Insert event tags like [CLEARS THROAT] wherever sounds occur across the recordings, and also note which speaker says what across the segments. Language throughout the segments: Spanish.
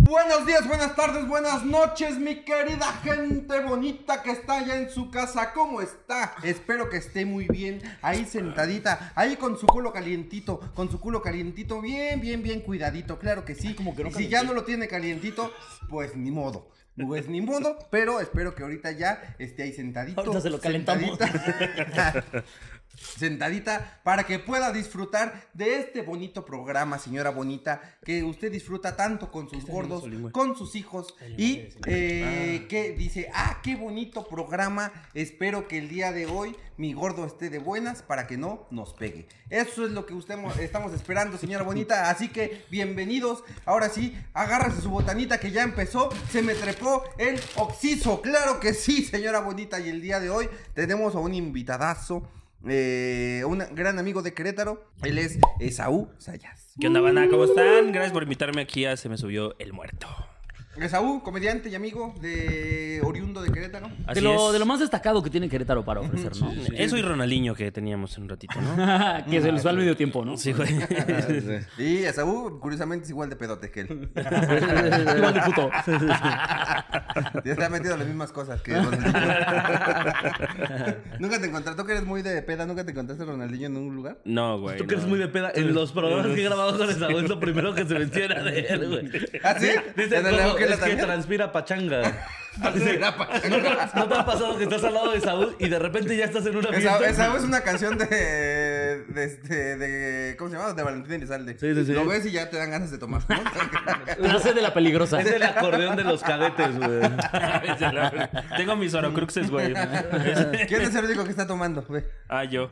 Speaker 1: Buenos días, buenas tardes, buenas noches, mi querida gente bonita que está allá en su casa. ¿Cómo está? Espero que esté muy bien, ahí sentadita, ahí con su culo calientito, con su culo calientito, bien, bien, bien cuidadito, claro que sí.
Speaker 2: como que no
Speaker 1: Y si ya no lo tiene calientito, pues ni modo. Pues ni modo, pero espero que ahorita ya esté ahí sentadito.
Speaker 2: Ahorita se lo calentamos.
Speaker 1: sentadita. [LAUGHS] sentadita para que pueda disfrutar de este bonito programa, señora bonita, que usted disfruta tanto con sus
Speaker 2: Este
Speaker 1: gordos, con sus hijos y eh, que dice, ah, qué bonito programa, espero que el día de hoy mi gordo esté de buenas para que no nos pegue. Eso es lo que usted mo- estamos esperando, señora bonita, así que bienvenidos. Ahora sí, agárrese su botanita que ya empezó, se me trepó el oxiso, claro que sí, señora bonita, y el día de hoy tenemos a un invitadazo. Eh, un gran amigo de Querétaro, él es Esaú Sayas.
Speaker 3: ¿Qué onda, banda? ¿Cómo están? Gracias por invitarme aquí a Se Me Subió el Muerto.
Speaker 1: Esaú, comediante y amigo de oriundo de Querétaro.
Speaker 3: Así
Speaker 2: De lo,
Speaker 3: es. Eh,
Speaker 2: de lo más destacado que tiene Querétaro para ofrecer, ¿no?
Speaker 3: Eso y Ronaldinho que teníamos un ratito,
Speaker 4: [LAUGHS]
Speaker 3: ¿no?
Speaker 2: [LAUGHS] que se les va al medio tiempo, ¿no?
Speaker 3: Sí, güey.
Speaker 4: Ah,
Speaker 1: Y Esaú, curiosamente, es igual de pedote que
Speaker 4: [LAUGHS]
Speaker 1: él.
Speaker 2: [LAUGHS] Igual de puto.
Speaker 1: Ya te ha metido las mismas cosas que
Speaker 4: [LAUGHS]
Speaker 1: Ronaldinho. nunca te encontraste, tú que eres muy de peda, nunca te encontraste a Ronaldinho en un lugar.
Speaker 3: No, güey.
Speaker 4: Tú que eres
Speaker 3: no.
Speaker 4: muy de peda. En los programas que he grabado con el Saúl, es lo primero que se menciona de él, güey.
Speaker 1: ¿Ah, [LAUGHS] sí?
Speaker 4: Dice,
Speaker 1: ¿En el
Speaker 4: no,
Speaker 1: Eugenio
Speaker 4: es que
Speaker 1: [LAUGHS] también?
Speaker 4: transpira pachanga. Dice,
Speaker 1: Transpira
Speaker 4: [LAUGHS] ¿no, te, no te ha pasado que estás al lado de Saúl y de repente ya estás en una fiesta?
Speaker 1: Esa, esa es una canción de, de, este- de- ¿Cómo se llama? De Valentín Elizalde.
Speaker 4: Sí, sí, sí.
Speaker 1: Lo ves y ya te dan ganas de tomar.
Speaker 4: [LAUGHS]
Speaker 1: ¿no?
Speaker 2: Nace de la peligrosa.
Speaker 4: Es el acordeón de los cadetes, güey.
Speaker 3: [LAUGHS] Tengo mis orocruxes,
Speaker 4: [LAUGHS]
Speaker 3: güey.
Speaker 1: ¿Quién es el único que está tomando? Ve.
Speaker 3: Ah, yo.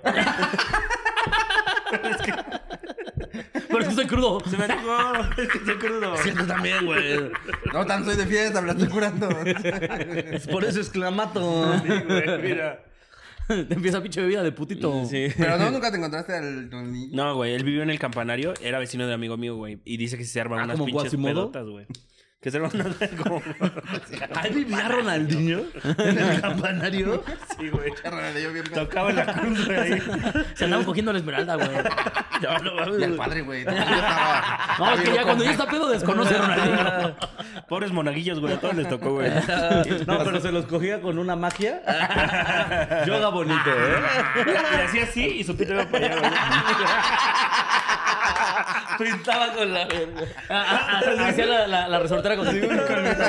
Speaker 2: Pero es que soy crudo. [LAUGHS]
Speaker 3: Se me antojó. [LAUGHS] Es que estoy crudo.
Speaker 4: Sí, tú también, güey.
Speaker 1: No tan soy de fiesta, me la estoy curando.
Speaker 3: [LAUGHS]
Speaker 4: Es Por eso es clamato.
Speaker 3: Sí, güey, mira.
Speaker 2: Te empieza pinche bebida de putito.
Speaker 3: Sí.
Speaker 1: Pero no, nunca te encontraste al Ronaldinho.
Speaker 3: No, güey. Él vivió en el campanario. Era vecino de amigo mío, güey. Y dice que se arman
Speaker 4: Ah,
Speaker 3: unas
Speaker 4: ¿como
Speaker 3: pinches
Speaker 4: Quasimodo?
Speaker 3: pedotas, güey. Que se arman unas... [LAUGHS] como-
Speaker 4: ¿Ahí vivía Ronaldinho? ¿En el campanario?
Speaker 3: Sí, güey.
Speaker 1: Ronaldinho bien pedo.
Speaker 3: Tocaba en la cruz, güey.
Speaker 4: [LAUGHS]
Speaker 3: ahí.
Speaker 2: Se andaban cogiendo la esmeralda, güey.
Speaker 4: No, no
Speaker 1: Y al
Speaker 4: mames.
Speaker 1: padre, güey. No, yo estaba-
Speaker 2: No, es que ya
Speaker 1: loco.
Speaker 2: cuando ya está pedo desconoce a Ronaldinho.
Speaker 3: Pobres monaguillos, güey. A todos les tocó, güey.
Speaker 4: No, pero se los cogía con
Speaker 1: [LAUGHS]
Speaker 4: una magia. Yoga bonito, ¿eh?
Speaker 3: Le hacía así [LAUGHS] y su pito iba para allá, güey.
Speaker 4: [LAUGHS] Pintaba con la verga.
Speaker 2: Ah, ah, ah, Hacía la, la, la resortera [LAUGHS] con
Speaker 1: Antes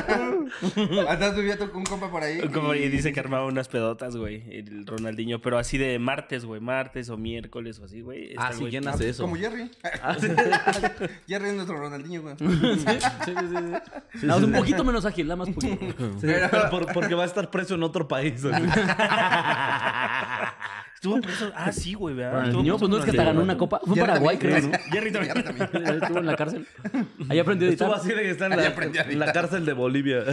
Speaker 1: Ah, vivía tu- un compa por ahí.
Speaker 3: Como y dice que armaba unas pedotas, güey, el Ronaldinho, pero así de martes, güey, martes o miércoles o así, güey. Está
Speaker 4: Ah,
Speaker 3: el
Speaker 4: sí,
Speaker 3: güey-
Speaker 4: ¿quién hace eso?
Speaker 1: Como Jerry.
Speaker 3: Ah.
Speaker 1: [LAUGHS] Jerry es nuestro Ronaldinho, güey.
Speaker 2: No, es un poquito menos ágil, nada más
Speaker 4: [LAUGHS]
Speaker 2: poquito.
Speaker 4: Sí, pero por- porque va a estar preso en otro país.
Speaker 1: [LAUGHS]
Speaker 4: así.
Speaker 3: Estuvo preso. Ah, sí, güey, ¿verdad?
Speaker 2: Ronaldinho, pues no es que te
Speaker 3: te
Speaker 2: ganó una copa. Fue en
Speaker 1: Jerry
Speaker 2: Paraguay, creo,
Speaker 1: también.
Speaker 2: ¿no? [LAUGHS]
Speaker 3: Jerry también.
Speaker 1: Jerry también.
Speaker 2: Estuvo en la cárcel. Ahí aprendió a
Speaker 4: Estuvo
Speaker 2: editar.
Speaker 4: así de que está en
Speaker 1: Ya aprendí a
Speaker 4: la, en la
Speaker 1: editar.
Speaker 4: cárcel de Bolivia.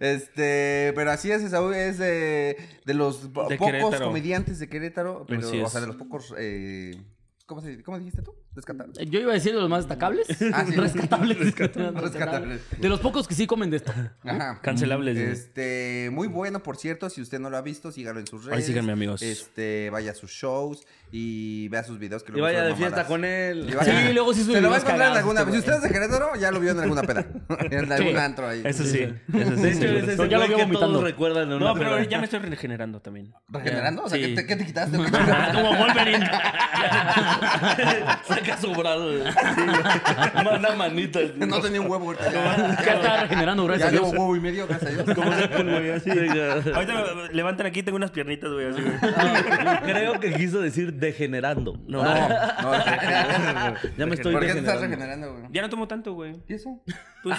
Speaker 1: Este, pero así es, Esaú es de, de los po-
Speaker 3: De
Speaker 1: pocos
Speaker 3: Querétaro.
Speaker 1: comediantes de Querétaro, pero,
Speaker 3: Así
Speaker 1: o
Speaker 3: es.
Speaker 1: sea, de los pocos, eh, ¿cómo, se, ¿cómo dijiste tú? Descartables.
Speaker 2: Yo iba a decir de los más destacables.
Speaker 1: Ah, sí.
Speaker 2: Rescatables.
Speaker 1: Rescatables.
Speaker 2: De los pocos que sí comen de esto.
Speaker 1: Ajá.
Speaker 3: Cancelables, güey.
Speaker 1: Este, muy bueno, por cierto, si usted no lo ha visto, sígalo en sus redes.
Speaker 3: Ahí síganme, amigos.
Speaker 1: Este, vaya a sus shows y vea sus videos que
Speaker 4: y vaya de fiesta con
Speaker 1: Y
Speaker 4: él.
Speaker 1: vaya-
Speaker 2: Sí, luego sí
Speaker 1: Se lo va a
Speaker 2: subimos
Speaker 1: encontrar en
Speaker 2: cagadas,
Speaker 1: alguna.
Speaker 2: este
Speaker 1: Si usted es de Querétaro, ya lo vio en alguna peda. en algún antro ahí.
Speaker 3: Eso sí. Eso sí.
Speaker 4: De hecho, es ese
Speaker 2: Pero ya lo
Speaker 4: güey
Speaker 2: vio
Speaker 4: que
Speaker 2: vomitando.
Speaker 4: todos recuerdan. en una
Speaker 3: No, pero [LAUGHS]
Speaker 4: peda.
Speaker 3: ya me estoy regenerando también.
Speaker 1: ¿Regenerando? O sea, ¿qué,
Speaker 3: Sí.
Speaker 1: te,
Speaker 3: [LAUGHS]
Speaker 1: qué te quitaste?
Speaker 2: Como Wolverine.
Speaker 4: Saca su brazo. Manda manitas.
Speaker 1: no tenía un huevo ahorita. Ya,
Speaker 2: Ya está regenerando,
Speaker 1: ya
Speaker 2: gracias a
Speaker 1: llevo
Speaker 2: Dios.
Speaker 1: huevo y medio, gracias a Dios.
Speaker 3: Ahorita me- levantan aquí, tengo unas piernitas, güey, así, güey.
Speaker 4: Creo que quiso decir degenerando.
Speaker 1: [LAUGHS] No,
Speaker 3: [LAUGHS]
Speaker 1: no.
Speaker 4: Ya me estoy
Speaker 1: ¿Por qué te estás
Speaker 4: degenerando.
Speaker 1: regenerando, güey?
Speaker 3: Ya no tomo tanto, güey.
Speaker 1: ¿Y eso?
Speaker 3: Pues,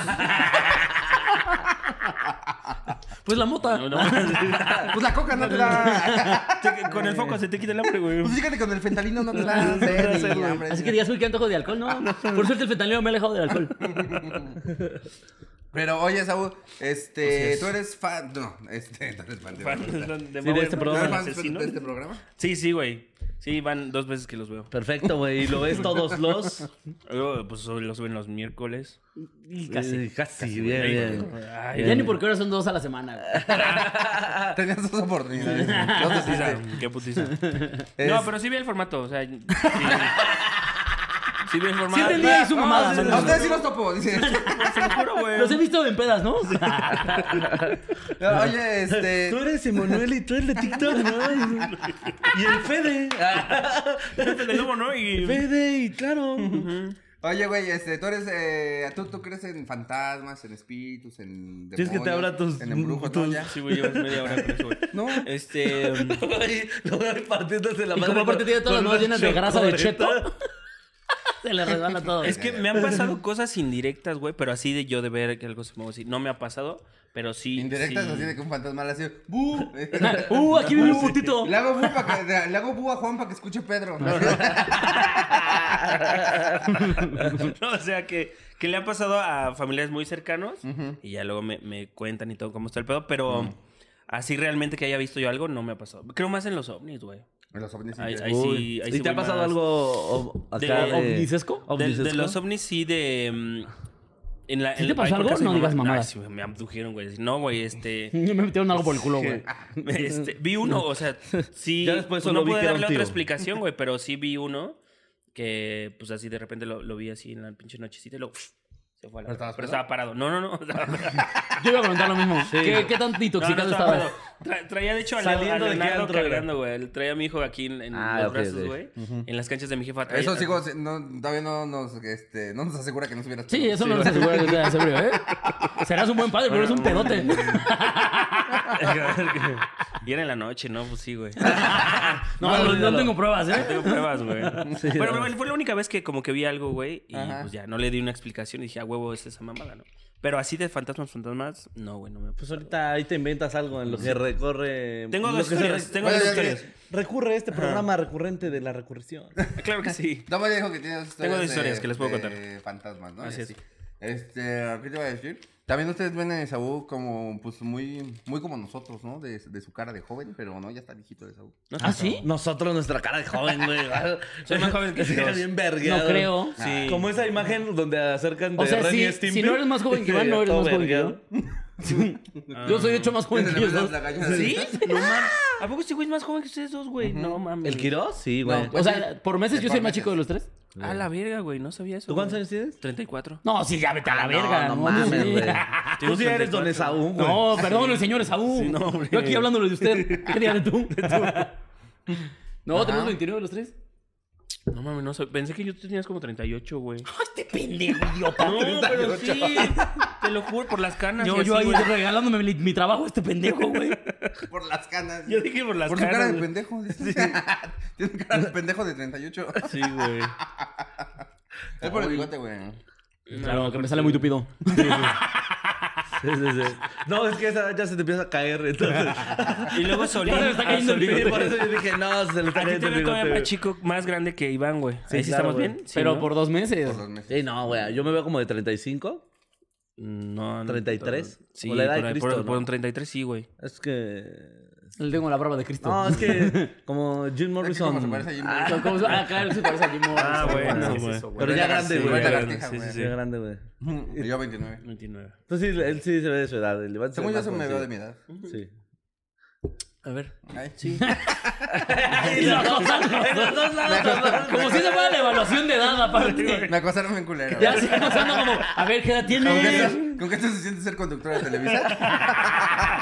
Speaker 2: Pues la mota.
Speaker 1: [LAUGHS] Pues la coca no te da.
Speaker 3: te- con el foco se te quita el hambre, güey.
Speaker 1: Pues
Speaker 3: [LAUGHS]
Speaker 1: fíjate, con el fentanilo no te da sed ni hambre.
Speaker 2: Así que digas, uy, qué antojo de alcohol, ¿no? Por suerte el fentanilo me ha alejado del alcohol.
Speaker 1: Pero oye, Saúl, este, tú eres fan, no, este, [LAUGHS] tú eres fan de,
Speaker 3: Fan
Speaker 1: ¿Tú eres
Speaker 3: de
Speaker 4: Sí, de este
Speaker 3: Mau-
Speaker 4: programa.
Speaker 3: del
Speaker 1: fan de-
Speaker 3: asesino.
Speaker 1: de este programa.
Speaker 3: Sí, sí, güey. Sí, van dos veces que los veo.
Speaker 4: Perfecto, güey. Y lo ves todos los.
Speaker 3: Luego, pues lo suben los miércoles.
Speaker 2: Casi.
Speaker 4: Eh, Casi, bien, bien.
Speaker 3: Ay,
Speaker 2: Ya ni porque ahora son dos a la semana.
Speaker 1: [LAUGHS]
Speaker 2: güey.
Speaker 1: Tenías dos oportunidades. No te hiciste.
Speaker 3: putiza, qué putiza.
Speaker 1: Es-
Speaker 3: No, pero sí vi el formato, Ah, o sea, sí, Sí, bien
Speaker 2: Sí
Speaker 3: formado.
Speaker 2: entendí ahí su mamada.
Speaker 1: A ustedes sí los topo, dice.
Speaker 3: Se lo juro, güey.
Speaker 2: Los he visto en pedas, ¿no?
Speaker 1: Oye, este.
Speaker 4: [LAUGHS] Tú eres Emanuel y tú eres de TikTok, ¿no? Y el Fede.
Speaker 3: El lobo, ¿no? Y...
Speaker 4: Fede, y claro.
Speaker 1: Oye, güey, este, tú eres, eh, tú, tú crees en fantasmas, en espíritus, en
Speaker 4: Sí,
Speaker 1: demonios,
Speaker 4: es que te habla tus-
Speaker 1: en embrujos, ¿no?
Speaker 4: tus-
Speaker 1: Ya.
Speaker 3: Sí, güey, llevas media hora con eso, güey.
Speaker 1: No.
Speaker 3: Este. um,
Speaker 4: Ay, Lo voy partiéndose la
Speaker 2: [LAUGHS] Y
Speaker 4: madre.
Speaker 2: como aparte
Speaker 4: con-
Speaker 2: tiene todas las
Speaker 4: con
Speaker 2: manos
Speaker 4: unos
Speaker 2: llenas de grasa de cheto,
Speaker 4: chocoretas.
Speaker 2: [LAUGHS] se le resbala todo.
Speaker 3: Es que me han pasado cosas indirectas, güey, pero así de yo de ver que algo se mueve así. No me ha pasado, pero sí.
Speaker 1: Indirectas
Speaker 3: sí.
Speaker 1: así de que un fantasma le hace bu.
Speaker 2: Uh,
Speaker 1: [LAUGHS]
Speaker 2: aquí vive un putito.
Speaker 1: Le hago bu pa' que- le hago bu a Juan para que escuche Pedro.
Speaker 3: [LAUGHS] No, o sea, que, que le ha pasado a familiares muy cercanos y ya luego me, me cuentan y todo cómo está el pedo, pero así realmente que haya visto yo algo no me ha pasado. Creo más en los ovnis, güey.
Speaker 1: Me [LAUGHS] los ovnis
Speaker 3: Ay,
Speaker 1: sí.
Speaker 3: ay. Ahí
Speaker 4: Uy,
Speaker 3: sí- ahí
Speaker 4: ¿Y
Speaker 3: sí
Speaker 4: te ha
Speaker 3: voy
Speaker 4: pasado
Speaker 3: más.
Speaker 4: algo o-
Speaker 3: De-
Speaker 4: acá de,
Speaker 2: ¿Ovnicesco?
Speaker 3: De, de
Speaker 4: ¿Ovnicesco?
Speaker 3: los ovnis sí de... mm, En la,
Speaker 2: ¿Sí
Speaker 3: en-
Speaker 2: te pasó
Speaker 3: ay, por
Speaker 2: algo?
Speaker 3: casa de
Speaker 2: No
Speaker 3: mi
Speaker 2: digas mamadas.
Speaker 3: Ay, sí, me abdujeron, güey. No, güey,
Speaker 2: [LAUGHS]
Speaker 3: este...
Speaker 2: Me metieron algo por el culo, güey.
Speaker 3: Este, vi uno, o sea, sí.
Speaker 4: Ya después
Speaker 3: pues,
Speaker 4: solo
Speaker 3: no
Speaker 4: vi
Speaker 3: pude
Speaker 4: que era un
Speaker 3: darle otra
Speaker 4: tío.
Speaker 3: explicación, güey, pero sí vi uno que, pues así de repente lo, lo vi así en la pinche nochecita y luego pf, se fue a la.
Speaker 1: ¿Pero estabas
Speaker 3: Pero
Speaker 1: pedo?
Speaker 3: estaba parado. No, no, [LAUGHS] no. estaba parado.
Speaker 2: Yo iba a preguntar lo mismo. ¿Qué, qué tan
Speaker 3: No, no,
Speaker 2: intoxicado
Speaker 3: estaba parado.
Speaker 2: estabas?
Speaker 3: Tra- traía, de hecho, a, Leonardo-
Speaker 4: Saliendo
Speaker 3: a
Speaker 4: de qué
Speaker 3: Leonardo
Speaker 4: antro era.
Speaker 3: cargando, güey. Traía a mi hijo aquí en, en
Speaker 4: Ah,
Speaker 3: los
Speaker 4: ok,
Speaker 3: brazos,
Speaker 4: ok.
Speaker 3: güey. En las canchas de mi jefa. traía-
Speaker 1: Eso sí, José, no, todavía no nos, este, no nos asegura que no hubieras.
Speaker 2: Sí, eso no nos asegura que sea seguro, ¿eh? Serás un buen padre, pero eres un pedote.
Speaker 3: [LAUGHS] Y era en la noche, ¿no? Pues sí, güey. [LAUGHS]
Speaker 2: No,
Speaker 4: No,
Speaker 2: no,
Speaker 4: olvídalo.
Speaker 2: tengo pruebas,
Speaker 3: No
Speaker 2: ¿eh?
Speaker 3: tengo pruebas, güey. bueno, pero fue la única vez que como que vi algo, güey, y
Speaker 1: Ajá.
Speaker 3: pues ya, no le di una explicación y dije, a huevo, es esa mamada, ¿no? Pero así de fantasmas, fantasmas, no, güey, no me
Speaker 4: [LAUGHS] Pues ahorita ahí te inventas algo en lo que recorre.
Speaker 3: Tengo
Speaker 4: lo
Speaker 3: dos
Speaker 4: que se
Speaker 3: historias,
Speaker 4: re-
Speaker 3: tengo
Speaker 1: Oye,
Speaker 3: dos
Speaker 1: oye,
Speaker 3: historias.
Speaker 4: Recurre este programa recurrente de la recursión.
Speaker 3: Claro que sí.
Speaker 1: No me dijo que tienes historias
Speaker 3: Tengo dos historias
Speaker 1: de-
Speaker 3: que les puedo
Speaker 1: de
Speaker 3: contar.
Speaker 1: fantasmas, ¿no?
Speaker 3: Así
Speaker 1: Y
Speaker 3: es.
Speaker 1: Este, ¿qué te iba a decir? También ustedes ven a Esaú como, pues, muy, muy como nosotros, ¿no? De, de su cara de joven, pero no, ya está viejito de Esaú.
Speaker 2: ¿Ah, sí?
Speaker 4: Nosotros, nuestra cara de joven, güey.
Speaker 2: [LAUGHS]
Speaker 3: Soy más joven que
Speaker 4: [LAUGHS] Sí,
Speaker 3: todos.
Speaker 4: bien vergueado.
Speaker 2: No creo.
Speaker 3: Sí.
Speaker 4: Ah. Como esa imagen donde acercan de
Speaker 2: O sea,
Speaker 4: Ren y
Speaker 2: si,
Speaker 4: Stimpy.
Speaker 2: si no eres más joven que Iván,
Speaker 4: [LAUGHS] Sí,
Speaker 2: no eres
Speaker 4: todo
Speaker 2: más joven que
Speaker 4: vergueado.
Speaker 2: yo. Yo soy de hecho más joven
Speaker 1: Tiene
Speaker 2: que
Speaker 1: la-
Speaker 2: ellos
Speaker 1: la
Speaker 2: dos.
Speaker 1: gallina de-
Speaker 3: ¿Sí? No mames. [LAUGHS] ¿A poco este güey es más joven que ustedes dos, güey? No mames.
Speaker 4: ¿El Quirós? Sí, güey.
Speaker 1: No.
Speaker 2: O sea, por meses yo soy el más chico de los tres.
Speaker 3: A la verga, güey, no sabía eso.
Speaker 4: ¿Tú cuántos años tienes?
Speaker 3: 34.
Speaker 2: No, sí, ya vete a la
Speaker 3: Ah,
Speaker 2: verga.
Speaker 4: no, mames,
Speaker 2: sí. [LAUGHS]
Speaker 4: güey. Tú sí eres don Esaú, güey.
Speaker 2: No, perdón, el señor es aún. yo aquí hablándole
Speaker 3: [LAUGHS]
Speaker 2: de usted. ¿Qué digan de tú? No, tenemos 29 de los tres.
Speaker 3: No mames, no sabía. Pensé que yo tú tenías como 38, güey.
Speaker 2: ¡Ay, este pendejo, idiota!
Speaker 3: No, pero sí. Te lo juro por las canas. y
Speaker 2: Yo,
Speaker 3: así,
Speaker 2: yo ahí
Speaker 3: güey.
Speaker 2: regalándome mi, mi trabajo a este pendejo, güey.
Speaker 1: Por las canas.
Speaker 3: Yo dije por las
Speaker 1: Por su
Speaker 3: canas.
Speaker 1: cara de
Speaker 3: güey.
Speaker 1: pendejo. dice. [LAUGHS] Tiene cara de pendejo de 38.
Speaker 3: Sí, güey.
Speaker 1: Es por el bigote, güey.
Speaker 2: Claro, que me sale muy tupido.
Speaker 4: Sí, sí, sí. No, es que esa ya se te empieza a caer, entonces.
Speaker 3: Y luego Solín.
Speaker 2: Ahora le [LAUGHS] está
Speaker 3: a
Speaker 2: cayendo el
Speaker 3: Solín.
Speaker 4: Sí, por eso yo dije, no, se le está
Speaker 3: Aquí te
Speaker 4: cayendo el
Speaker 3: veo todavía
Speaker 4: bigote.
Speaker 3: más chico, más grande que Iván, güey.
Speaker 4: Sí,
Speaker 3: Ahí sí
Speaker 4: claro,
Speaker 3: estamos
Speaker 4: güey.
Speaker 3: bien. Sí,
Speaker 2: Pero
Speaker 3: ¿no?
Speaker 2: por dos meses.
Speaker 1: Por los meses.
Speaker 4: Sí, no, güey. Yo me veo como de 35.
Speaker 3: Mm, No, no,
Speaker 4: 33.
Speaker 3: Sí,
Speaker 4: O la edad de
Speaker 3: por, ahí,
Speaker 4: Cristo,
Speaker 3: por-
Speaker 4: ¿no?
Speaker 3: por un 33, sí, güey.
Speaker 4: Es que.
Speaker 2: Le tengo la brava de Cristo.
Speaker 4: [LAUGHS] No, es que. Como Jim
Speaker 1: Es que como se
Speaker 4: Morrison.
Speaker 1: parece a Jim
Speaker 2: Ah,
Speaker 1: Morrison.
Speaker 2: ¿cómo se- ah, claro, se parece a Jim Morrison.
Speaker 3: Ah, bueno,
Speaker 2: Sí, es
Speaker 3: güey.
Speaker 2: eso,
Speaker 4: Pero ya grande,
Speaker 1: Sí,
Speaker 4: güey.
Speaker 1: güey,
Speaker 4: Ya
Speaker 1: la
Speaker 4: grande,
Speaker 1: lagartija,
Speaker 3: sí, sí,
Speaker 1: güey.
Speaker 3: sí.
Speaker 4: ya grande, güey.
Speaker 1: Y Yo 29.
Speaker 3: 29.
Speaker 4: Entonces sí, él sí se ve de su edad. El Iván se
Speaker 1: Según
Speaker 4: ve
Speaker 1: yo se
Speaker 4: más
Speaker 1: me veo de mi
Speaker 4: joven,
Speaker 1: edad.
Speaker 4: Sí.
Speaker 3: A ver.
Speaker 1: Ay, sí.
Speaker 2: Y la cosa- Como si se fuera la evaluación de edad, aparte.
Speaker 1: [LAUGHS] Me acosaron bien culero.
Speaker 2: Ya
Speaker 1: güey.
Speaker 2: se pasando como, a ver, ¿qué edad
Speaker 1: ¿Con qué,
Speaker 2: tienes?
Speaker 1: te- ¿Con qué te se siente ser conductora de Televisa?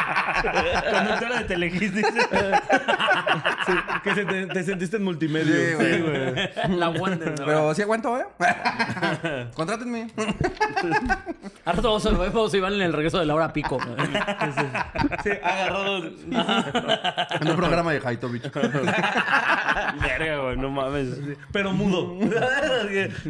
Speaker 3: Conductora de Telehit,
Speaker 4: Sí, Que se te, te sentiste en multimedia.
Speaker 1: Sí, güey.
Speaker 2: La Wonder. ¿no?
Speaker 1: Pero sí aguanto, ¿eh? Contrátenme.
Speaker 2: Ahora todos vamos a Iván en el regreso de la hora pico.
Speaker 4: Sí, agarrado.
Speaker 1: En un programa de Haitovich.
Speaker 3: Verga, güey, no mames.
Speaker 4: [LAUGHS] Pero [LAUGHS] mudo.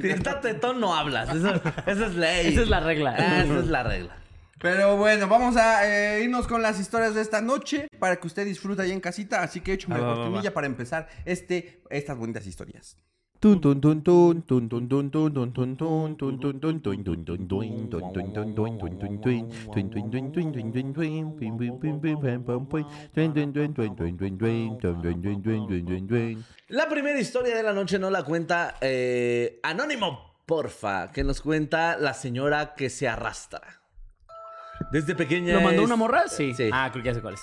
Speaker 4: si está tetón, no hablas. Eso, eso es ley.
Speaker 2: Esa es la regla.
Speaker 4: Ah, esa es la regla.
Speaker 1: [LAUGHS] Pero bueno, vamos a eh, irnos con las historias de esta noche para que usted disfrute ahí en casita. Así que échame
Speaker 3: Va,
Speaker 1: la
Speaker 3: va, va,
Speaker 1: cortinilla para empezar este, estas bonitas historias.
Speaker 5: Tun tun tun tun tun tun tun tun tun tun tun tun tun tun tun tun tun tun tun tun tun tun tun tun tun. Tun tun tun tun tun tun tun. Pim, pim, pim, pim, pam, pam, pum. Tun, tun, tun, tun, tun, tun, tun. Tun, tun, tun, tun, tun, tun, tun.
Speaker 4: La primera historia de la noche no la cuenta eh, Anónimo, porfa, que nos cuenta la señora que se arrastra. Desde pequeña.
Speaker 2: ¿Lo mandó
Speaker 4: es-
Speaker 2: una morra? Sí.
Speaker 4: Sí.
Speaker 2: Ah, creo que ya sé cuál es.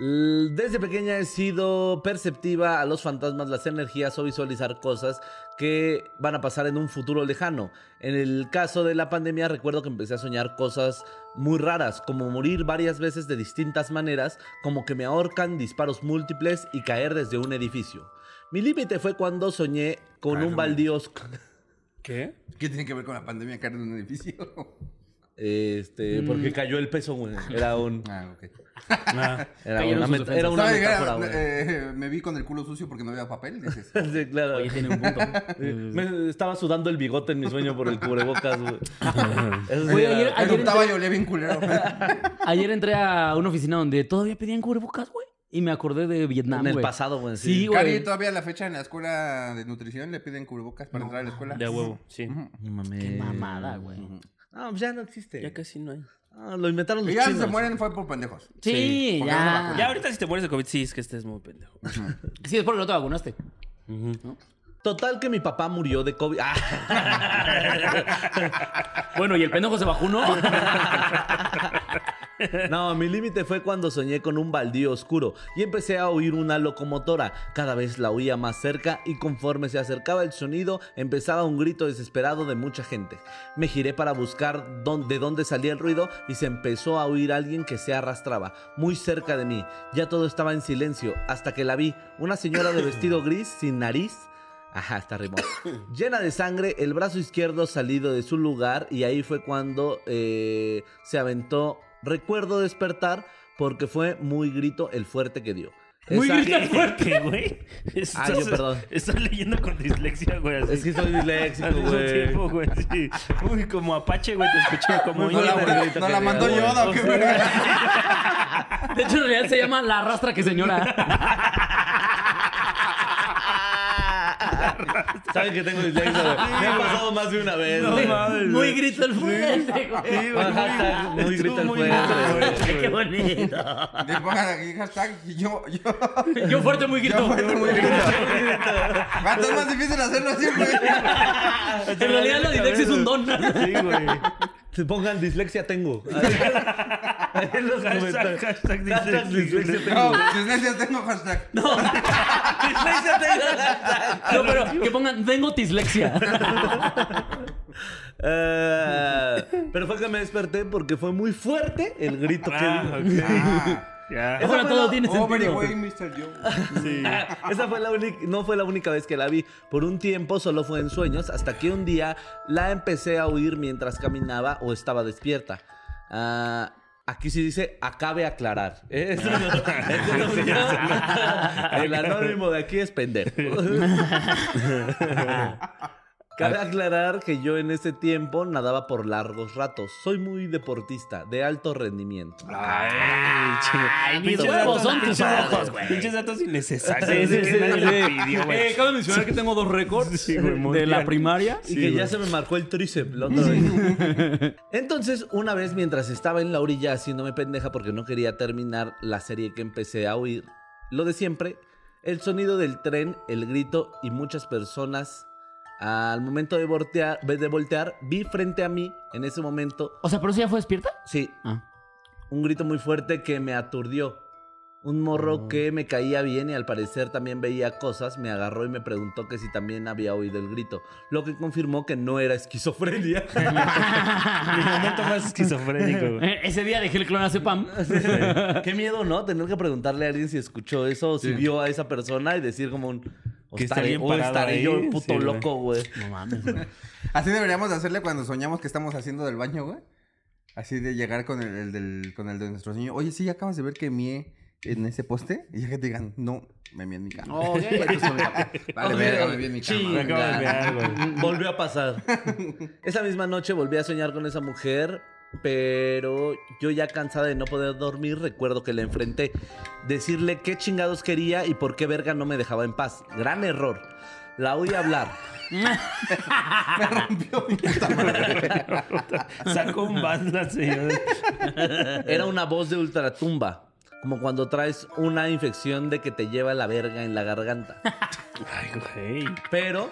Speaker 4: L- Desde pequeña he sido perceptiva a los fantasmas, las energías o visualizar cosas que van a pasar en un futuro lejano. En el caso de la pandemia recuerdo que empecé a soñar cosas muy raras, como morir varias veces de distintas maneras, como que me ahorcan, disparos múltiples y caer desde un edificio. Mi límite fue cuando soñé con
Speaker 2: Ah,
Speaker 4: un baldiosco.
Speaker 3: ¿Qué?
Speaker 1: ¿Qué tiene que ver con la pandemia caer en un edificio?
Speaker 4: [LAUGHS] Este,
Speaker 2: Mm.
Speaker 4: porque cayó el peso, güey. Era un.
Speaker 1: [LAUGHS] ah, ok.
Speaker 4: Era
Speaker 2: Cayeron
Speaker 4: una,
Speaker 2: sus
Speaker 4: met-
Speaker 2: ofensas.
Speaker 4: era una
Speaker 1: ¿Sabes?
Speaker 4: metáfora, güey.
Speaker 1: Eh, me vi con el culo sucio porque no había papel. dices.
Speaker 4: [LAUGHS] Sí, claro.
Speaker 2: Oye, tiene un punto.
Speaker 4: Me estaba sudando el bigote en mi sueño por el cubrebocas,
Speaker 1: [LAUGHS]
Speaker 4: güey. Eso sí
Speaker 2: Güey,
Speaker 4: era-
Speaker 2: ayer- ayer-
Speaker 1: Eructaba y olía bien culero.
Speaker 2: Ayer entré a una oficina donde todavía pedían cubrebocas, güey. Y me acordé de Vietnam,
Speaker 4: En el
Speaker 2: güey.
Speaker 4: pasado, güey.
Speaker 2: Sí, güey.
Speaker 1: Cari, todavía a la fecha en la escuela de nutrición le piden cubrebocas para entrar a la escuela.
Speaker 3: De a huevo, sí.
Speaker 4: No mames.
Speaker 2: Qué mamada, güey.
Speaker 4: No, pues ya no existe.
Speaker 3: Ya casi no hay.
Speaker 4: Ah, lo inventaron los
Speaker 1: Y ya si
Speaker 4: chinos.
Speaker 1: se mueren fue por pendejos.
Speaker 2: Sí,
Speaker 1: porque no la
Speaker 2: ya.
Speaker 4: Ah.
Speaker 1: vacunaron.
Speaker 3: Ya ahorita si te mueres de COVID, sí, es que estés muy pendejo.
Speaker 2: Sí, es porque no te vacunaste.
Speaker 4: Total que mi papá murió de COVID. Ah,
Speaker 2: Bueno, y el pendejo se vacunó.
Speaker 4: [LAUGHS] no, mi límite fue cuando soñé con un baldío oscuro y empecé a oír una locomotora. Cada vez la oía más cerca y conforme se acercaba el sonido empezaba un grito desesperado de mucha gente. Me giré para buscar dón- de dónde salía el ruido y se empezó a oír alguien que se arrastraba muy cerca de mí. Ya todo estaba en silencio hasta que la vi, una señora de vestido gris sin nariz Ajá, está rimado. Llena de sangre, el brazo izquierdo salido de su lugar y ahí fue cuando eh, se aventó. Recuerdo despertar porque fue muy grito el fuerte que dio.
Speaker 2: Muy
Speaker 4: Esa-
Speaker 2: grito.
Speaker 3: ¿Qué fuerte, güey?
Speaker 4: [LAUGHS]
Speaker 3: Estás-
Speaker 4: Ah, yo perdón.
Speaker 3: Estás leyendo con dislexia, güey. así.
Speaker 4: Es que soy
Speaker 3: Al
Speaker 4: disléxico,
Speaker 3: mismo
Speaker 4: güey.
Speaker 3: tiempo, güey, sí. Uy, como Apache, güey, te escuché como
Speaker 1: No la,
Speaker 3: Íñigo.
Speaker 1: no la mandó Yoda, ¿o qué verga?
Speaker 2: De hecho, en realidad se llama La Arrastra que Señora.
Speaker 4: [LAUGHS] Saben que tengo dislexia, güey. Me ha pasado más de una vez.
Speaker 3: No
Speaker 4: güey.
Speaker 3: mames, [LAUGHS]
Speaker 2: Muy
Speaker 3: güey.
Speaker 2: grito el fuerte, güey.
Speaker 3: Sí, güey, muy-
Speaker 4: Hashtag muy
Speaker 3: estuvo
Speaker 4: grito el
Speaker 3: muy
Speaker 4: fuerte,
Speaker 3: grito el fuerte,
Speaker 2: Qué
Speaker 3: güey.
Speaker 2: bonito.
Speaker 1: Le pongan aquí hashtag y yo, yo, yo
Speaker 2: Yo fuerte, muy grito.
Speaker 1: fue muy grito. Va a estar más difícil hacerlo así, güey.
Speaker 2: [LAUGHS] En realidad, la dislexia es un don. [LAUGHS]
Speaker 4: Sí, güey. Si pongan
Speaker 3: [LAUGHS]
Speaker 4: dislexia, tengo. En los
Speaker 3: Hashtag,
Speaker 4: comentarios.
Speaker 3: hashtag
Speaker 4: Hashtag dislexia
Speaker 3: dislexia.
Speaker 4: tengo.
Speaker 1: No, dislexia tengo hashtag.
Speaker 2: No. Dislexia tengo. Ah, No, pero que pongan, tengo dislexia.
Speaker 4: Eh, pero fue que me desperté porque fue muy fuerte el grito que
Speaker 3: Ah,
Speaker 4: dio.
Speaker 1: Ah,
Speaker 3: ok. Ya.
Speaker 4: Esa
Speaker 2: Ahora
Speaker 4: fue
Speaker 2: todo
Speaker 4: la-
Speaker 2: tiene
Speaker 1: oh, very
Speaker 2: sentido.
Speaker 1: way, Mr. Joe.
Speaker 4: [LAUGHS] Esa fue la única, no fue la única vez que la vi. Por un tiempo solo fue en sueños, hasta que un día la empecé a oír mientras caminaba o estaba despierta. Ah, aquí sí dice, acabe aclarar. [LAUGHS] ¿Eh? Eso no- eso no- [LAUGHS] El anónimo de aquí es pendejo. Cabe aclarar que yo en ese tiempo nadaba por largos ratos. Soy muy deportista, de alto rendimiento.
Speaker 3: Ay, chingo.
Speaker 2: mis
Speaker 3: Pinches datos-
Speaker 2: huevos son tus
Speaker 3: pinches datos-
Speaker 2: ojos, güey.
Speaker 3: Pinches datos innecesarios. que nadie le pidió, güey.
Speaker 2: Eh, cabe mencionar que tengo dos récords
Speaker 3: Sí, güey,
Speaker 2: de
Speaker 3: mundial. [LAUGHS]
Speaker 2: la primaria.
Speaker 4: Y que ya se me marcó el tríceps la otra vez. Entonces, una vez mientras estaba en la orilla haciéndome pendeja porque no quería terminar la serie que empecé a oír, lo de siempre, el sonido del tren, el grito y muchas personas. Al momento de voltear, de voltear, vi frente a mí en ese momento,
Speaker 2: [LAUGHS] O sea, pero si ya fue despierta.
Speaker 4: sí,
Speaker 2: Ah.
Speaker 4: un grito muy fuerte que me aturdió. Un morro
Speaker 3: Ah.
Speaker 4: que me caía bien y al parecer también veía cosas, me agarró y me preguntó que si también había oído el grito, lo que confirmó que no era esquizofrenia.
Speaker 3: Mi momento más esquizofrénico, güey.
Speaker 2: Eh, Ese día dejé el clonazepam.
Speaker 4: Qué miedo, ¿no? Tener que preguntarle a alguien si escuchó eso o si vio a esa persona y decir como un... O
Speaker 3: Que está
Speaker 4: estaré,
Speaker 3: bien
Speaker 4: o
Speaker 3: parado
Speaker 4: estaré
Speaker 3: ahí,
Speaker 4: yo puto
Speaker 3: sí, güey.
Speaker 4: loco, güey.
Speaker 2: No mames, güey.
Speaker 1: Así deberíamos de hacerle cuando soñamos que estamos haciendo del baño, güey. Así de llegar con el, el del, con el de nuestro sueño. Oye, sí, acabas de ver que mié en ese poste. Y ya que te digan, no, me mié en mi cama.
Speaker 2: Oh, ya, ya tú sabes,
Speaker 1: [LAUGHS] Vale, verga, me mié en mi
Speaker 3: Me
Speaker 1: cama.
Speaker 3: acabo de olvidar, güey.
Speaker 4: [LAUGHS] Volvió a pasar. Esa misma noche volví a soñar con esa mujer, pero yo ya cansada de no poder dormir, recuerdo que la enfrenté. Decirle qué chingados quería y por qué verga no me dejaba en paz. Gran error. La oí hablar.
Speaker 1: [LAUGHS] Me rompió mi puta madre.
Speaker 3: Sacó un band la señora.
Speaker 4: Era una voz de ultratumba. Como cuando traes una infección de que te lleva la verga en la garganta.
Speaker 3: Ay, güey.
Speaker 4: Pero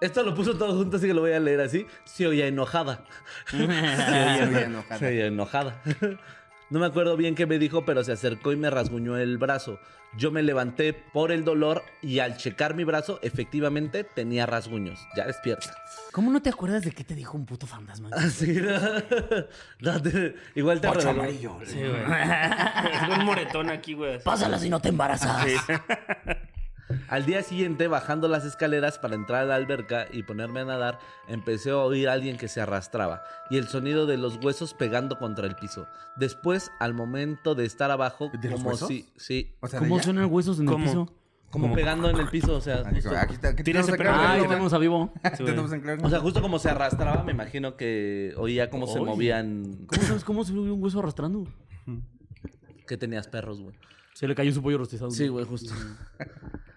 Speaker 4: esto lo puso todo junto, así que lo voy a leer así. Se oía enojada.
Speaker 1: Sí, oye, enojada.
Speaker 4: Se oía enojada. No me acuerdo bien qué me dijo, pero se acercó y me rasguñó el brazo. Yo me levanté por el dolor y al checar mi brazo, efectivamente tenía rasguños. Ya despierta. [LAUGHS]
Speaker 2: ¿Cómo no te acuerdas de qué te dijo un puto fantasma? [LAUGHS]
Speaker 4: Así, [LAUGHS] ¿no? No, te- igual te
Speaker 1: Ocho
Speaker 4: reveló.
Speaker 1: amarillo.
Speaker 3: Sí, güey. Tengo un moretón aquí, güey.
Speaker 2: [LAUGHS] Pásala si no te embarazas.
Speaker 3: [LAUGHS]
Speaker 4: Al día siguiente, bajando las escaleras para entrar a la alberca y ponerme a nadar, empecé a oír a alguien que se arrastraba y el sonido de los huesos pegando contra el piso. Después, al momento de estar abajo,
Speaker 1: ¿De los
Speaker 4: como
Speaker 1: huesos?
Speaker 4: si, sí,
Speaker 1: O sea, de
Speaker 2: ¿Cómo
Speaker 1: ya.
Speaker 2: suenan huesos en el
Speaker 3: ¿Cómo?
Speaker 2: piso?
Speaker 4: como, pegando en el piso, o sea,
Speaker 1: Así
Speaker 4: justo,
Speaker 1: como, Aquí está. aquí
Speaker 3: Tienes
Speaker 1: tenemos en
Speaker 3: que
Speaker 1: claro,
Speaker 2: Ah,
Speaker 3: Ah,
Speaker 2: lo
Speaker 1: ¿no?
Speaker 3: ya.
Speaker 2: tenemos a vivo.
Speaker 3: Sí,
Speaker 1: [LAUGHS]
Speaker 3: güey.
Speaker 1: Tenemos en claro.
Speaker 4: o sea, justo como se arrastraba, me imagino que oía cómo se
Speaker 2: Oye.
Speaker 4: movían,
Speaker 2: ¿Cómo sabes cómo se subió un hueso arrastrando?
Speaker 4: que tenías perros, güey.
Speaker 2: Se le cayó su pollo rostizado.
Speaker 4: Sí,
Speaker 3: Mm.
Speaker 4: güey, justo. [LAUGHS]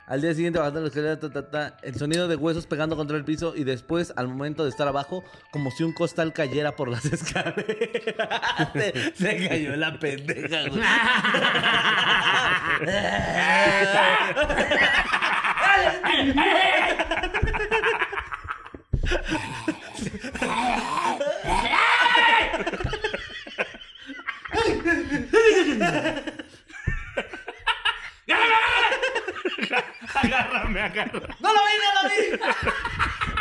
Speaker 4: Al día siguiente bajando la escalera, ta, ta, ta, el sonido de huesos pegando contra el piso y después, al momento de estar abajo, como si un costal cayera por las [LAUGHS] escaleras. se, se cayó la
Speaker 3: [LAUGHS]
Speaker 4: pendeja, güey.
Speaker 3: Agárrame, agárrame.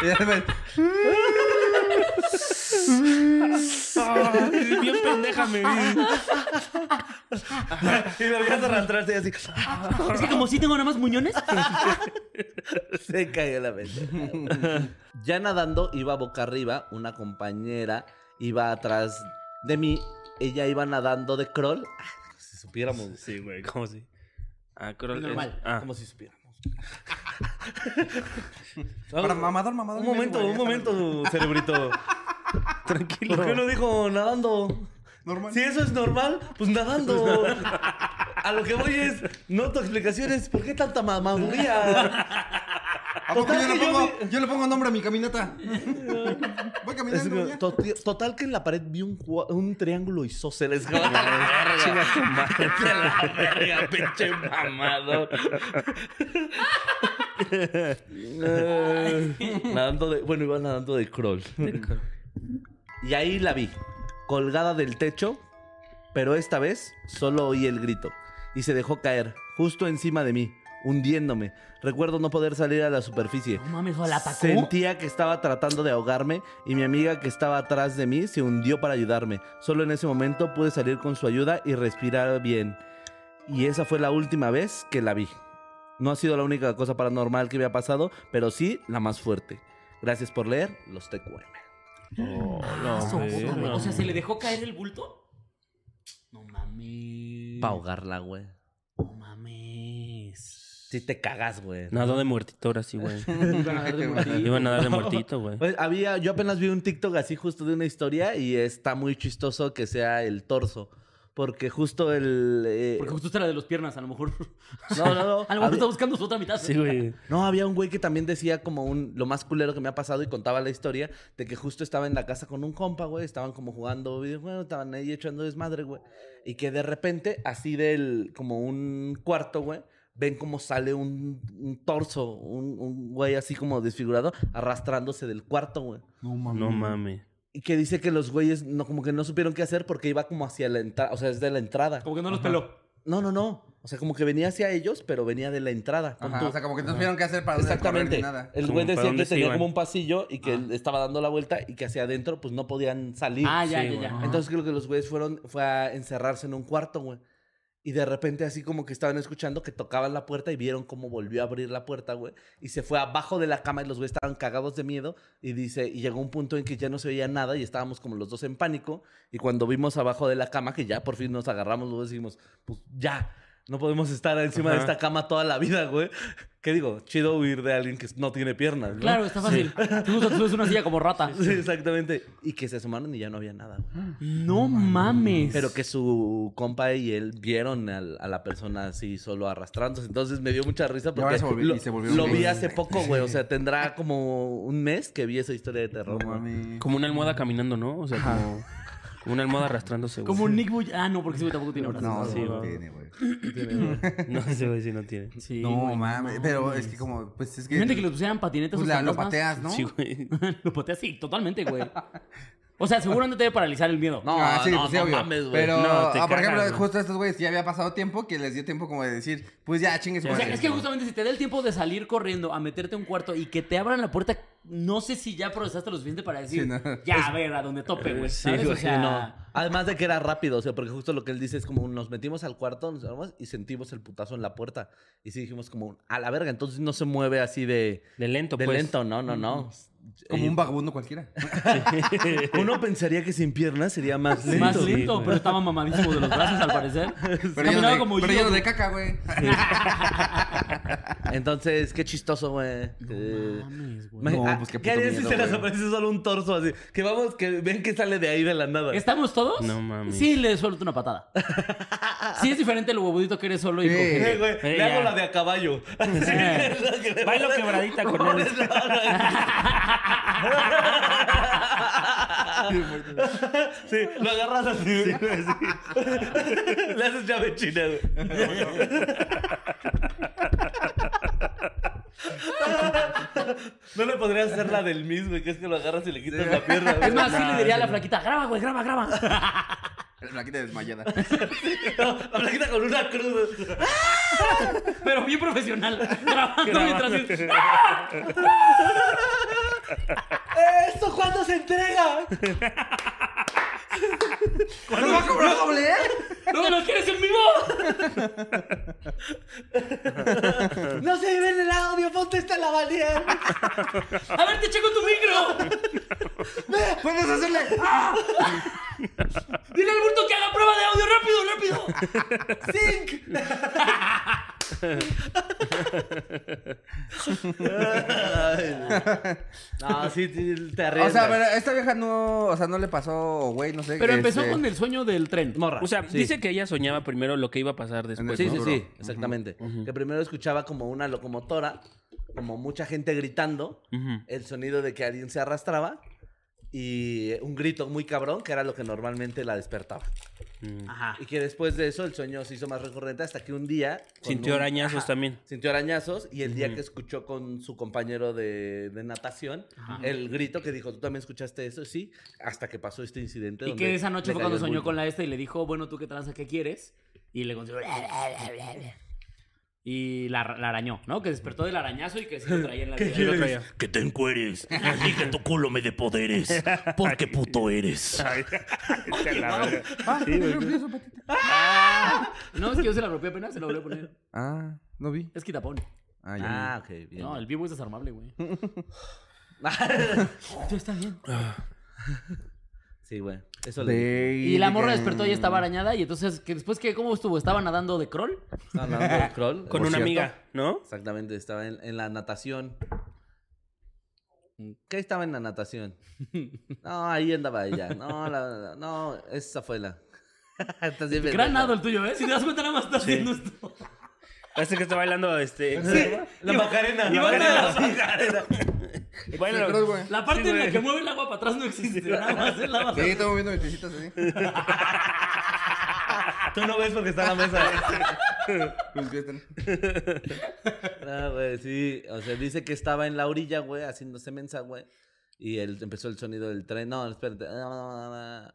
Speaker 1: Y ya ves,
Speaker 3: Ay, Bien pendeja me vi.
Speaker 4: y lo veías arrastrarse y así.
Speaker 2: Es que como si tengo nada más muñones.
Speaker 4: Se cayó la pendeja. güey. ya nadando, iba boca arriba, una compañera iba atrás de mí. Ella iba nadando de crawl. Ah, Si supiéramos.
Speaker 3: Sí, güey, ¿cómo si? Ah, creo
Speaker 4: Normal,
Speaker 3: Ah. [LAUGHS]
Speaker 4: como si supiéramos.
Speaker 1: Para mamador, mamador.
Speaker 4: Un momento,
Speaker 1: güey,
Speaker 4: un
Speaker 1: ya está
Speaker 4: momento, cerebrito.
Speaker 3: Tranquilo. [LAUGHS]
Speaker 4: ¿Por qué no dijo nadando?
Speaker 1: Normal.
Speaker 4: Si eso es normal, pues nadando. A lo que voy es, no tu explicación es, ¿por qué tanta mamaduría?
Speaker 1: ¿A poco yo
Speaker 4: Total
Speaker 1: le,
Speaker 4: que yo
Speaker 1: pongo, yo le pongo nombre a mi caminata? [LAUGHS] Voy
Speaker 4: Es
Speaker 1: caminando.
Speaker 4: que,
Speaker 1: ya.
Speaker 4: to- total que en la pared vi un, cua- un triángulo isósceles. Vete
Speaker 3: Ah,
Speaker 4: a la verga, pinche mamado. nadando de, bueno, iba nadando de crawl. Y ahí la vi, colgada del techo, pero esta vez solo oí el grito y se dejó caer justo encima de mí, hundiéndome. Recuerdo no poder salir a la superficie.
Speaker 2: [LAUGHS] No mames, o la atacó.
Speaker 4: Sentía que estaba tratando de ahogarme y mi amiga que estaba atrás de mí se hundió para ayudarme. Solo en ese momento pude salir con su ayuda y respirar bien. Y esa fue la última vez que la vi. No ha sido la única cosa paranormal que había pasado, pero sí la más fuerte. Gracias por leer los TQM.
Speaker 2: Ah, su puta madre. O sea, se le dejó caer el bulto. No mames.
Speaker 4: Pa' ahogarla, güey.
Speaker 2: No mames.
Speaker 4: Si te cagas, güey.
Speaker 3: Nadó de muertito ahora sí, [LAUGHS] güey.
Speaker 2: Iba
Speaker 1: [LAUGHS]
Speaker 3: Iba a nadar de muertito, güey.
Speaker 4: Pues había, yo apenas vi un TikTok así justo de una historia y está muy chistoso que sea el torso. Porque justo el... eh,
Speaker 2: Porque justo esta era de las piernas, a lo mejor.
Speaker 4: No,
Speaker 2: [LAUGHS]
Speaker 4: no, no.
Speaker 2: A lo mejor
Speaker 4: Había-
Speaker 2: está buscando su otra mitad.
Speaker 3: Sí, güey.
Speaker 4: No, había un güey que también decía como un lo más culero que me ha pasado y contaba la historia de que justo estaba en la casa con un compa, güey, estaban como jugando videojuegos, estaban ahí echando desmadre, güey, y que de repente así del como un cuarto, güey, ven como sale un, un torso, un, un güey así como desfigurado arrastrándose del cuarto, güey.
Speaker 1: No mames.
Speaker 3: No mames.
Speaker 4: Y que dice que los güeyes no como que no supieron qué hacer porque iba como hacia la entrada, o sea, desde la entrada.
Speaker 2: Como que no los peló.
Speaker 4: No, no, no. O sea, como que venía hacia ellos, pero venía de la entrada. Con
Speaker 1: Ajá,
Speaker 4: tu-
Speaker 1: o sea, como que no supieron qué hacer para no correr
Speaker 4: Exactamente.
Speaker 1: ni nada.
Speaker 4: El
Speaker 3: Como
Speaker 4: güey
Speaker 3: para
Speaker 4: decía que
Speaker 3: dónde se
Speaker 4: tenía
Speaker 3: iban. Ah.
Speaker 4: como un pasillo y que él estaba dando la vuelta y que hacia adentro pues no podían salir.
Speaker 2: Ah, ya,
Speaker 3: Sí,
Speaker 2: ya,
Speaker 3: güey.
Speaker 2: ya.
Speaker 4: Entonces creo que los güeyes fueron fue a encerrarse en un cuarto, güey. Y de repente así como que estaban escuchando que tocaban la puerta y vieron cómo volvió a abrir la puerta, güey. Y se fue abajo de la cama y los güeyes estaban cagados de miedo. Y dice, y llegó un punto en que ya no se veía nada y estábamos como los dos en pánico. Y cuando vimos abajo de la cama, que ya por fin nos agarramos, luego dijimos, pues ya, no podemos estar encima de
Speaker 3: Ajá.
Speaker 4: esta cama toda la vida, güey. [LAUGHS] ¿Qué digo? Chido huir de alguien que no tiene piernas, ¿no?
Speaker 2: Claro, está fácil. [LAUGHS] Tú usas- tú usas una silla como rata.
Speaker 4: [LAUGHS] Sí, exactamente. Y que se asomaron y ya no había nada, güey.
Speaker 2: No mames.
Speaker 4: Pero
Speaker 1: [LAUGHS]
Speaker 4: que su compa y él vieron al- a la persona así solo arrastrándose. Entonces me dio mucha risa
Speaker 1: Y ahora
Speaker 4: porque
Speaker 1: se volvió-
Speaker 4: lo,
Speaker 1: y se volvieron
Speaker 4: lo vi
Speaker 1: gays.
Speaker 4: hace poco, güey.
Speaker 1: [LAUGHS]
Speaker 4: O sea, tendrá como un mes que vi esa historia de terror.
Speaker 1: No
Speaker 4: güey.
Speaker 1: mames.
Speaker 3: Como una almohada caminando, ¿no? O sea, como, como una almohada arrastrándose, güey.
Speaker 2: Como Nick Bull. Ah, no, porque sí, güey, tampoco tiene brazos.
Speaker 1: No,
Speaker 3: Sí,
Speaker 1: no
Speaker 3: va.
Speaker 1: tiene, güey.
Speaker 3: [LAUGHS] No, ese güey sí no tiene.
Speaker 2: Sí,
Speaker 1: No
Speaker 2: güey,
Speaker 1: mames. Pero es que como, pues es que.
Speaker 2: Imagínate que les pusieran patinetas.
Speaker 1: pues,
Speaker 2: a
Speaker 1: la-
Speaker 2: los
Speaker 1: lo
Speaker 2: fantasmas. [LAUGHS]
Speaker 1: pateas, ¿no?
Speaker 3: Sí, güey.
Speaker 2: lo pateas, sí, totalmente, güey. O sea, seguramente te debe paralizar el miedo.
Speaker 4: No,
Speaker 1: Ah, sí,
Speaker 4: no,
Speaker 1: pues sí,
Speaker 4: no
Speaker 1: obvio.
Speaker 4: mames, güey.
Speaker 1: Pero,
Speaker 3: No, te
Speaker 1: ah, por ejemplo,
Speaker 3: cagas, güey.
Speaker 1: justo a estos güeyes ya había pasado tiempo que les dio tiempo como de decir, pues ya, chingues,
Speaker 3: Ya
Speaker 2: O sea,
Speaker 1: madre.
Speaker 2: es que justamente si te da el tiempo de salir corriendo a meterte a un cuarto y que te abran la puerta, no sé si ya procesaste lo suficiente para decir,
Speaker 1: Sí, no.
Speaker 2: ya, a ver, a donde tope, güey.
Speaker 3: Sí,
Speaker 2: ¿sabes? o
Speaker 4: güey,
Speaker 2: sea,
Speaker 4: no. Además de que era rápido, o sea, porque justo lo que él dice es como nos metimos al cuarto, nos armamos y sentimos el putazo en la puerta. Y sí dijimos como, a la verga, entonces no se mueve así de,
Speaker 3: De lento,
Speaker 4: de
Speaker 3: pues.
Speaker 4: lento, no, no, no.
Speaker 1: Como un vagabundo cualquiera.
Speaker 4: Uno pensaría que sin piernas sería más lento.
Speaker 2: más
Speaker 4: güey.
Speaker 2: lento, pero estaba mamadísimo de los brazos al parecer.
Speaker 1: [LAUGHS] Pero lleno
Speaker 2: Caminaba
Speaker 1: de,
Speaker 2: como
Speaker 1: pero
Speaker 2: yo,
Speaker 1: lleno de
Speaker 2: güey.
Speaker 1: caca, güey.
Speaker 4: Entonces, qué chistoso, güey. Eh,
Speaker 2: Mames, güey.
Speaker 4: imagi-
Speaker 1: No,
Speaker 4: ah,
Speaker 1: pues qué
Speaker 4: ¿Qué
Speaker 1: puto
Speaker 4: harías si
Speaker 1: miedo,
Speaker 4: se les
Speaker 1: güey.
Speaker 4: aparece solo un torso así? Que vamos, que ven que sale de ahí de la nada.
Speaker 2: ¿Estamos todos?
Speaker 3: No mames.
Speaker 2: Sí, le suelto una patada. Sí, es diferente el huevudito que eres solo y
Speaker 1: Sí.
Speaker 4: Eh,
Speaker 2: coge.
Speaker 4: güey,
Speaker 3: Eh,
Speaker 4: le hago
Speaker 3: ya.
Speaker 4: la de a caballo. [LAUGHS]
Speaker 3: Bailo quebradita con él.
Speaker 4: [LAUGHS] Sí, lo agarras así. güey. [LAUGHS] Le haces llave china, güey. No le podrías hacer la del mismo, güey, que es que lo agarras y le quitas la pierna. güey.
Speaker 2: Es más, sí le diría a la flaquita, graba, güey,
Speaker 1: [LAUGHS]
Speaker 2: graba, graba.
Speaker 1: [LAUGHS] La flaquita desmayada.
Speaker 4: No, la plaquita con una cruz.
Speaker 2: Pero bien profesional, grabando mientras... "Ah,
Speaker 4: ¿Esto cuándo se entrega?
Speaker 1: ¿Nos va a cobrar doble, eh?
Speaker 2: ¡No lo quieres en vivo!
Speaker 4: No se vive en el audio, ponte esta la valía.
Speaker 2: ¡A ver, te checo tu micro!
Speaker 1: ¡Puedes hacerle!
Speaker 2: ¡Dile al bulto que haga prueba de audio! ¡Rápido, rápido!
Speaker 1: [LAUGHS]
Speaker 4: ¡Zinc!
Speaker 2: [LAUGHS]
Speaker 4: no, sí, sí, te
Speaker 1: O
Speaker 4: arriesgas.
Speaker 1: sea, pero esta vieja no, o sea, no le pasó, güey, no sé.
Speaker 2: Pero empezó
Speaker 1: este,
Speaker 2: con el sueño del tren.
Speaker 4: Morra.
Speaker 3: O sea,
Speaker 4: sí.
Speaker 3: dice que ella soñaba primero lo que iba a pasar después.
Speaker 4: Sí, sí,
Speaker 3: Pues ¿no?
Speaker 4: sí, exactamente. Que primero escuchaba como una locomotora, como mucha gente gritando,
Speaker 3: Ujú.
Speaker 4: el sonido de que alguien se arrastraba y un grito muy cabrón, que era lo que normalmente la despertaba.
Speaker 3: Ah.
Speaker 2: Ajá.
Speaker 4: Y que después de eso el sueño se hizo más recurrente hasta que un día... con
Speaker 3: Sintió
Speaker 4: un-
Speaker 3: arañazos
Speaker 4: Ajá.
Speaker 3: también.
Speaker 4: Sintió arañazos y el día que escuchó con su compañero de, de natación el grito que dijo, ¿tú también escuchaste eso? Sí, hasta que pasó este incidente.
Speaker 2: Y
Speaker 4: donde
Speaker 2: que esa noche
Speaker 4: le
Speaker 2: fue
Speaker 4: cayó
Speaker 2: cuando
Speaker 4: el
Speaker 2: soñó
Speaker 4: bulto.
Speaker 2: con la esta y le dijo, bueno, tú qué tranza, ¿qué quieres? Y le consiguió... Y la, la arañó, ¿no? Que despertó del arañazo y que sí lo traía en la vida.
Speaker 3: Yo lo traía.
Speaker 6: Que te encueres y que tu culo me dé poderes. Porque puto eres.
Speaker 1: Ah, yo empiezo, patita.
Speaker 2: No, es que yo se la apropié apenas, se la volví a poner.
Speaker 1: [LAUGHS] Ah, no vi.
Speaker 2: Es quitapón.
Speaker 1: Ah, ya.
Speaker 4: Ah, ok, bien.
Speaker 2: No, el vivo es desarmable, güey. Tú estás bien.
Speaker 4: [LAUGHS] sí, güey. Eso le dije.
Speaker 1: Baby
Speaker 2: Y la morra despertó y
Speaker 1: gang.
Speaker 2: estaba arañada. Y entonces, que después que, ¿cómo estuvo? ¿Estaba nadando de crawl?
Speaker 4: Estaba nadando
Speaker 2: [LAUGHS]
Speaker 4: de crawl.
Speaker 3: Con
Speaker 4: Por
Speaker 3: una
Speaker 4: cierto.
Speaker 3: amiga, ¿no?
Speaker 4: Exactamente, estaba en, en la natación. ¿Qué estaba en la natación? [LAUGHS] No, ahí andaba ella. No, la- la- no esa fue la... [LAUGHS] Estás bien
Speaker 2: Gran
Speaker 4: pendeja.
Speaker 2: nado el tuyo, ¿eh? Si te das cuenta, nada más estás haciendo esto.
Speaker 3: Parece que está bailando este.
Speaker 4: La Macarena.
Speaker 3: Y
Speaker 4: la
Speaker 3: baila-
Speaker 4: Macarena.
Speaker 3: Bueno,
Speaker 1: creo, güey.
Speaker 2: La parte en la que mueve el agua para atrás no existe. Nada más es la
Speaker 1: Sí,
Speaker 2: base.
Speaker 1: estaba moviendo mis piecitos así.
Speaker 4: Tú no ves porque está en la mesa. ¿eh?
Speaker 1: Mis pies están-
Speaker 4: Ah, güey, sí. O sea, dice que estaba en la orilla, güey, haciéndose mensa, güey. Y él, empezó el sonido del tren. No, espérate. Ah.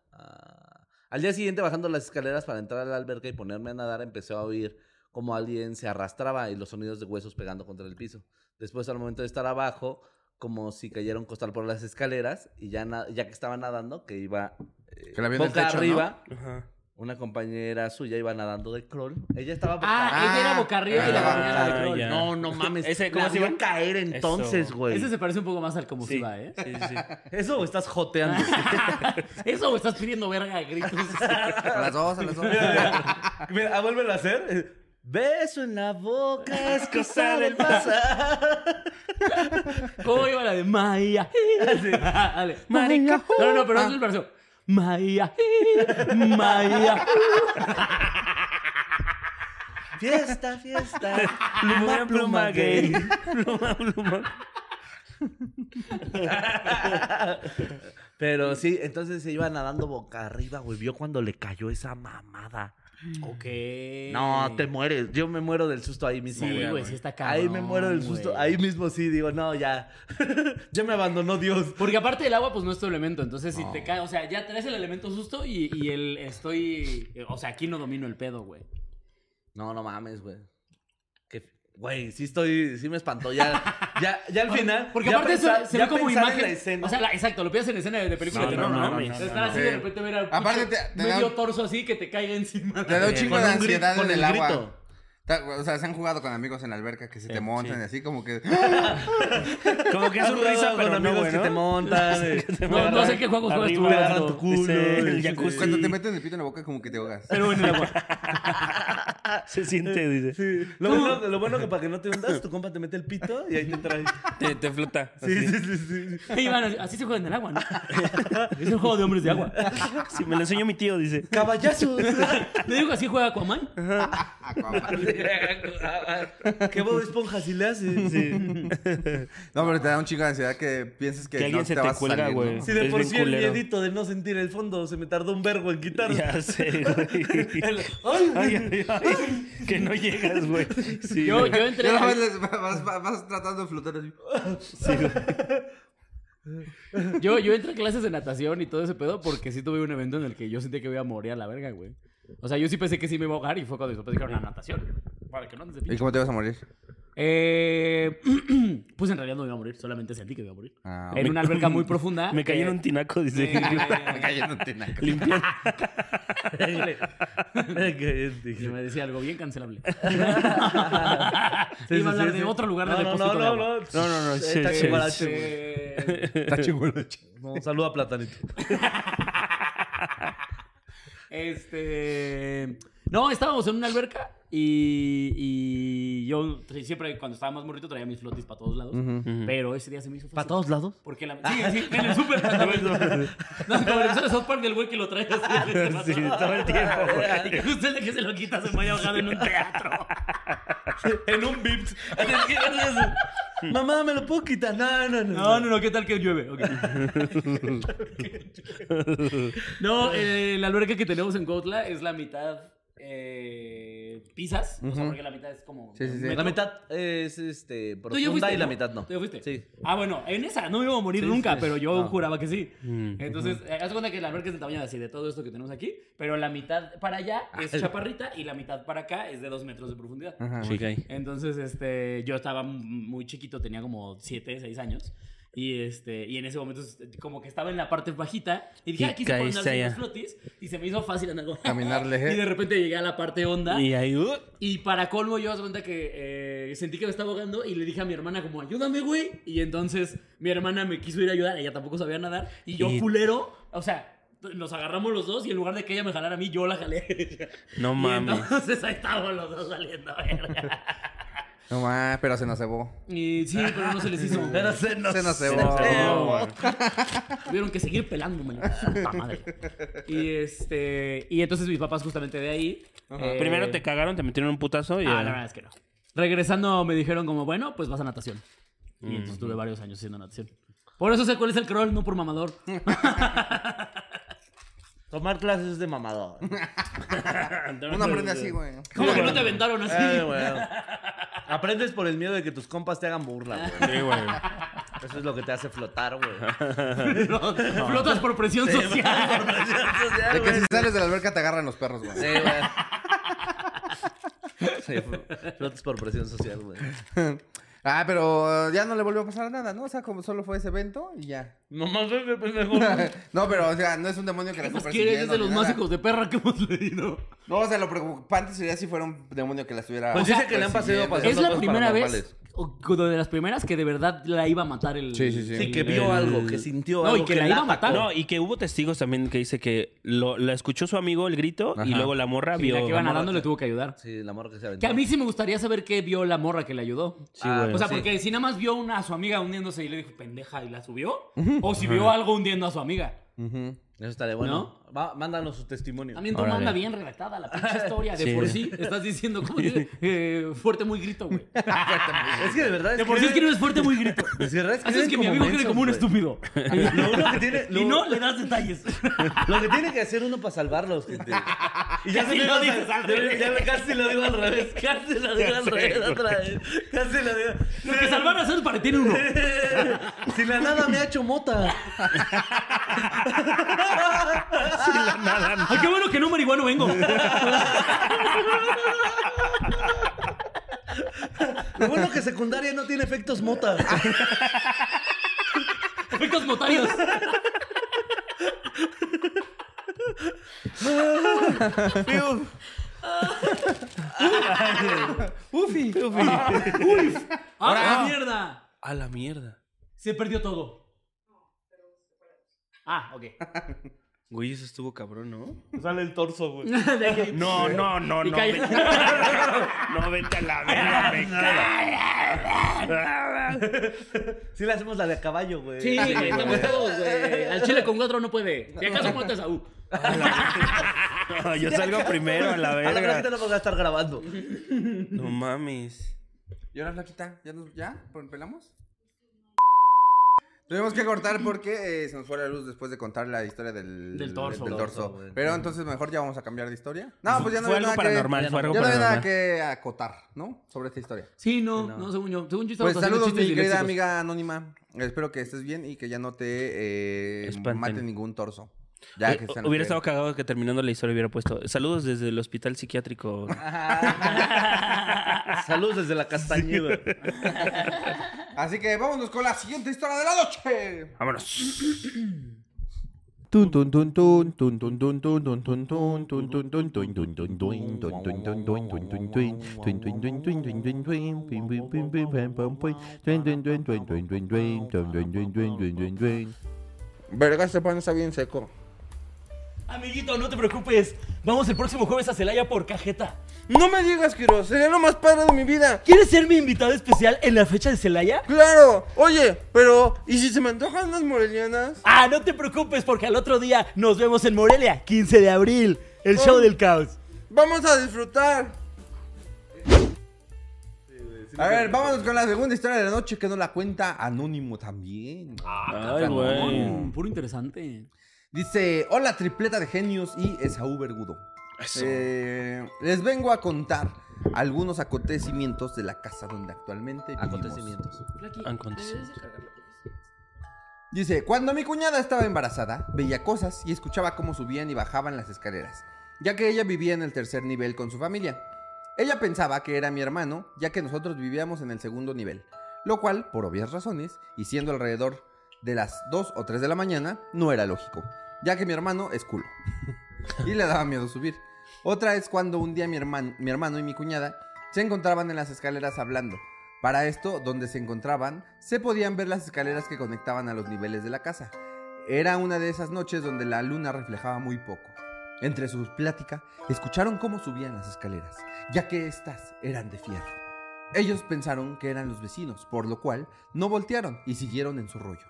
Speaker 4: Al día siguiente, bajando las escaleras para entrar a la alberca y ponerme a nadar, empecé a oír como alguien se arrastraba y los sonidos de huesos pegando contra el piso. Después, al momento de estar abajo, como si cayera un costal por las escaleras y ya, na- ya que estaba nadando, que iba eh,
Speaker 1: Que la vio en el
Speaker 4: boca
Speaker 1: techo, ¿no?
Speaker 4: arriba,
Speaker 3: Ajá.
Speaker 4: una compañera suya iba nadando de crawl. Ella estaba boca
Speaker 2: Ah, ella era
Speaker 1: Ah,
Speaker 2: boca arriba y la
Speaker 1: ah,
Speaker 2: compañera de
Speaker 3: ah,
Speaker 2: crawl.
Speaker 3: ya.
Speaker 4: no, no mames.
Speaker 3: Ese, ¿cómo
Speaker 4: ¿Cómo
Speaker 3: se
Speaker 4: se iba
Speaker 3: llama?
Speaker 4: a caer entonces,
Speaker 3: Eso.
Speaker 4: güey?
Speaker 2: Ese se parece un poco más al como
Speaker 3: Sí.
Speaker 2: si va, ¿eh? [LAUGHS]
Speaker 3: Sí, sí.
Speaker 4: ¿Eso o
Speaker 3: [LAUGHS]
Speaker 4: estás joteando?
Speaker 2: Eso o estás pidiendo verga a gritos.
Speaker 1: A las dos, a las dos.
Speaker 4: Mira, ah, vuélvelo a hacer. Beso en
Speaker 3: [LAUGHS]
Speaker 4: la boca es cosa
Speaker 3: cosa
Speaker 4: del
Speaker 3: del
Speaker 4: pasado.
Speaker 2: ¿Cómo iba la de Maya? [LAUGHS] Dale.
Speaker 1: Marica.
Speaker 2: No, no, no, pero no es el verso. Maya, Maya.
Speaker 4: Fiesta,
Speaker 3: [LAUGHS]
Speaker 4: fiesta.
Speaker 3: Pluma, pluma gay. [LAUGHS] Pluma, pluma.
Speaker 4: Pero sí, entonces se iba nadando boca arriba, güey. Vio cuando le cayó esa mamada.
Speaker 2: Ok.
Speaker 4: No, te mueres. Yo me muero del susto ahí mismo.
Speaker 2: Sí,
Speaker 4: güey.
Speaker 2: güey, sí está cabrón.
Speaker 4: ahí me muero del susto.
Speaker 2: güey.
Speaker 4: Ahí mismo sí digo, no, ya. [LAUGHS] ya me abandonó Dios.
Speaker 2: Porque aparte del agua, pues no es tu elemento. Entonces, si te cae, o sea, ya traes el elemento susto y, y el estoy. O sea, aquí no domino el pedo, güey.
Speaker 4: No, no mames, güey. Que- Güey, sí estoy, sí me espantó ya, ya, ya al final.
Speaker 2: Porque
Speaker 4: ya
Speaker 2: aparte eso
Speaker 4: pensar-
Speaker 2: se
Speaker 4: ya
Speaker 2: ve como
Speaker 4: pensar en
Speaker 2: imagen.
Speaker 4: la escena.
Speaker 2: O sea, la- exacto, lo piensas en escena de, de película
Speaker 3: No,
Speaker 2: de terror,
Speaker 3: no,
Speaker 2: ¿no?
Speaker 3: no, mames,
Speaker 2: Estar
Speaker 3: no.
Speaker 2: así de repente ver al
Speaker 1: Aparte
Speaker 2: puto
Speaker 1: te- te
Speaker 2: medio
Speaker 1: da-
Speaker 2: torso así que te caiga encima.
Speaker 1: Te da un chingo
Speaker 4: Con
Speaker 1: de
Speaker 4: un gri-
Speaker 1: ansiedad
Speaker 4: con
Speaker 1: en el
Speaker 4: el
Speaker 1: agua.
Speaker 4: grito.
Speaker 1: Ta- O sea, se han jugado con amigos en la alberca que se te montan y así como que.
Speaker 3: Como que es
Speaker 4: Has
Speaker 3: un
Speaker 4: jugado
Speaker 3: risa,
Speaker 4: con
Speaker 3: pero no,
Speaker 4: amigos
Speaker 3: güey,
Speaker 4: que te
Speaker 3: ¿no?
Speaker 4: montan. eh, te [LAUGHS]
Speaker 2: No,
Speaker 4: agarran-
Speaker 2: no sé qué juegos juegas tú,
Speaker 4: Te
Speaker 3: Arriba,
Speaker 4: agarran tu culo.
Speaker 3: dice, el
Speaker 4: eh,
Speaker 3: jacuzzi.
Speaker 4: sí.
Speaker 1: Cuando te meten el pito en la boca, como que te ahogas.
Speaker 3: Pero en el agua. Se siente, dice.
Speaker 4: Lo bueno, lo bueno que para que no te hundas, tu compa te mete el pito y ahí te trae.
Speaker 3: Te, te flota.
Speaker 4: Sí,
Speaker 3: así.
Speaker 4: sí, sí, sí.
Speaker 2: [LAUGHS] Sí, van, así se juega en el agua, ¿no? es un juego de hombres de agua.
Speaker 3: Sí, me lo enseñó mi tío, dice.
Speaker 4: [LAUGHS] Caballazos.
Speaker 2: Te digo que así juega Aquaman.
Speaker 1: Ah,
Speaker 4: ¿Qué bobo esponja si le haces?
Speaker 1: No, pero te da un chingo de ansiedad que pienses que,
Speaker 3: Que
Speaker 1: no
Speaker 3: alguien se
Speaker 1: te
Speaker 3: te
Speaker 1: vas a
Speaker 3: cuelga,
Speaker 1: salir, ¿no? [LAUGHS]
Speaker 3: güey.
Speaker 4: Si de
Speaker 3: Es
Speaker 4: por
Speaker 3: bien
Speaker 4: sí el
Speaker 3: culero.
Speaker 4: miedito de no sentir el fondo se me tardó un vergo en quitar.
Speaker 3: [LAUGHS]
Speaker 4: [LAUGHS]
Speaker 3: Ya sé, güey.
Speaker 4: Ay,
Speaker 3: Ay, ay, ay. Que no llegas, güey. Sí,
Speaker 2: Yo,
Speaker 3: güey.
Speaker 2: yo entré.
Speaker 1: Ya nada más les- vas, vas- vas tratando de flotar así.
Speaker 2: Yo, yo entré a clases de natación y todo ese pedo porque sí tuve un evento en el que yo sentí que me iba a morir a la verga, güey. O sea, yo sí pensé que sí me iba a ahogar y fue cuando mis papás dijeron, la natación. Para que no andes de
Speaker 1: ¿Y
Speaker 2: pinche.
Speaker 1: cómo te vas a [LAUGHS] morir?
Speaker 2: Eh, [CLEARS THROAT] pues en realidad no me iba a morir, solamente sentí que me iba a morir.
Speaker 1: Ah,
Speaker 2: en una alberca muy profunda.
Speaker 3: Me caí en [LAUGHS]
Speaker 2: eh,
Speaker 3: un tinaco, dice.
Speaker 1: Me cayó en un tinaco.
Speaker 3: Limpiando.
Speaker 2: Y me decía algo bien cancelable. [LAUGHS]
Speaker 4: Sí, sí,
Speaker 2: Iba a hablar
Speaker 4: sí,
Speaker 2: de
Speaker 4: sí.
Speaker 2: otro lugar
Speaker 4: No,
Speaker 2: de
Speaker 4: no,
Speaker 2: depósito
Speaker 4: no,
Speaker 2: de
Speaker 4: no,
Speaker 2: agua.
Speaker 4: no.
Speaker 3: No, no, no, sí,
Speaker 4: Está
Speaker 3: sí,
Speaker 4: chingolache, güey.
Speaker 2: Eh,
Speaker 1: Está chingón.
Speaker 4: No, saluda a Platanito.
Speaker 2: Este. No, estábamos en una alberca y, y yo tra- siempre cuando estaba más morrito traía mis flotis para todos lados. Pero ese día se me hizo fácil.
Speaker 4: ¿Para todos lados?
Speaker 2: Porque la. Sí, sí, en el
Speaker 3: [LAUGHS]
Speaker 2: súper. no, no, en el South Park del güey que lo trae
Speaker 3: [LAUGHS]
Speaker 2: así.
Speaker 3: Sí, todo el tiempo, güey.
Speaker 2: [LAUGHS] Y que usted de que se lo quita se vaya ahogado en
Speaker 3: [LAUGHS]
Speaker 2: un teatro.
Speaker 4: En
Speaker 2: [LAUGHS]
Speaker 4: un bips. [LAUGHS] Mamá, ¿me lo puedo quitar? No, no, no.
Speaker 2: No, no, no, ¿qué tal que llueve? Ok. [LAUGHS] no, eh, la alberca que tenemos en Cuautla es la mitad eh, pisas. O sea, porque la mitad es como.
Speaker 1: Sí, sí, sí.
Speaker 2: un metro.
Speaker 4: La mitad es este,
Speaker 2: Tú ya
Speaker 4: profunda
Speaker 2: fuiste,
Speaker 4: y la
Speaker 2: ¿no?
Speaker 4: mitad no.
Speaker 2: ¿Tú ya fuiste?
Speaker 4: Sí.
Speaker 2: Ah, bueno, en esa no me iba a morir nunca, pero yo
Speaker 4: No. Mm.
Speaker 2: juraba que sí. Entonces, eh, haz de cuenta que la alberca es del tamaño de así, de todo esto que tenemos aquí, pero la mitad para allá es
Speaker 4: Ah, el-
Speaker 2: chaparrita y la mitad para acá es de dos metros de profundidad.
Speaker 1: Ajá.
Speaker 3: Sí, caí.
Speaker 2: Entonces, este, yo estaba m- muy chiquito, tenía como 7, 6 años. Y este, y en ese momento este, como que estaba en la parte bajita y dije, "Ah,
Speaker 3: Y
Speaker 2: aquí se pueden
Speaker 3: caíste
Speaker 2: hacer
Speaker 3: allá.
Speaker 2: los flotis y se me hizo fácil andar como-
Speaker 1: Caminar leje.
Speaker 2: [LAUGHS] Y de repente llegué a la parte honda
Speaker 3: Y ahí, uh,
Speaker 2: y para colmo yo haz cuenta que eh, sentí que me estaba ahogando y le dije a mi hermana como, ayúdame, güey. Y entonces mi hermana me quiso ir a ayudar, ella tampoco sabía nadar. Y yo,
Speaker 3: Y-
Speaker 2: culero, o sea, nos agarramos los dos y en lugar de que ella me jalara a mí, yo la jalé. a ella.
Speaker 3: No
Speaker 2: [LAUGHS] Y
Speaker 3: mames.
Speaker 2: entonces ahí estábamos los dos saliendo, verga.
Speaker 1: No más, pero se nos cebó.
Speaker 2: Y sí, pero no se les
Speaker 1: [LAUGHS]
Speaker 2: hizo. güey.
Speaker 4: Pero se nos...
Speaker 1: Se nos
Speaker 4: se
Speaker 1: cebó.
Speaker 3: no, güey.
Speaker 2: Tuvieron que seguir pelándome. la puta madre. Y este, y entonces mis papás justamente de ahí. eh,
Speaker 3: Primero te cagaron, te metieron un putazo y.
Speaker 2: Ah, la verdad es que no. Regresando me dijeron como, bueno, pues vas a natación.
Speaker 1: Mm.
Speaker 2: Y entonces tuve varios años haciendo natación. Por eso sé cuál es el crawl, no
Speaker 1: [LAUGHS]
Speaker 2: por mamador.
Speaker 4: Tomar clases de mamador.
Speaker 2: [LAUGHS]
Speaker 1: Uno aprende así, güey.
Speaker 2: ¿Cómo que no te aventaron así?
Speaker 1: Eh,
Speaker 4: Ay, güey. Aprendes por el miedo de que tus compas te hagan burla, güey.
Speaker 3: Sí, güey.
Speaker 2: Ah,
Speaker 4: Eso es lo que te hace flotar, güey. [LAUGHS]
Speaker 2: No, Flotas por presión
Speaker 1: [LAUGHS]
Speaker 2: social.
Speaker 1: De que si sales de la alberca te agarran los perros, güey.
Speaker 4: Sí, güey. Sí, fl- flotas por presión social, güey.
Speaker 1: [LAUGHS] Ah, pero ya no le volvió a pasar nada, ¿no? O sea, como solo fue ese evento y ya.
Speaker 4: No más ese pendejo.
Speaker 1: [LAUGHS] no, pero, o sea, no es un demonio que la
Speaker 2: ¿Qué
Speaker 1: esté
Speaker 2: más quieres? Es
Speaker 1: persiguiendo
Speaker 2: de
Speaker 1: ni
Speaker 2: pues, los
Speaker 1: nada.
Speaker 2: más hijos de perra que hemos leído.
Speaker 1: No, o sea, lo preocupante sería si fuera un demonio que la estuviera.
Speaker 4: Pues dice que le han pasado
Speaker 1: persiguiendo.
Speaker 4: pasando
Speaker 2: Es la
Speaker 4: cosas
Speaker 2: primera vez,
Speaker 4: paranormales.
Speaker 2: o o de las primeras, que de verdad la iba a matar el...
Speaker 1: Sí, sí, sí.
Speaker 4: Sí,
Speaker 2: el-
Speaker 4: que vio
Speaker 2: el-
Speaker 4: algo, que sintió
Speaker 2: No,
Speaker 4: algo.
Speaker 2: y que la iba a matar.
Speaker 3: No, y que hubo testigos también que dice que lo, la escuchó su amigo el grito y luego la morra
Speaker 2: Y
Speaker 3: vio.
Speaker 2: la Ah, que iba nadando le tuvo que ayudar.
Speaker 4: Sí, el amor que se
Speaker 2: Que
Speaker 4: aventó.
Speaker 2: a mí sí me gustaría saber qué vio la morra que le ayudó.
Speaker 4: Ah,
Speaker 3: güey.
Speaker 2: O sea,
Speaker 4: sí.
Speaker 2: porque si nada más vio una, a su amiga hundiéndose y le dijo pendeja y la subió, o si vio algo hundiendo a su amiga.
Speaker 4: Eso estaría bueno. Va, mándanos su testimonio. [LAUGHS]
Speaker 2: También tú manda bien redactada la pinche historia. De
Speaker 3: Sí.
Speaker 2: por sí estás diciendo, como dice, eh, fuerte muy grito, güey.
Speaker 4: Es que de verdad
Speaker 2: De por sí escribes fuerte muy grito.
Speaker 4: [LAUGHS] Es que, de verdad
Speaker 2: Haces que mi amigo quede como un
Speaker 4: [LAUGHS]
Speaker 2: estúpido.
Speaker 4: estúpido. Lo, único que tiene, lo,
Speaker 2: Y no le das detalles.
Speaker 4: lo que tiene que hacer uno para salvarlos, gente. Y [LAUGHS]
Speaker 2: [LAUGHS]
Speaker 4: [LAUGHS] ya
Speaker 2: Casi
Speaker 4: se me
Speaker 2: lo
Speaker 4: iba a-
Speaker 2: dices al
Speaker 4: de-
Speaker 2: revés.
Speaker 4: ya casi lo digo al revés. Casi lo digo al revés otra vez. Casi lo digo.
Speaker 2: Lo que salvaron a César para tiene
Speaker 4: [LAUGHS]
Speaker 2: uno.
Speaker 4: Si la nada me ha hecho mota.
Speaker 2: Ay, qué bueno que no marihuano vengo.
Speaker 4: Lo bueno que secundaria no tiene efectos mota.
Speaker 2: Efectos motarios.
Speaker 1: Ufi.
Speaker 2: ¡Ah, mierda!
Speaker 3: A la mierda.
Speaker 2: Se perdió todo. Ah, ok.
Speaker 3: Güey, eso estuvo cabrón, ¿no?
Speaker 4: Sale el torso, güey.
Speaker 3: No, no, no,
Speaker 2: Y
Speaker 3: no.
Speaker 2: cae-
Speaker 3: vete- No, vete a la verga, me
Speaker 2: [LAUGHS]
Speaker 3: cago.
Speaker 4: Sí le hacemos la de a caballo, güey.
Speaker 2: Sí, güey, estamos todos, güey. Al chile con cuatro no puede. Si acaso cuenta Saúl.
Speaker 3: No, Yo salgo primero a
Speaker 2: [LAUGHS]
Speaker 3: la
Speaker 4: A la
Speaker 3: verga.
Speaker 4: verdad no voy a estar grabando.
Speaker 3: No mames.
Speaker 1: ¿Y ahora, Flaquita? ¿Ya? Nos, ¿Ya? ¿Pon- ¿Pelamos? Tuvimos que cortar porque eh, se nos fue la luz después de contar la historia del,
Speaker 2: Del torso.
Speaker 1: del torso.
Speaker 4: Torso, güey.
Speaker 1: Pero entonces mejor ya vamos a cambiar de historia. No, pues ya no
Speaker 3: Fue
Speaker 1: había nada
Speaker 3: algo paranormal,
Speaker 1: que,
Speaker 3: fue algo
Speaker 1: ya no había nada
Speaker 3: paranormal.
Speaker 1: que acotar, ¿no? Sobre esta historia.
Speaker 2: Sí, no, no, según yo. Según yo estamos
Speaker 1: Pues saludos, mi
Speaker 2: chistes
Speaker 1: querida
Speaker 2: disléxicos.
Speaker 1: amiga anónima. Espero que estés bien y que ya no te eh,
Speaker 3: Espanten.
Speaker 1: mate ningún torso. Ya que sean-
Speaker 3: Eh, Hubiera estado cagado que terminando la historia hubiera puesto saludos desde el hospital psiquiátrico.
Speaker 4: Saludos desde la castañeda. [LAUGHS]
Speaker 1: Así que vámonos con la siguiente historia de la noche.
Speaker 3: Vámonos.
Speaker 5: Tun tun tun tun tun tun tun tun tun tun tun tun tun tun tun tun tun tun tun tun tun tun tun tun tun tun tun tun tun tun tun tun pim pim pim pim pam pam pum tun tun tun tun tun tun tun tun tun tun tun tun tun tun
Speaker 1: Verga, este pan está bien seco.
Speaker 7: Amiguito, no te preocupes. Vamos el próximo jueves a Celaya por cajeta.
Speaker 1: No me digas, Kiro, sería lo más padre de mi vida.
Speaker 7: ¿Quieres ser mi invitado especial en la fecha de Celaya?
Speaker 1: Claro, oye, pero ¿y si se me antojan unas morelianas?
Speaker 7: Ah, no te preocupes porque al otro día nos vemos en Morelia, 15 de abril, el show del caos.
Speaker 1: Vamos a disfrutar. A ver, vámonos con la segunda historia de la noche que nos la cuenta Anónimo también.
Speaker 3: Ay, güey.
Speaker 2: Mm, Puro interesante.
Speaker 1: Dice, hola tripleta de genios y Esaú Vergudo. Eh, les vengo a contar algunos acontecimientos de la casa donde actualmente vivimos.
Speaker 4: Acontecimientos.
Speaker 3: Acontecimientos.
Speaker 1: Dice, cuando mi cuñada estaba embarazada, veía cosas y escuchaba cómo subían y bajaban las escaleras, ya que ella vivía en el tercer nivel con su familia. Ella pensaba que era mi hermano, ya que nosotros vivíamos en el segundo nivel, lo cual, por obvias razones, y siendo alrededor de las 2 o 3 de la mañana, no era lógico, ya que mi hermano es culo. [LAUGHS] Y le daba miedo subir. Otra es cuando un día mi, herman- mi hermano y mi cuñada se encontraban en las escaleras hablando. Para esto, donde se encontraban, se podían ver las escaleras que conectaban a los niveles de la casa. Era una de esas noches donde la luna reflejaba muy poco. Entre sus plática, escucharon cómo subían las escaleras, ya que éstas eran de fierro. Ellos pensaron que eran los vecinos, por lo cual no voltearon y siguieron en su rollo.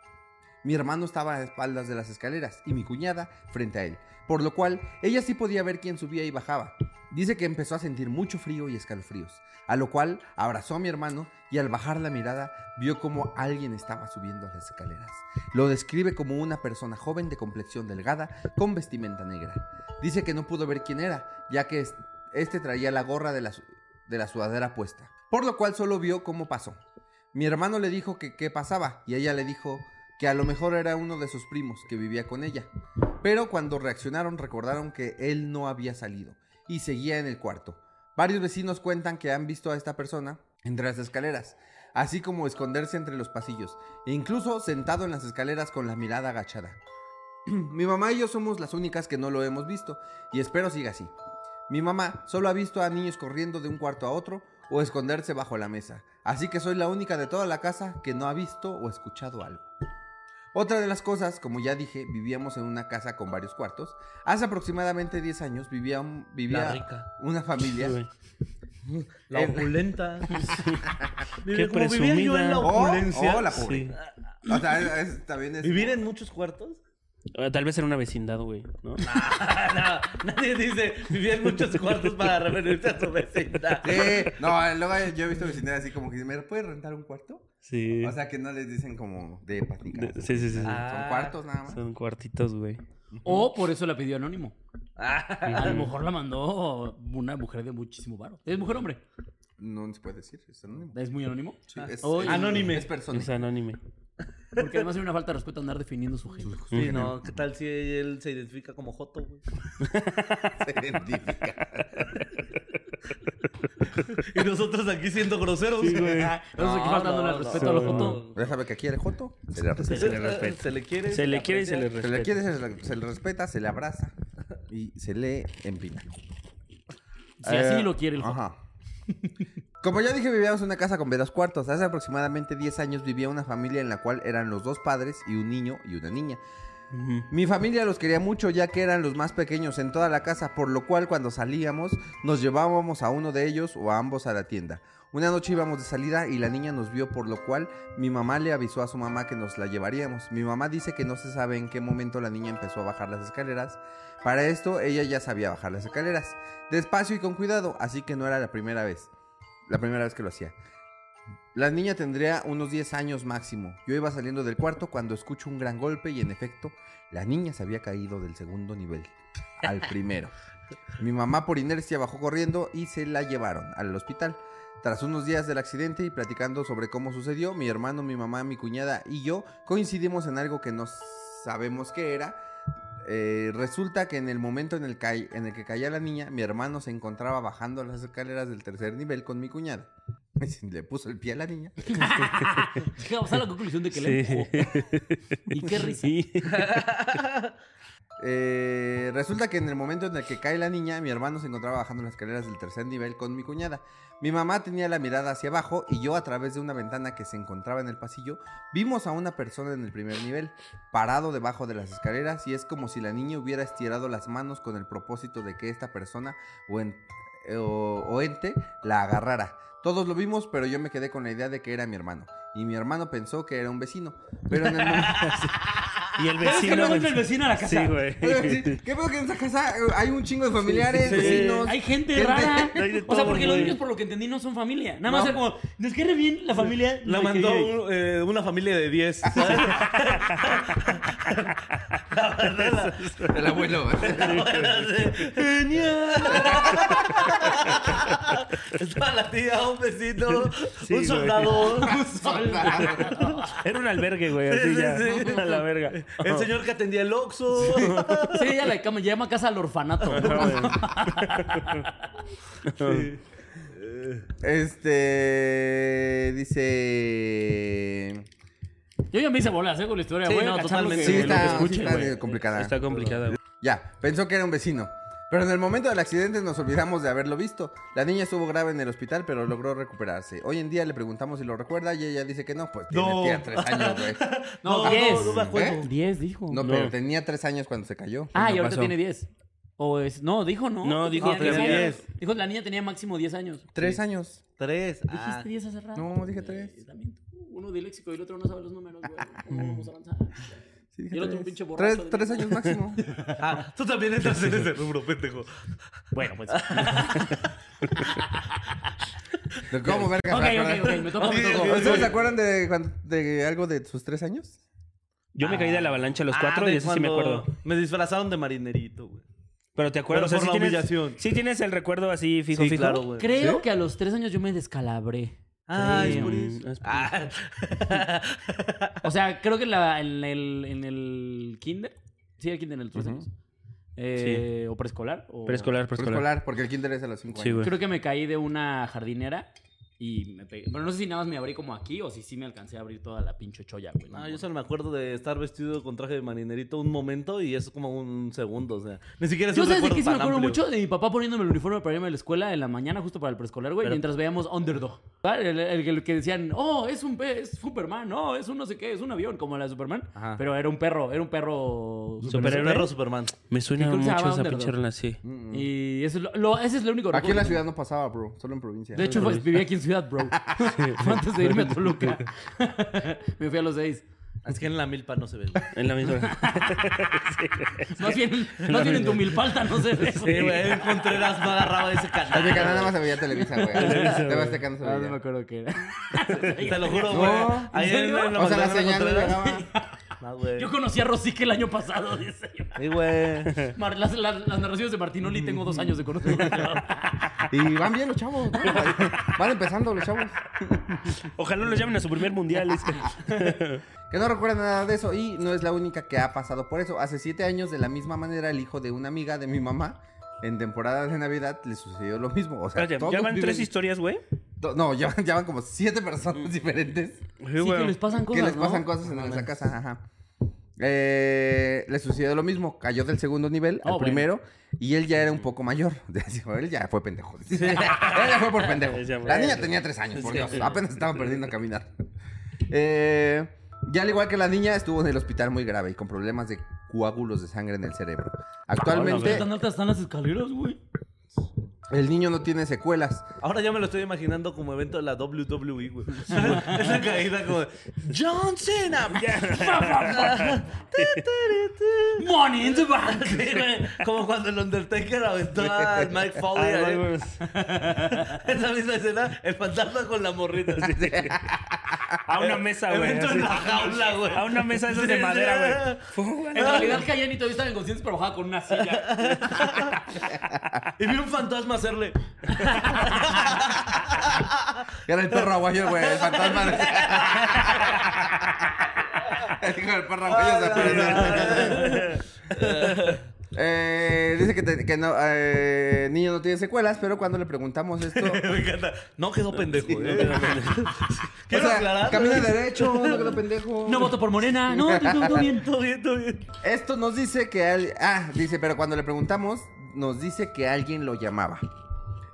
Speaker 1: Mi hermano estaba a espaldas de las escaleras y mi cuñada frente a él, por lo cual ella sí podía ver quién subía y bajaba. Dice que empezó a sentir mucho frío y escalofríos, a lo cual abrazó a mi hermano y al bajar la mirada vio como alguien estaba subiendo a las escaleras. Lo describe como una persona joven de complexión delgada con vestimenta negra. Dice que no pudo ver quién era, ya que es- este traía la gorra de la, su- de la sudadera puesta, por lo cual solo vio cómo pasó. Mi hermano le dijo que qué pasaba y ella le dijo que a lo mejor era uno de sus primos que vivía con ella. Pero cuando reaccionaron recordaron que él no había salido y seguía en el cuarto. Varios vecinos cuentan que han visto a esta persona entre las escaleras, así como esconderse entre los pasillos, e incluso sentado en las escaleras con la mirada agachada. [CLEARS THROAT] Mi mamá y yo somos las únicas que no lo hemos visto y espero siga así. Mi mamá solo ha visto a niños corriendo de un cuarto a otro o esconderse bajo la mesa, así que soy la única de toda la casa que no ha visto o escuchado algo. Otra de las cosas, como ya dije, vivíamos en una casa con varios cuartos. Hace aproximadamente 10 años vivía, un-
Speaker 4: La
Speaker 1: vivía
Speaker 4: rica.
Speaker 1: una
Speaker 4: [LAUGHS]
Speaker 1: familia.
Speaker 3: Güey.
Speaker 4: La
Speaker 1: En-
Speaker 4: [LAUGHS] opulenta.
Speaker 3: Qué
Speaker 4: Como vivía yo
Speaker 3: presumida.
Speaker 4: en la
Speaker 1: Oh,
Speaker 4: opulencia.
Speaker 1: oh, la pobre. O sea, es- también es.
Speaker 4: ¿Vivir en muchos cuartos? [LAUGHS]
Speaker 3: Eh, Tal vez era una vecindad, güey. ¿no?
Speaker 4: Ah, no, nadie dice vivía en muchos cuartos para referirse a
Speaker 1: [LAUGHS]
Speaker 4: su vecindad.
Speaker 1: Sí, no, luego yo he visto vecindades así como que ¿me puedes rentar un cuarto?
Speaker 3: Sí.
Speaker 1: O sea, que no les dicen como de patinar.
Speaker 3: Sí, sí, sí. sí.
Speaker 1: Ah. Son cuartos nada más.
Speaker 3: Son cuartitos, güey.
Speaker 2: O por eso la pidió anónimo. A lo mejor la mandó una mujer de muchísimo varo. ¿Es mujer o hombre?
Speaker 1: No se puede decir, es anónimo.
Speaker 2: ¿Es muy anónimo?
Speaker 1: Sí, es-
Speaker 2: Oye.
Speaker 1: es-
Speaker 4: Anónime.
Speaker 1: Es persona.
Speaker 3: Es anónime.
Speaker 2: Porque además hay una falta de respeto andar definiendo su género.
Speaker 4: Sí, no, ¿qué tal si él se identifica como Joto, güey?
Speaker 1: Se identifica.
Speaker 4: Y nosotros aquí siendo groseros. [LAUGHS] Ah,
Speaker 2: Entonces aquí
Speaker 1: No,
Speaker 2: faltando
Speaker 4: no,
Speaker 2: el
Speaker 4: no,
Speaker 2: respeto a
Speaker 4: no.
Speaker 2: la foto.
Speaker 1: Ya sabe que aquí el Joto se le respeta.
Speaker 4: Se
Speaker 3: le respeta.
Speaker 4: Se le quiere.
Speaker 3: Se le quiere y se le
Speaker 4: aprecia.
Speaker 1: Se le
Speaker 3: respeta.
Speaker 1: quiere, se le, se le respeta, se le abraza y se le empina.
Speaker 2: Si así lo quiere el joven.
Speaker 1: Eh, Ajá. [LAUGHS] Como ya dije, vivíamos en una casa con dos cuartos. Hace aproximadamente 10 años vivía una familia en la cual eran los dos padres y un niño y una niña. Mi familia los quería mucho ya que eran los más pequeños en toda la casa, por lo cual cuando salíamos nos llevábamos a uno de ellos o a ambos a la tienda. Una noche íbamos de salida y la niña nos vio, por lo cual mi mamá le avisó a su mamá que nos la llevaríamos. Mi mamá dice que no se sabe en qué momento la niña empezó a bajar las escaleras. Para esto ella ya sabía bajar las escaleras, despacio y con cuidado, así que no era la primera vez. La primera vez que lo hacía. La niña tendría unos 10 años máximo. Yo iba saliendo del cuarto cuando escucho un gran golpe y en efecto, la niña se había caído del segundo nivel al primero. Mi mamá por inercia bajó corriendo y se la llevaron al hospital. Tras unos días del accidente y platicando sobre cómo sucedió, mi hermano, mi mamá, mi cuñada y yo coincidimos en algo que no sabemos qué era. Eh, resulta que en el momento en el, ca- en el que caía la niña, mi hermano se encontraba bajando las escaleras del tercer nivel con mi cuñada. [LAUGHS] Le puso el pie a la niña.
Speaker 2: Llegamos a la conclusión de que le
Speaker 3: Sí.
Speaker 2: empujó. Y qué risa.
Speaker 3: Sí.
Speaker 1: Eh, resulta que en el momento en el que cae la niña, mi hermano se encontraba bajando las escaleras del tercer nivel con mi cuñada. Mi mamá tenía la mirada hacia abajo y yo a través de una ventana que se encontraba en el pasillo, vimos a una persona en el primer nivel, parado debajo de las escaleras y es como si la niña hubiera estirado las manos con el propósito de que esta persona o, en- o- o ente la agarrara. Todos lo vimos, pero yo me quedé con la idea de que era mi hermano. Y mi hermano pensó que era un vecino. Pero en el momento...
Speaker 3: Y el
Speaker 2: Pero Ah, es que
Speaker 3: vecino.
Speaker 2: luego entra el vecino a la casa.
Speaker 3: Sí, güey.
Speaker 1: ¿Qué pedo que en esa casa eh, hay un chingo de familiares,
Speaker 3: Sí, sí.
Speaker 1: vecinos?
Speaker 2: Hay gente
Speaker 1: Gente-
Speaker 2: rara.
Speaker 3: Hay de
Speaker 2: o sea,
Speaker 3: todo,
Speaker 2: porque los
Speaker 3: güey.
Speaker 2: niños, por lo que entendí, no son familia. Nada más
Speaker 1: No.
Speaker 2: era como, nos quiere bien la familia.
Speaker 4: La
Speaker 2: de
Speaker 4: mandó
Speaker 2: que-
Speaker 4: un- eh, una familia de 10. ¿sabes?
Speaker 1: El abuelo.
Speaker 4: ¡Genial! Estaba la tía, un vecino,
Speaker 3: Sí,
Speaker 4: un
Speaker 3: güey.
Speaker 4: soldado.
Speaker 3: Era un albergue, güey.
Speaker 4: Sí,
Speaker 3: Así
Speaker 4: sí,
Speaker 3: ya.
Speaker 4: sí.
Speaker 3: A la verga. Ah,
Speaker 4: El señor que atendía el Oxxo.
Speaker 2: [LAUGHS]
Speaker 4: [LAUGHS]
Speaker 2: Sí, ella la cama, llama a casa al orfanato.
Speaker 1: [LAUGHS] Este. Dice.
Speaker 2: Yo ya me hice bolas, ¿eh? Con la historia,
Speaker 4: Sí,
Speaker 2: güey.
Speaker 4: no, totalmente.
Speaker 1: Sí,
Speaker 4: lo que
Speaker 1: está, sí
Speaker 3: escuchen,
Speaker 1: está
Speaker 3: güey.
Speaker 1: complicada.
Speaker 3: Está complicada, güey.
Speaker 1: Ya, pensó que era un vecino. Pero en el momento del accidente nos olvidamos de haberlo visto. La niña estuvo grave en el hospital, pero logró recuperarse. Hoy en día le preguntamos si lo recuerda y ella dice que no. Pues tiene-
Speaker 4: No.
Speaker 1: tenía tres años, güey.
Speaker 2: No,
Speaker 4: no,
Speaker 2: 10.
Speaker 4: no me acuerdo.
Speaker 1: ¿Eh?
Speaker 2: 10 dijo.
Speaker 1: No, pero tenía tres años cuando se cayó.
Speaker 2: Ah, y
Speaker 1: No
Speaker 2: ahorita
Speaker 1: pasó.
Speaker 2: tiene 10. O es, no, dijo no.
Speaker 3: No, dijo
Speaker 2: Tenía
Speaker 3: tenía
Speaker 2: 10 años. Dijo la niña tenía máximo 10 años.
Speaker 1: Tres años.
Speaker 4: Tres. Ah,
Speaker 2: Dijiste 10 hace rato.
Speaker 1: No, dije tres.
Speaker 2: Eh, también tú. Uno diléxico y el otro no sabe los números, güey. ¿Cómo vamos a avanzar?
Speaker 1: Sí, dije
Speaker 2: Y el otro
Speaker 1: tres.
Speaker 2: pinche borracho
Speaker 1: tres,
Speaker 2: de
Speaker 1: tres años
Speaker 2: [LAUGHS]
Speaker 1: máximo.
Speaker 4: ah, tú también entras en ese rubro, pendejo.
Speaker 3: Bueno, pues.
Speaker 1: ¿De ¿Cómo verga?
Speaker 2: Ok,
Speaker 1: ¿Se acuerdan?
Speaker 2: ok, ok. Me toca, me
Speaker 4: Sí,
Speaker 2: toca.
Speaker 4: sí,
Speaker 1: ¿Ustedes se acuerdan de, cuando- de algo de sus tres años?
Speaker 3: [LAUGHS] Yo me caí de la avalancha a los cuatro
Speaker 4: Ah,
Speaker 3: y
Speaker 4: de
Speaker 3: eso sí me
Speaker 4: cuando
Speaker 3: acuerdo.
Speaker 4: Me disfrazaron de marinerito, güey.
Speaker 3: Pero te acuerdas.
Speaker 4: Pero por
Speaker 3: sí
Speaker 4: la
Speaker 3: tienes-
Speaker 4: humillación.
Speaker 3: Sí tienes el recuerdo así fijo,
Speaker 4: Sí,
Speaker 3: fijo.
Speaker 4: claro, güey.
Speaker 2: Creo que a los 3 años yo me descalabré.
Speaker 4: Ah, es
Speaker 2: Creo.
Speaker 4: por eso. Ah,
Speaker 2: O sea, creo que la- en, el, en el kinder. Sí, el kinder en el 3 años. Eh, O preescolar. O...
Speaker 3: Preescolar, preescolar.
Speaker 1: Preescolar, porque el kinder es a los cinco
Speaker 3: Pues Sí,
Speaker 1: años.
Speaker 3: güey.
Speaker 2: Creo que me caí de una jardinera y me pegué. Pero no sé si nada más me abrí como aquí o si sí me alcancé a abrir toda la pinche cholla, güey.
Speaker 4: no, Ah, yo solo me acuerdo de estar vestido con traje de marinerito un momento y es como un segundo, o sea. Ni siquiera es
Speaker 2: Yo
Speaker 4: un
Speaker 2: sabes de
Speaker 4: recuerdo
Speaker 2: qué sí me
Speaker 4: tan
Speaker 2: acuerdo
Speaker 4: amplio.
Speaker 2: mucho de mi papá poniéndome el uniforme para irme a la escuela en la mañana justo para el preescolar, güey, mientras veíamos Underdog. ¿Vale? El, el- el que decían, oh, es un pe- es Superman, no, es un no sé qué, es un avión como la de Superman.
Speaker 4: Ajá.
Speaker 2: Pero era un perro, era un perro.
Speaker 4: Pero el
Speaker 3: Superhéroe.
Speaker 4: perro Mm. Superman.
Speaker 3: Me suena
Speaker 2: Sí, creo que se
Speaker 3: mucho
Speaker 2: llamaba
Speaker 3: esa
Speaker 2: Underdog.
Speaker 3: pinche rola, sí.
Speaker 2: Mm. Y eso es lo, lo- ese es lo único
Speaker 1: Aquí en
Speaker 2: recuerdo
Speaker 1: la
Speaker 2: que
Speaker 1: ciudad no pasaba, bro. Solo en provincia.
Speaker 2: De hecho, pues, viví aquí en Ciudad,
Speaker 4: [LAUGHS]
Speaker 2: bro. Fue antes de irme a Toluca. [LAUGHS] me fui a los seis.
Speaker 4: Es que en la milpa no se ve. güey.
Speaker 3: En la misma.
Speaker 2: Más
Speaker 4: [LAUGHS]
Speaker 2: bien, más bien en tu milpalta, no sé. de eso.
Speaker 4: Sí, güey, en Contreras no agarraba ese canal.
Speaker 1: Oye, que nada más se veía Televisa, güey. Te vas sacando
Speaker 2: Ah, no me
Speaker 1: veía.
Speaker 2: acuerdo qué era.
Speaker 4: Te lo juro,
Speaker 1: No.
Speaker 4: güey. Ahí
Speaker 2: ¿En
Speaker 4: en,
Speaker 2: serio?
Speaker 4: en la
Speaker 1: O sea, la
Speaker 4: Magdalena
Speaker 1: señal no
Speaker 4: Contreras.
Speaker 1: llegaba.
Speaker 4: No, güey.
Speaker 2: Yo conocí a Rosique el año pasado, dice.
Speaker 4: Sí, güey.
Speaker 2: Mar- las, las- las narraciones de Martinoli tengo dos años
Speaker 1: [LAUGHS]
Speaker 2: de conocerlo.
Speaker 1: Y van bien los chavos, ¿no? Van empezando los chavos.
Speaker 3: [LAUGHS] Ojalá los llamen a su primer mundial. [LAUGHS] es que-
Speaker 1: Que no recuerda nada de eso y no es la única que ha pasado por eso. Hace siete años, de la misma manera, el hijo de una amiga de mi mamá, en temporada de Navidad, le sucedió lo mismo. O sea,
Speaker 3: Oye,
Speaker 1: todos
Speaker 3: ya van
Speaker 1: viven-
Speaker 3: tres historias, güey.
Speaker 1: to- No, ya van, ya van como siete personas [LAUGHS] diferentes
Speaker 2: Sí, que les pasan cosas,
Speaker 1: que les
Speaker 2: ¿no?
Speaker 1: pasan cosas en esa casa. Ajá. Eh, le sucedió lo mismo, cayó del segundo nivel al
Speaker 2: Oh, bueno.
Speaker 1: primero y él ya era un poco mayor. [LAUGHS] Dijo, él ya fue pendejo. [LAUGHS] él ya fue por
Speaker 2: [LAUGHS]
Speaker 1: pendejo.
Speaker 3: Ya fue.
Speaker 1: La niña tenía tres años, por Dios. Apenas estaba aprendiendo a caminar. Eh, ya al igual que la niña, estuvo en el hospital muy grave y con problemas de coágulos de sangre en el cerebro.
Speaker 2: Ah,
Speaker 1: Actualmente,
Speaker 7: ¿Tan altas están las escaleras, güey?
Speaker 1: el niño no tiene secuelas.
Speaker 4: [LAUGHS] Ahora ya me lo estoy imaginando como evento de la WWE, güey. [LAUGHS] Esa caída como... ¡John Cena!
Speaker 7: Money in the bank.
Speaker 4: [LAUGHS] como cuando el Undertaker aventó a Mike Foley.
Speaker 3: Ah,
Speaker 4: ahí.
Speaker 3: no, güey.
Speaker 4: Esa misma escena, el fantasma con la morrita. así.
Speaker 3: A una mesa, güey.
Speaker 4: Evento
Speaker 3: así.
Speaker 4: en la jaula, güey.
Speaker 3: A una mesa esas de
Speaker 4: Sí,
Speaker 3: madera,
Speaker 4: sí.
Speaker 3: güey.
Speaker 2: En realidad caían y todavía estaban inconscientes, pero bajaba con una silla.
Speaker 4: Y vi un fantasma hacerle...
Speaker 1: Era el perro aguayo, güey, el fantasma. de- [LAUGHS] el hijo del perro aguayo
Speaker 7: [LAUGHS]
Speaker 1: se aparece. Eh, dice que, te- que no, eh, niño no tiene secuelas, pero cuando le preguntamos esto,
Speaker 7: [LAUGHS]
Speaker 1: o
Speaker 4: [LAUGHS] Me encanta. No quedó pendejo. eh. [LAUGHS] Quiero
Speaker 1: sea,
Speaker 4: aclarar.
Speaker 1: camina
Speaker 4: [LAUGHS]
Speaker 1: derecho, no quedó pendejo.
Speaker 7: No voto por Morena. No, todo, todo bien, todo bien, todo bien.
Speaker 1: Esto nos dice que al- ah, dice, pero cuando le preguntamos, nos dice que alguien lo llamaba.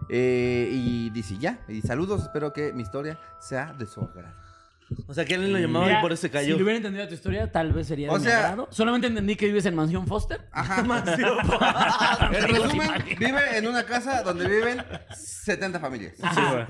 Speaker 1: Eh, y dice ya, y saludos, espero que mi historia sea de su agrado.
Speaker 4: O sea, que alguien lo llamaba y por eso se
Speaker 2: Si
Speaker 4: cayó.
Speaker 2: lo hubiera entendido tu historia, tal vez sería
Speaker 1: O
Speaker 2: de mi
Speaker 1: sea-
Speaker 2: agrado. Solamente entendí que vives en Mansión Foster.
Speaker 1: Ajá. [LAUGHS] En resumen, vive en una casa donde viven 70 familias.
Speaker 4: Sí,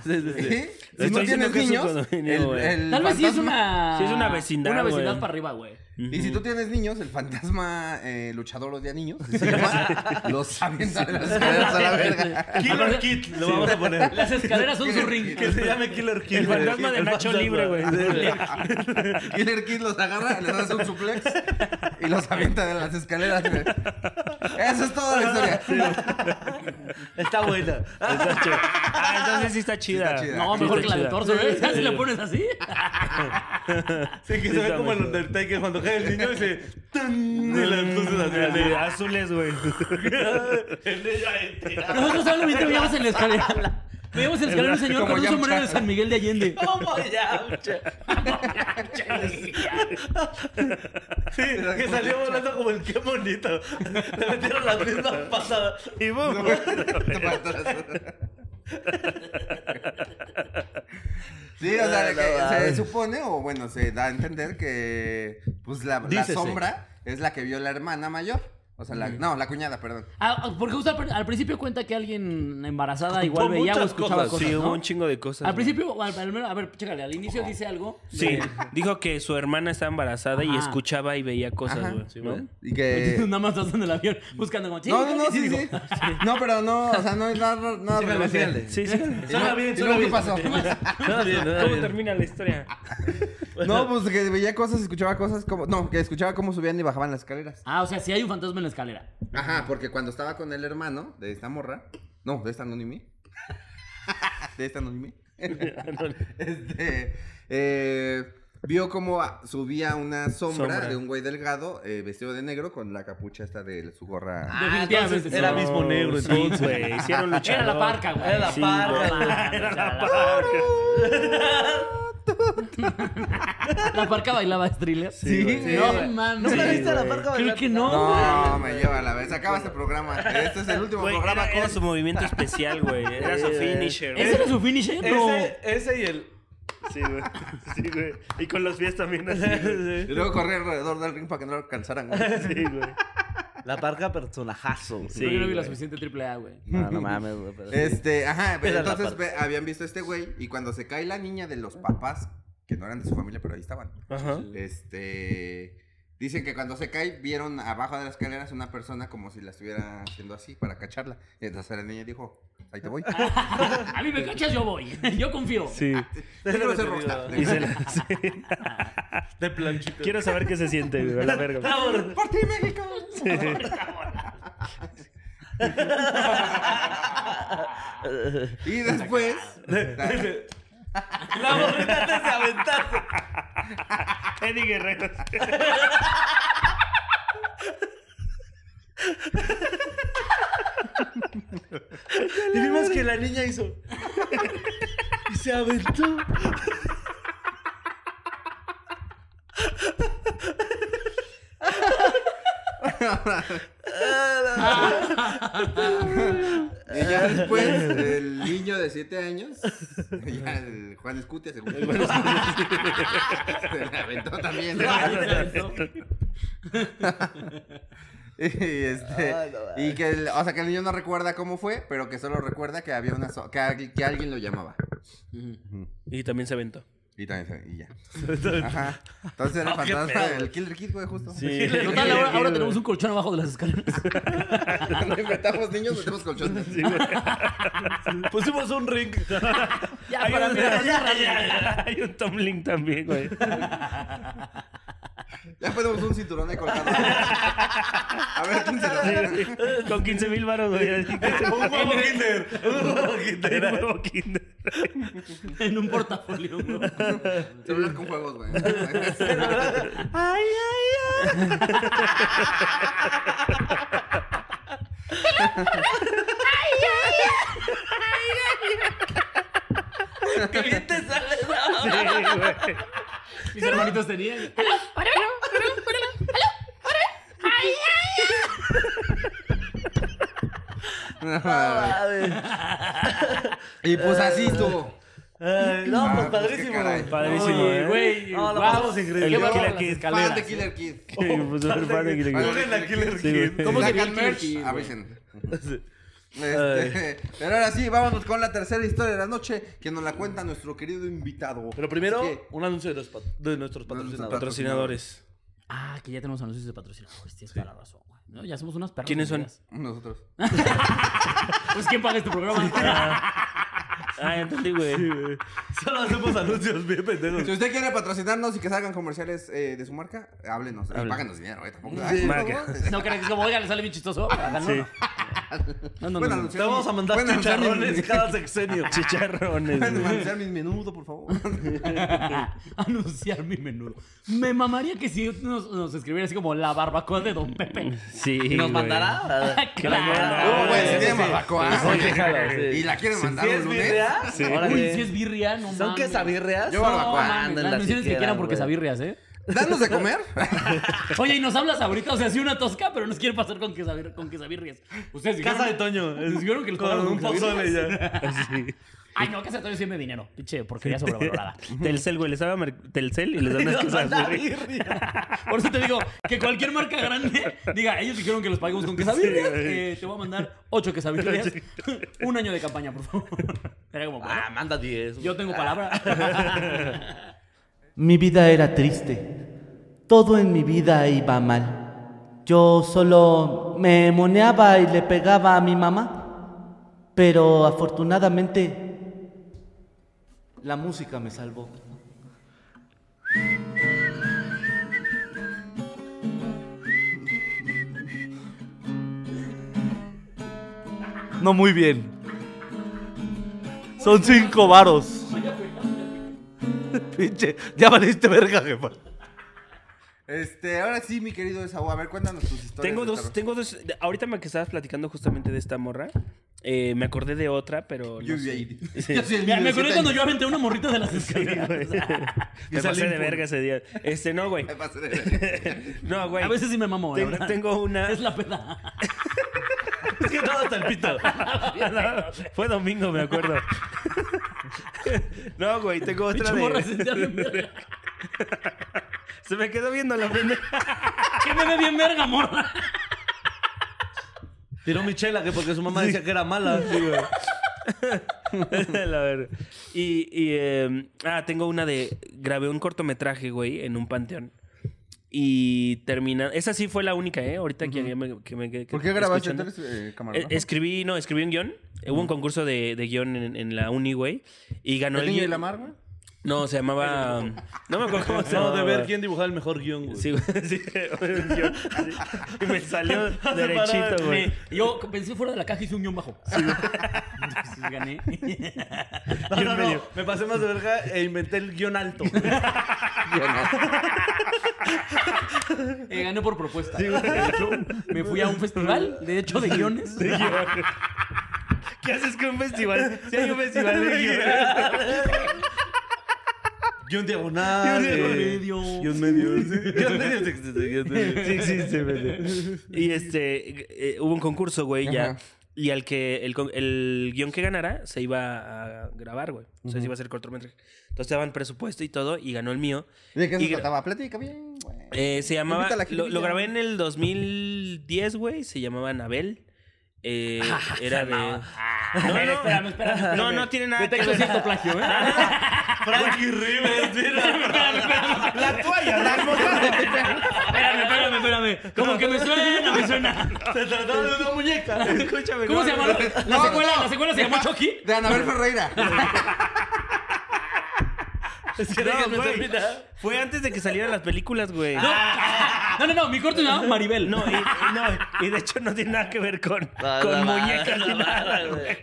Speaker 4: sí,
Speaker 1: ¿Sí?
Speaker 4: sí.
Speaker 1: Si no
Speaker 3: Estoy diciendo
Speaker 1: tienes
Speaker 3: que es un
Speaker 1: niños, el,
Speaker 3: condominio, güey.
Speaker 1: el
Speaker 2: Tal vez sí es
Speaker 1: fantasma-
Speaker 2: una...
Speaker 3: Sí, es una vecindad,
Speaker 2: Una
Speaker 3: güey.
Speaker 2: vecindad para arriba, güey.
Speaker 1: Y si tú tienes niños, el fantasma eh, luchador odia niños. Se llama, [LAUGHS] los avienta de las escaleras a la
Speaker 2: [LAUGHS]
Speaker 1: verga.
Speaker 4: Killer Kid, lo vamos a poner.
Speaker 2: Las escaleras son su ring.
Speaker 4: Que se llame Killer Kid.
Speaker 3: El
Speaker 4: güey.
Speaker 3: fantasma de
Speaker 4: El
Speaker 3: Nacho
Speaker 4: fantasma.
Speaker 3: Libre, güey.
Speaker 1: [LAUGHS] Killer Kid los agarra, les hace un suplex y los avienta de las
Speaker 3: [LAUGHS]
Speaker 1: escaleras. güey. Esa es toda la historia.
Speaker 4: Está buena.
Speaker 3: Está chida. Ah, entonces sí está chida.
Speaker 1: está chida.
Speaker 2: No,
Speaker 3: Sí
Speaker 2: mejor
Speaker 3: está
Speaker 2: que la del
Speaker 3: chida.
Speaker 2: torso, ¿eh? Si la pones así.
Speaker 4: Sí, que se ve como el Undertaker cuando cae el niño y se... ¡Tan! Y las luces así, así.
Speaker 3: De azules, güey.
Speaker 7: Nosotros solamente veíamos en la escalera. Veíamos en la escalera un señor
Speaker 1: Como
Speaker 7: con un
Speaker 1: Yamcha.
Speaker 7: sombrero de San Miguel de Allende.
Speaker 4: ¿Cómo Yamcha? Sí, que salió volando como el qué bonito. Le metieron las mismas pasadas.
Speaker 3: Y boom.
Speaker 1: Sí, o sea,
Speaker 4: No,
Speaker 1: que
Speaker 4: no,
Speaker 1: se
Speaker 4: mames.
Speaker 1: supone, o bueno, se da a entender que pues la, la
Speaker 4: Dícese.
Speaker 1: sombra es la que vio la hermana mayor. O sea, la, no, la cuñada, perdón.
Speaker 2: Ah, ah, porque justo al, pr- al principio cuenta que alguien embarazada igual
Speaker 4: Con
Speaker 2: veía o
Speaker 4: muchas
Speaker 2: escuchaba
Speaker 4: cosas,
Speaker 2: cosas,
Speaker 3: Sí, hubo
Speaker 2: ¿no?
Speaker 3: un chingo de cosas.
Speaker 2: Al
Speaker 3: güey.
Speaker 2: principio, al, al menos, a ver, chécale, al inicio dice algo.
Speaker 3: Sí, dijo que su hermana estaba embarazada y
Speaker 2: Ajá.
Speaker 3: escuchaba y veía
Speaker 1: Ajá.
Speaker 3: cosas, güey.
Speaker 1: Sí,
Speaker 3: ¿no?
Speaker 1: Y
Speaker 2: [LAUGHS]
Speaker 1: que...
Speaker 2: Nada más estás en el avión buscando como...
Speaker 1: Eh. No, no, no, sí, sí.
Speaker 2: digo.
Speaker 1: No, pero no, o sea, no es nada, nada relevante.
Speaker 3: Sí,
Speaker 1: Y
Speaker 3: sí.
Speaker 4: Suena
Speaker 1: luego-
Speaker 4: bien,
Speaker 1: y
Speaker 4: suena
Speaker 1: luego, ¿Qué
Speaker 4: bien.
Speaker 1: pasó?
Speaker 4: Nada bien, nada
Speaker 3: ¿Cómo
Speaker 4: bien.
Speaker 3: termina la historia?
Speaker 1: No, pues que veía cosas, escuchaba cosas como... No, que escuchaba cómo subían y bajaban las escaleras.
Speaker 2: Ah, o sea, si hay un fantasma en la escalera.
Speaker 4: Ah,
Speaker 1: Ajá, porque cuando estaba con el hermano de esta morra, no, de esta anónime, [LAUGHS] de esta anónime, [LAUGHS] este, eh, vio como a- subía una sombra,
Speaker 3: Sombra.
Speaker 1: de un güey delgado eh, vestido de negro con la capucha esta de su
Speaker 2: Ah,
Speaker 1: gorra.
Speaker 2: Definitivamente. sí.
Speaker 4: Era mismo negro,
Speaker 3: sí,
Speaker 4: entonces.
Speaker 3: güey. Hicieron luchador.
Speaker 2: Era la parca, güey.
Speaker 4: Era la
Speaker 2: Sí,
Speaker 4: parca,
Speaker 2: no mames,
Speaker 4: era
Speaker 2: o sea,
Speaker 4: la
Speaker 2: la parca. [LAUGHS] La parca bailaba thriller.
Speaker 1: Sí, güey.
Speaker 2: No mames.
Speaker 4: ¿Nunca viste a la parca
Speaker 2: Creo
Speaker 4: bailar?
Speaker 2: que no.
Speaker 1: No, me lleva la vez. Se acaba este programa. Este es el último
Speaker 3: Güey,
Speaker 1: programa
Speaker 3: era,
Speaker 1: con
Speaker 3: era su movimiento especial, güey. Era su finisher. güey.
Speaker 2: ¿Ese era su finisher? No.
Speaker 4: Ese, ese y el...
Speaker 3: Sí, güey. Sí, güey. Y con los pies también así.
Speaker 1: Y luego corría alrededor del ring para que no lo alcanzaran. güey.
Speaker 3: Sí, güey.
Speaker 4: La parca personajazo. güey.
Speaker 2: Creo que no vi
Speaker 3: güey.
Speaker 2: la suficiente triple A, güey.
Speaker 4: No, [LAUGHS] no mames, güey. pero sí.
Speaker 1: Este, ajá, pero
Speaker 4: Era la
Speaker 1: entonces
Speaker 4: parte.
Speaker 1: ve- habían visto a este güey y cuando se cae la niña de los papás, que no eran de su familia, pero ahí estaban.
Speaker 3: Ajá.
Speaker 1: Este. Dicen que cuando se cae, vieron abajo de las escaleras una persona como si la estuviera haciendo así para cacharla. Y entonces la niña dijo, ahí te voy. [LAUGHS]
Speaker 2: [LAUGHS] A mí me cachas, yo voy. [LAUGHS] Yo confío.
Speaker 3: Sí.
Speaker 1: Quiero ser rockstar.
Speaker 3: Y se la- sí.
Speaker 4: [LAUGHS] De planchito.
Speaker 3: Quiero saber qué se siente, güey, a la verga.
Speaker 1: [LAUGHS] ¡Por ti, México! [LAUGHS] y después...
Speaker 4: La morrita te se aventaste.
Speaker 3: Eddie Guerrero.
Speaker 4: Y vimos que la niña hizo. Y se aventó.
Speaker 1: Y ya [LAUGHS] después, el niño de 7 años, [LAUGHS] ya el Juan Escutia, según yo. [LAUGHS] se la aventó también. [LAUGHS] y este, y que, el- o sea, que el niño no recuerda cómo fue, pero que solo recuerda que había una, so- que, al- que alguien lo llamaba.
Speaker 3: Y también se aventó.
Speaker 1: Y también, se- y ya. Ajá. Entonces
Speaker 4: [LAUGHS]
Speaker 1: era el fantasma del [LAUGHS] Killer Kid, güey, justo.
Speaker 3: Sí.
Speaker 2: Total, ahora, ahora tenemos un colchón abajo de las escaleras.
Speaker 1: Cuando inventamos niños, metemos colchones.
Speaker 4: Pusimos un ring.
Speaker 2: [LAUGHS] Ya,
Speaker 3: Hay
Speaker 2: para
Speaker 3: un,
Speaker 2: mí. [LAUGHS]
Speaker 3: hay un Tomlin también, güey.
Speaker 1: Ya ponemos un cinturón de colgado. A ver quién se lo
Speaker 3: Sí, güey. [LAUGHS] Con 15 mil baros, güey. así que- [LAUGHS]
Speaker 4: Un huevo Kinder. Un huevo
Speaker 3: Un
Speaker 4: Kinder.
Speaker 3: huevo Kinder.
Speaker 2: En un [LAUGHS] portafolio. güey.
Speaker 1: Celular con juegos, güey.
Speaker 3: Sí, güey.
Speaker 2: Mis hermanitos tenían.
Speaker 1: y pues así estuvo.
Speaker 4: Ay, No, pues
Speaker 1: Ah, pues, qué
Speaker 4: padrísimo.
Speaker 1: caray.
Speaker 3: Padrísimo,
Speaker 2: Oye,
Speaker 3: ¿eh?
Speaker 2: güey.
Speaker 4: No, la
Speaker 2: guau.
Speaker 4: pasamos increíble.
Speaker 2: Qué
Speaker 3: El
Speaker 2: bárbaro
Speaker 3: Killer
Speaker 2: las
Speaker 3: Kid.
Speaker 2: escaleras,
Speaker 1: Fan de
Speaker 2: ¿eh?
Speaker 1: Killer Kid.
Speaker 3: Sí, pues, súper padre que-
Speaker 4: Jueguen la Killer
Speaker 3: Sí, güey.
Speaker 4: Kid.
Speaker 2: ¿Cómo se
Speaker 1: Sacan
Speaker 2: ve el
Speaker 1: merch,
Speaker 2: Killer Kid, güey?
Speaker 1: avisen. Este, pero ahora sí, vámonos con la tercera historia de la noche que nos la cuenta nuestro querido invitado.
Speaker 4: Pero primero,
Speaker 1: Así que,
Speaker 4: un anuncio de, los pat- de nuestros patrocinadores.
Speaker 3: Patrocinadores.
Speaker 2: Ah, que ya tenemos anuncios de patrocinadores. Tienes toda la razón, güey. No, ya somos unas perras.
Speaker 3: ¿Quiénes son?
Speaker 2: vendidas.
Speaker 1: nosotros.
Speaker 2: Pues ¿quién paga este programa?
Speaker 3: Ah, entendí, güey.
Speaker 4: Solo hacemos anuncios bien pendejos.
Speaker 1: [LAUGHS] Si usted quiere patrocinarnos y que salgan comerciales eh, de su marca, háblenos. Y páganos dinero, güey. Tampoco. Ay, por
Speaker 3: Marca.
Speaker 1: favor.
Speaker 2: [LAUGHS] No crees que es como, oiga, le sale bien chistoso. Háganlo.
Speaker 3: Sí.
Speaker 2: No, no, no,
Speaker 1: Bueno,
Speaker 2: no.
Speaker 1: anunciar
Speaker 4: Te
Speaker 1: mi-
Speaker 4: vamos a mandar
Speaker 1: pueden anunciar mi- [LAUGHS]
Speaker 4: chicharrones cada sexenio.
Speaker 3: Chicharrones,
Speaker 1: pueden
Speaker 3: güey.
Speaker 1: anunciar mis menudo, por favor.
Speaker 2: [LAUGHS] Anunciar mi menudo. Me mamaría que si nos, nos escribiera así como la barbacoa de Don Pepe.
Speaker 3: Sí, güey.
Speaker 4: ¿Nos [LAUGHS] mandará?
Speaker 3: Que la manda.
Speaker 1: Oh, güey, si
Speaker 4: sí,
Speaker 1: tiene
Speaker 4: sí.
Speaker 1: barbacoa.
Speaker 4: Sí, déjala, sí.
Speaker 1: Y la quieren mandar
Speaker 4: Si es
Speaker 1: un lunes.
Speaker 4: birria,
Speaker 3: Sí.
Speaker 4: órale.
Speaker 2: Uy, si es birria, no mames.
Speaker 4: ¿Son quesabirrias?
Speaker 1: Yo
Speaker 2: No,
Speaker 1: barbacoa.
Speaker 2: mames,
Speaker 4: Ándale,
Speaker 2: las
Speaker 4: así
Speaker 2: menciones que
Speaker 4: quieran,
Speaker 2: quieran porque
Speaker 4: güey.
Speaker 2: sabirrias, ¿eh?
Speaker 1: Danos de comer. [LAUGHS]
Speaker 2: Oye, y nos hablas ahorita, o sea, sí una tosca, pero nos quiere pasar con quesabir, con quesabirrias. Ustedes dijeron...
Speaker 4: Casa de Toño.
Speaker 2: Pues [LAUGHS] dijeron que el
Speaker 4: Con
Speaker 2: cuadro
Speaker 4: un
Speaker 2: nunca vino.
Speaker 4: pozole ya.
Speaker 2: [LAUGHS] Ay, no, casa de Toño siempre dinero. Pinche porquería sobrevalorada.
Speaker 3: Telcel, güey. Les sabe a Mer- Telcel y les dan
Speaker 4: [LAUGHS] Y
Speaker 3: unas
Speaker 4: nos
Speaker 3: cosas,
Speaker 4: manda
Speaker 3: güey.
Speaker 4: birria.
Speaker 2: Por eso te digo que cualquier marca grande diga, ellos dijeron que los paguemos con quesabirrias. eh, te voy a mandar ocho quesabirrias. [LAUGHS] Un año de campaña, por favor. Era como, bueno,
Speaker 4: Ah, manda 10.
Speaker 2: yo tengo palabra.
Speaker 8: Mi vida era triste. Todo en mi vida iba mal. Yo solo me moneaba y le pegaba a mi mamá. Pero afortunadamente la música me salvó. No muy bien. Son cinco varos. Pinche, ya valiste verga, jefa.
Speaker 1: Este, ahora sí, mi querido Esaú, a ver, cuéntanos tus historias.
Speaker 3: Tengo
Speaker 1: de
Speaker 3: dos,
Speaker 1: terror.
Speaker 3: tengo dos. Ahorita me que estabas platicando justamente de esta morra, eh, me acordé de otra, pero. no
Speaker 1: Yo viví
Speaker 3: sé.
Speaker 1: ahí.
Speaker 3: Sí.
Speaker 1: Yo soy el
Speaker 2: Me,
Speaker 1: niño
Speaker 2: me
Speaker 1: de
Speaker 2: acordé
Speaker 1: siete
Speaker 2: cuando
Speaker 1: años.
Speaker 2: yo aventé una morrita de
Speaker 3: [LAUGHS]
Speaker 2: las [LAUGHS] escaleras.
Speaker 3: Güey. me
Speaker 4: salí
Speaker 3: pasé de
Speaker 4: impune.
Speaker 3: verga ese día. Este, no, güey.
Speaker 1: Me pasé de-
Speaker 3: No, güey.
Speaker 2: A veces sí me mamo, la
Speaker 3: tengo,
Speaker 2: verdad.
Speaker 3: tengo una.
Speaker 2: Es la peda.
Speaker 4: Es que todo hasta
Speaker 2: [LAUGHS]
Speaker 4: el
Speaker 3: [LAUGHS]
Speaker 4: pito.
Speaker 3: Fue domingo, me acuerdo. [LAUGHS] no, güey, tengo otra [LAUGHS]
Speaker 2: Pinche morra
Speaker 3: de.
Speaker 2: se siente bien
Speaker 3: Se me quedó viendo la pendeja.
Speaker 2: Que me ve bien verga, morra.
Speaker 4: Tiró Michela, que porque su mamá decía que era mala.
Speaker 3: [LAUGHS] la verga. em, Y, y, eh, ah, tengo una de. Grabé un cortometraje, güey, en un panteón. y termina... Esa sí fue la única, ¿eh? Ahorita que, me, que me- que-
Speaker 1: [LAUGHS] ¿Por
Speaker 3: que-
Speaker 1: qué grabaste
Speaker 3: escuchando.
Speaker 1: tres eh, cámara?
Speaker 3: Eh,
Speaker 1: baja?
Speaker 3: Escribí, no, escribí un guión. Eh, Hubo un concurso de, de guión en, en la uni, güey. Y ganó
Speaker 1: ¿El
Speaker 3: el,
Speaker 1: niño y
Speaker 3: guión-
Speaker 1: la mar, güey?
Speaker 3: No, se llamaba... [LAUGHS] No me acuerdo cómo se
Speaker 4: No,
Speaker 3: llamaba.
Speaker 4: de ver quién dibujaba el mejor guión, güey.
Speaker 3: Sí, güey, [LAUGHS] sí, un [LAUGHS] guión, sí. Y me [LAUGHS]
Speaker 2: [LAUGHS]
Speaker 3: salió derechito, güey.
Speaker 2: Yo pensé fuera de la caja y hice un guión bajo. [LAUGHS] Entonces gané.
Speaker 4: No, no, no, me pasé más de verga e inventé el guión alto.
Speaker 2: Eh, gané por propuesta. De hecho, me fui a un festival, de hecho, de guiones.
Speaker 3: ¿Qué haces con un festival? Si hay un festival [LAUGHS] de guión.
Speaker 4: guión diagonal. eh, Guión medio. [LAUGHS] Guión medio. Guión medio.
Speaker 3: Sí existe,
Speaker 4: [LAUGHS]
Speaker 3: güey. Y este, eh, hubo un concurso, güey, ya.
Speaker 1: Ajá.
Speaker 3: Y al que el, con- el guión que ganara se iba a grabar, güey. O sea, se iba a hacer cortometraje. Entonces daban presupuesto y todo, y ganó el mío.
Speaker 1: ¿De qué se
Speaker 3: Y-
Speaker 1: trataba? Platica bien, güey. [LAUGHS]
Speaker 3: Eh, se llamaba.
Speaker 1: Invita a la
Speaker 3: Lo,
Speaker 1: jiribilla.
Speaker 3: lo grabé en el 2010, güey. Se llamaba Anabel. Eh,
Speaker 2: [LAUGHS]
Speaker 3: era de. No, no,
Speaker 2: Ah, espérame, espérame.
Speaker 3: no, no tiene nada
Speaker 2: Yo
Speaker 3: que
Speaker 2: tengo
Speaker 3: ver.
Speaker 2: cierto plagio,
Speaker 3: [LAUGHS]
Speaker 2: ¿eh?
Speaker 4: Frankie Rivers, mira. La toalla, la
Speaker 2: Espérame, espérame, espérame. Como que me suena, me suena.
Speaker 4: Se trataba de una
Speaker 2: [LAUGHS]
Speaker 4: muñeca. Escúchame.
Speaker 2: ¿Cómo se llama? ¿La
Speaker 1: No,
Speaker 2: secuela?
Speaker 1: no.
Speaker 2: ¿La secuela se llamó Chucky?
Speaker 1: De Anabel Ferreira.
Speaker 4: Es que
Speaker 3: No, güey. Fue antes de que salieran las películas, güey.
Speaker 2: No, no, no, mi corto se llamaba
Speaker 3: [LAUGHS]
Speaker 2: Maribel.
Speaker 3: No, y, y no, y de hecho no tiene nada que ver
Speaker 4: [LAUGHS]
Speaker 3: con, con muñecas ni nada, güey.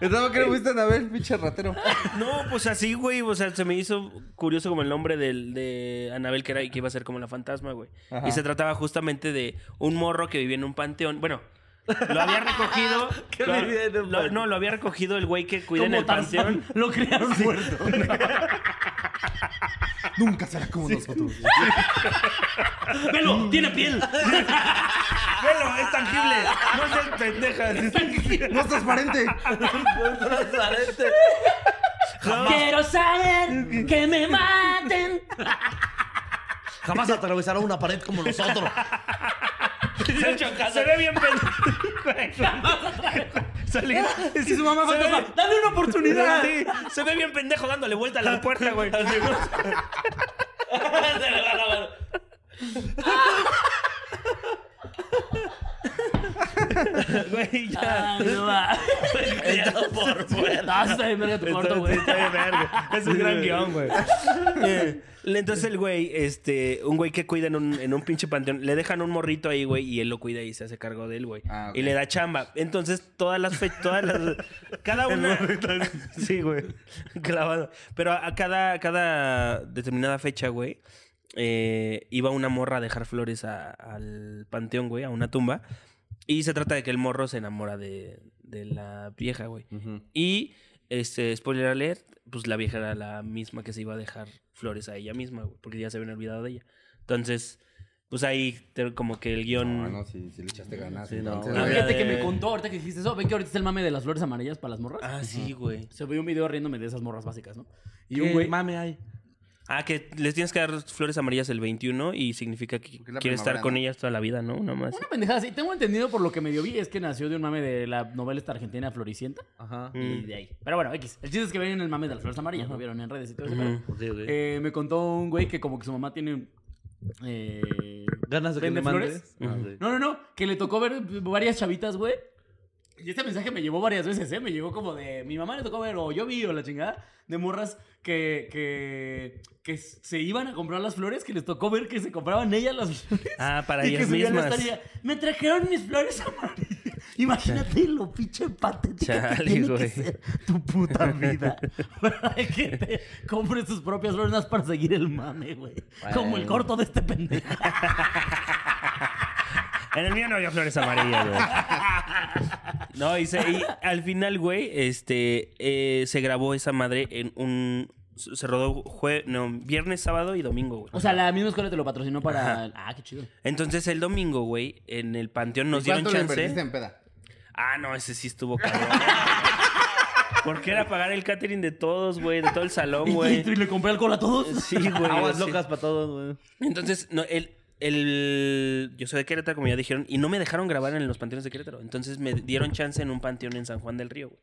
Speaker 1: Estaba que le fuiste a Anabel, pinche ratero.
Speaker 3: [LAUGHS] No, pues así, güey. O sea, se me hizo curioso como el nombre del, de Anabel, que era y que iba a ser como la fantasma, güey. Y se trataba justamente de un morro que vivía en un panteón. Bueno, lo había recogido.
Speaker 4: [LAUGHS] Que
Speaker 3: lo-
Speaker 4: vivía en un
Speaker 3: lo-
Speaker 4: panteón.
Speaker 3: No, lo había recogido el güey que cuida en
Speaker 2: Como
Speaker 3: el
Speaker 2: Tarzán,
Speaker 3: panteón.
Speaker 4: [LAUGHS]
Speaker 2: lo crearon muerto.
Speaker 1: Nunca será como nosotros.
Speaker 2: Pelo, tiene piel.
Speaker 3: ¡Velo! ¡Es tangible! ¡No seas pendejas!
Speaker 1: No [LAUGHS] es transparente.
Speaker 2: Quiero saber que me maten.
Speaker 4: Jamás atravesará una pared como nosotros.
Speaker 3: Se ve bien [LAUGHS]
Speaker 4: [LAUGHS]
Speaker 3: pendejo. Salir.
Speaker 2: Si su mamá
Speaker 3: Se ve-
Speaker 2: fantasma, dale una oportunidad.
Speaker 3: Sí, se ve bien pendejo dándole vuelta a la puerta, [LAUGHS] güey. Güey, ya.
Speaker 2: Ay, no va.
Speaker 3: por
Speaker 2: Ah, sí está bien verga tu corto, güey.
Speaker 3: Es un gran guión, güey. Eh, Entonces el güey, este, un güey que cuida en un, en un pinche panteón, le dejan un morrito ahí, güey, y él lo cuida y se hace cargo de él, güey.
Speaker 1: Ah, ok.
Speaker 3: Y le da chamba. Entonces, todas las fechas, todas
Speaker 1: [LAUGHS]
Speaker 3: las. Cada una. [LAUGHS] sí, güey. Clavado. Pero a a cada, cada determinada fecha, güey. eh, iba una morra a dejar flores a- al panteón, güey, a una tumba. Y se trata de que el morro se enamora de, de la vieja, güey. Y, este, spoiler alert, pues la vieja era la misma que se iba a dejar flores a ella misma, güey, porque ya se habían olvidado de ella. Entonces, pues ahí te- como que el guión...
Speaker 1: No, no, si, si le echaste ganas. entonces,
Speaker 3: güey.
Speaker 1: güey.
Speaker 2: Fíjate que me contó ahorita que dijiste eso. Ven que ahorita está el mame de las flores amarillas para las morras.
Speaker 3: Ah, sí, güey.
Speaker 2: Se vio un video riéndome de esas morras básicas, ¿no? Y un
Speaker 4: ¿Qué
Speaker 2: güey.
Speaker 4: mame hay?
Speaker 3: Ah, que les tienes que dar flores amarillas el 21 y significa que
Speaker 1: Porque es la
Speaker 3: quieres estar
Speaker 1: primavera,
Speaker 3: con
Speaker 1: ¿no?
Speaker 3: ellas toda la vida, ¿no? Nada más.
Speaker 2: Una pendejada así. Tengo entendido por lo que medio vi es que nació de un mame de la novela esta argentina Floricienta.
Speaker 3: Mm.
Speaker 4: Ajá.
Speaker 2: Y de ahí. Pero bueno, X. El chiste es que ven el mame de las flores amarillas. Lo vieron en redes y todo eso. pero-
Speaker 4: Ok, ok.
Speaker 2: Eh, me contó un güey que como que su mamá tiene... eh,
Speaker 4: ¿Ganas de que
Speaker 2: ¿vende
Speaker 4: le mandes? Ah,
Speaker 2: flores? No, no, no. Que le tocó ver varias chavitas, güey. Y este mensaje me llevó varias veces, ¿eh? Me llegó como de... Mi mamá le tocó ver, o yo vi, o la chingada, de morras que, que, que se iban a comprar las flores, que les tocó ver que se compraban ellas las flores.
Speaker 3: Ah, para
Speaker 2: y que
Speaker 3: ellas
Speaker 2: su ya no
Speaker 3: mismas.
Speaker 2: estaría, Me trajeron mis flores amarillas. Imagínate lo pinche patética que
Speaker 3: Chale,
Speaker 2: tiene que
Speaker 3: güey.
Speaker 2: ser tu puta vida para que te compres tus propias flores nada más para seguir el mame, güey. Como el corto de este pendejo.
Speaker 3: En el mío no había flores amarillas,
Speaker 2: [LAUGHS]
Speaker 3: güey. No, y, se- y al final, güey, este, eh, se grabó esa madre en un... Se rodó jue- no, viernes, sábado y domingo, güey.
Speaker 2: O sea, la misma escuela te lo patrocinó para... Ah, qué chido.
Speaker 3: Entonces el domingo, güey, en el panteón nos dieron
Speaker 1: ¿Cuánto le invertiste
Speaker 3: chance.
Speaker 1: en peda?
Speaker 3: Ah, no, ese sí estuvo
Speaker 2: [LAUGHS]
Speaker 3: cabrón. Porque era pagar el catering de todos, güey, de todo el salón,
Speaker 2: ¿Y,
Speaker 3: güey.
Speaker 4: [LAUGHS]
Speaker 2: y le compré alcohol a
Speaker 3: [LAUGHS]
Speaker 2: todos? Ah,
Speaker 3: Sí, güey.
Speaker 4: Aguas
Speaker 3: sí.
Speaker 4: locas para todos, güey.
Speaker 3: Entonces, no, el, el, yo soy de Querétaro, como ya dijeron, y no me dejaron grabar en los panteones de Querétaro. Entonces me dieron chance en un panteón en San Juan del Río, güey.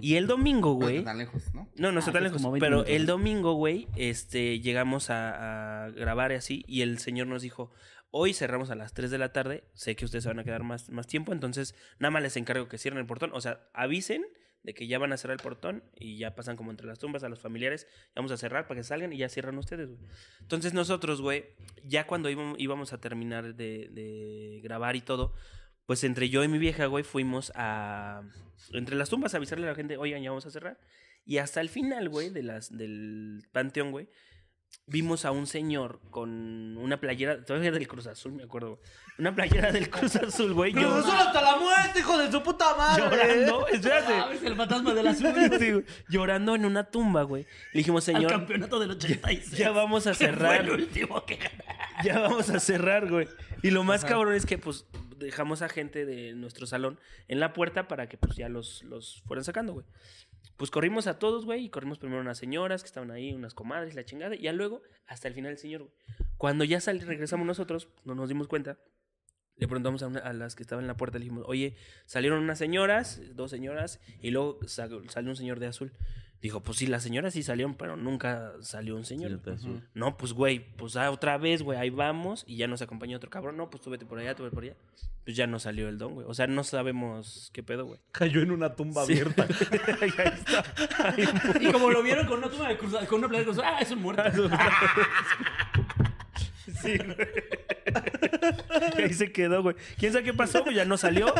Speaker 3: Y el domingo,
Speaker 1: No
Speaker 3: güey.
Speaker 1: está tan lejos, ¿no?
Speaker 3: No, no está
Speaker 2: Ah,
Speaker 3: tan
Speaker 2: que es
Speaker 3: lejos.
Speaker 2: como 20
Speaker 3: Pero
Speaker 2: minutos.
Speaker 3: el domingo, güey, este, llegamos a, a grabar y así. Y el señor nos dijo: Hoy cerramos a las 3 de la tarde. Sé que ustedes se van a quedar más, más tiempo. Entonces, nada más les encargo que cierren el portón. O sea, avisen de que ya van a cerrar el portón y ya pasan como entre las tumbas a los familiares. Vamos a cerrar para que salgan y ya cierran ustedes, güey. Entonces, nosotros, güey, ya cuando íbam- íbamos a terminar de, de grabar y todo, pues entre yo y mi vieja, güey, fuimos a. Entre las tumbas a avisarle a la gente, oigan, ya vamos a cerrar. Y hasta el final, güey, de las, del panteón, güey, vimos a un señor con una playera, todavía del Cruz Azul, me acuerdo, güey. Una playera del Cruz Azul, güey. llor-
Speaker 8: hasta la muerte, hijo de su puta
Speaker 3: llorando, espérate.
Speaker 2: ¿Sabes? Ah, El fantasma de la ciudad.
Speaker 3: Sí, güey, llorando en una tumba, güey. Le dijimos,
Speaker 2: Al
Speaker 3: señor,
Speaker 2: campeonato del 86.
Speaker 3: ya vamos a
Speaker 2: Fue el
Speaker 3: cerrar.
Speaker 2: último que ganó.
Speaker 3: [LAUGHS] ya vamos a cerrar, güey. Y lo más cabrón es que, pues, dejamos a gente de nuestro salón en la puerta para que, pues, ya los, los fueran sacando, güey. Pues corrimos a todos, güey, y corrimos primero a unas señoras que estaban ahí, unas comadres, la chingada, y ya luego hasta el final el señor, güey. Cuando ya sal- regresamos nosotros, no nos dimos cuenta, le preguntamos a, una- a las que estaban en la puerta, le dijimos, oye, salieron unas señoras, dos señoras, y luego sa- salió un señor de azul. Dijo, pues sí, las señoras sí salieron, pero nunca salió un señor. güey. No, pues, güey, pues ah, otra vez, güey, ahí vamos. Y ya nos acompañó otro cabrón. No, pues tú vete por allá, tú vete por allá. Pues ya no salió el don, güey. O sea, no sabemos qué pedo, güey.
Speaker 4: Cayó en una tumba
Speaker 3: Sí.
Speaker 4: [LAUGHS] abierta.
Speaker 3: ahí está.
Speaker 2: Y como lo vieron con una toma de cruzada, con una playa de cruzada, ah, es un muerto.
Speaker 3: [LAUGHS] Sí, güey. [LAUGHS] Y ahí se quedó, güey. ¿Quién sabe qué pasó, güey? Ya no salió.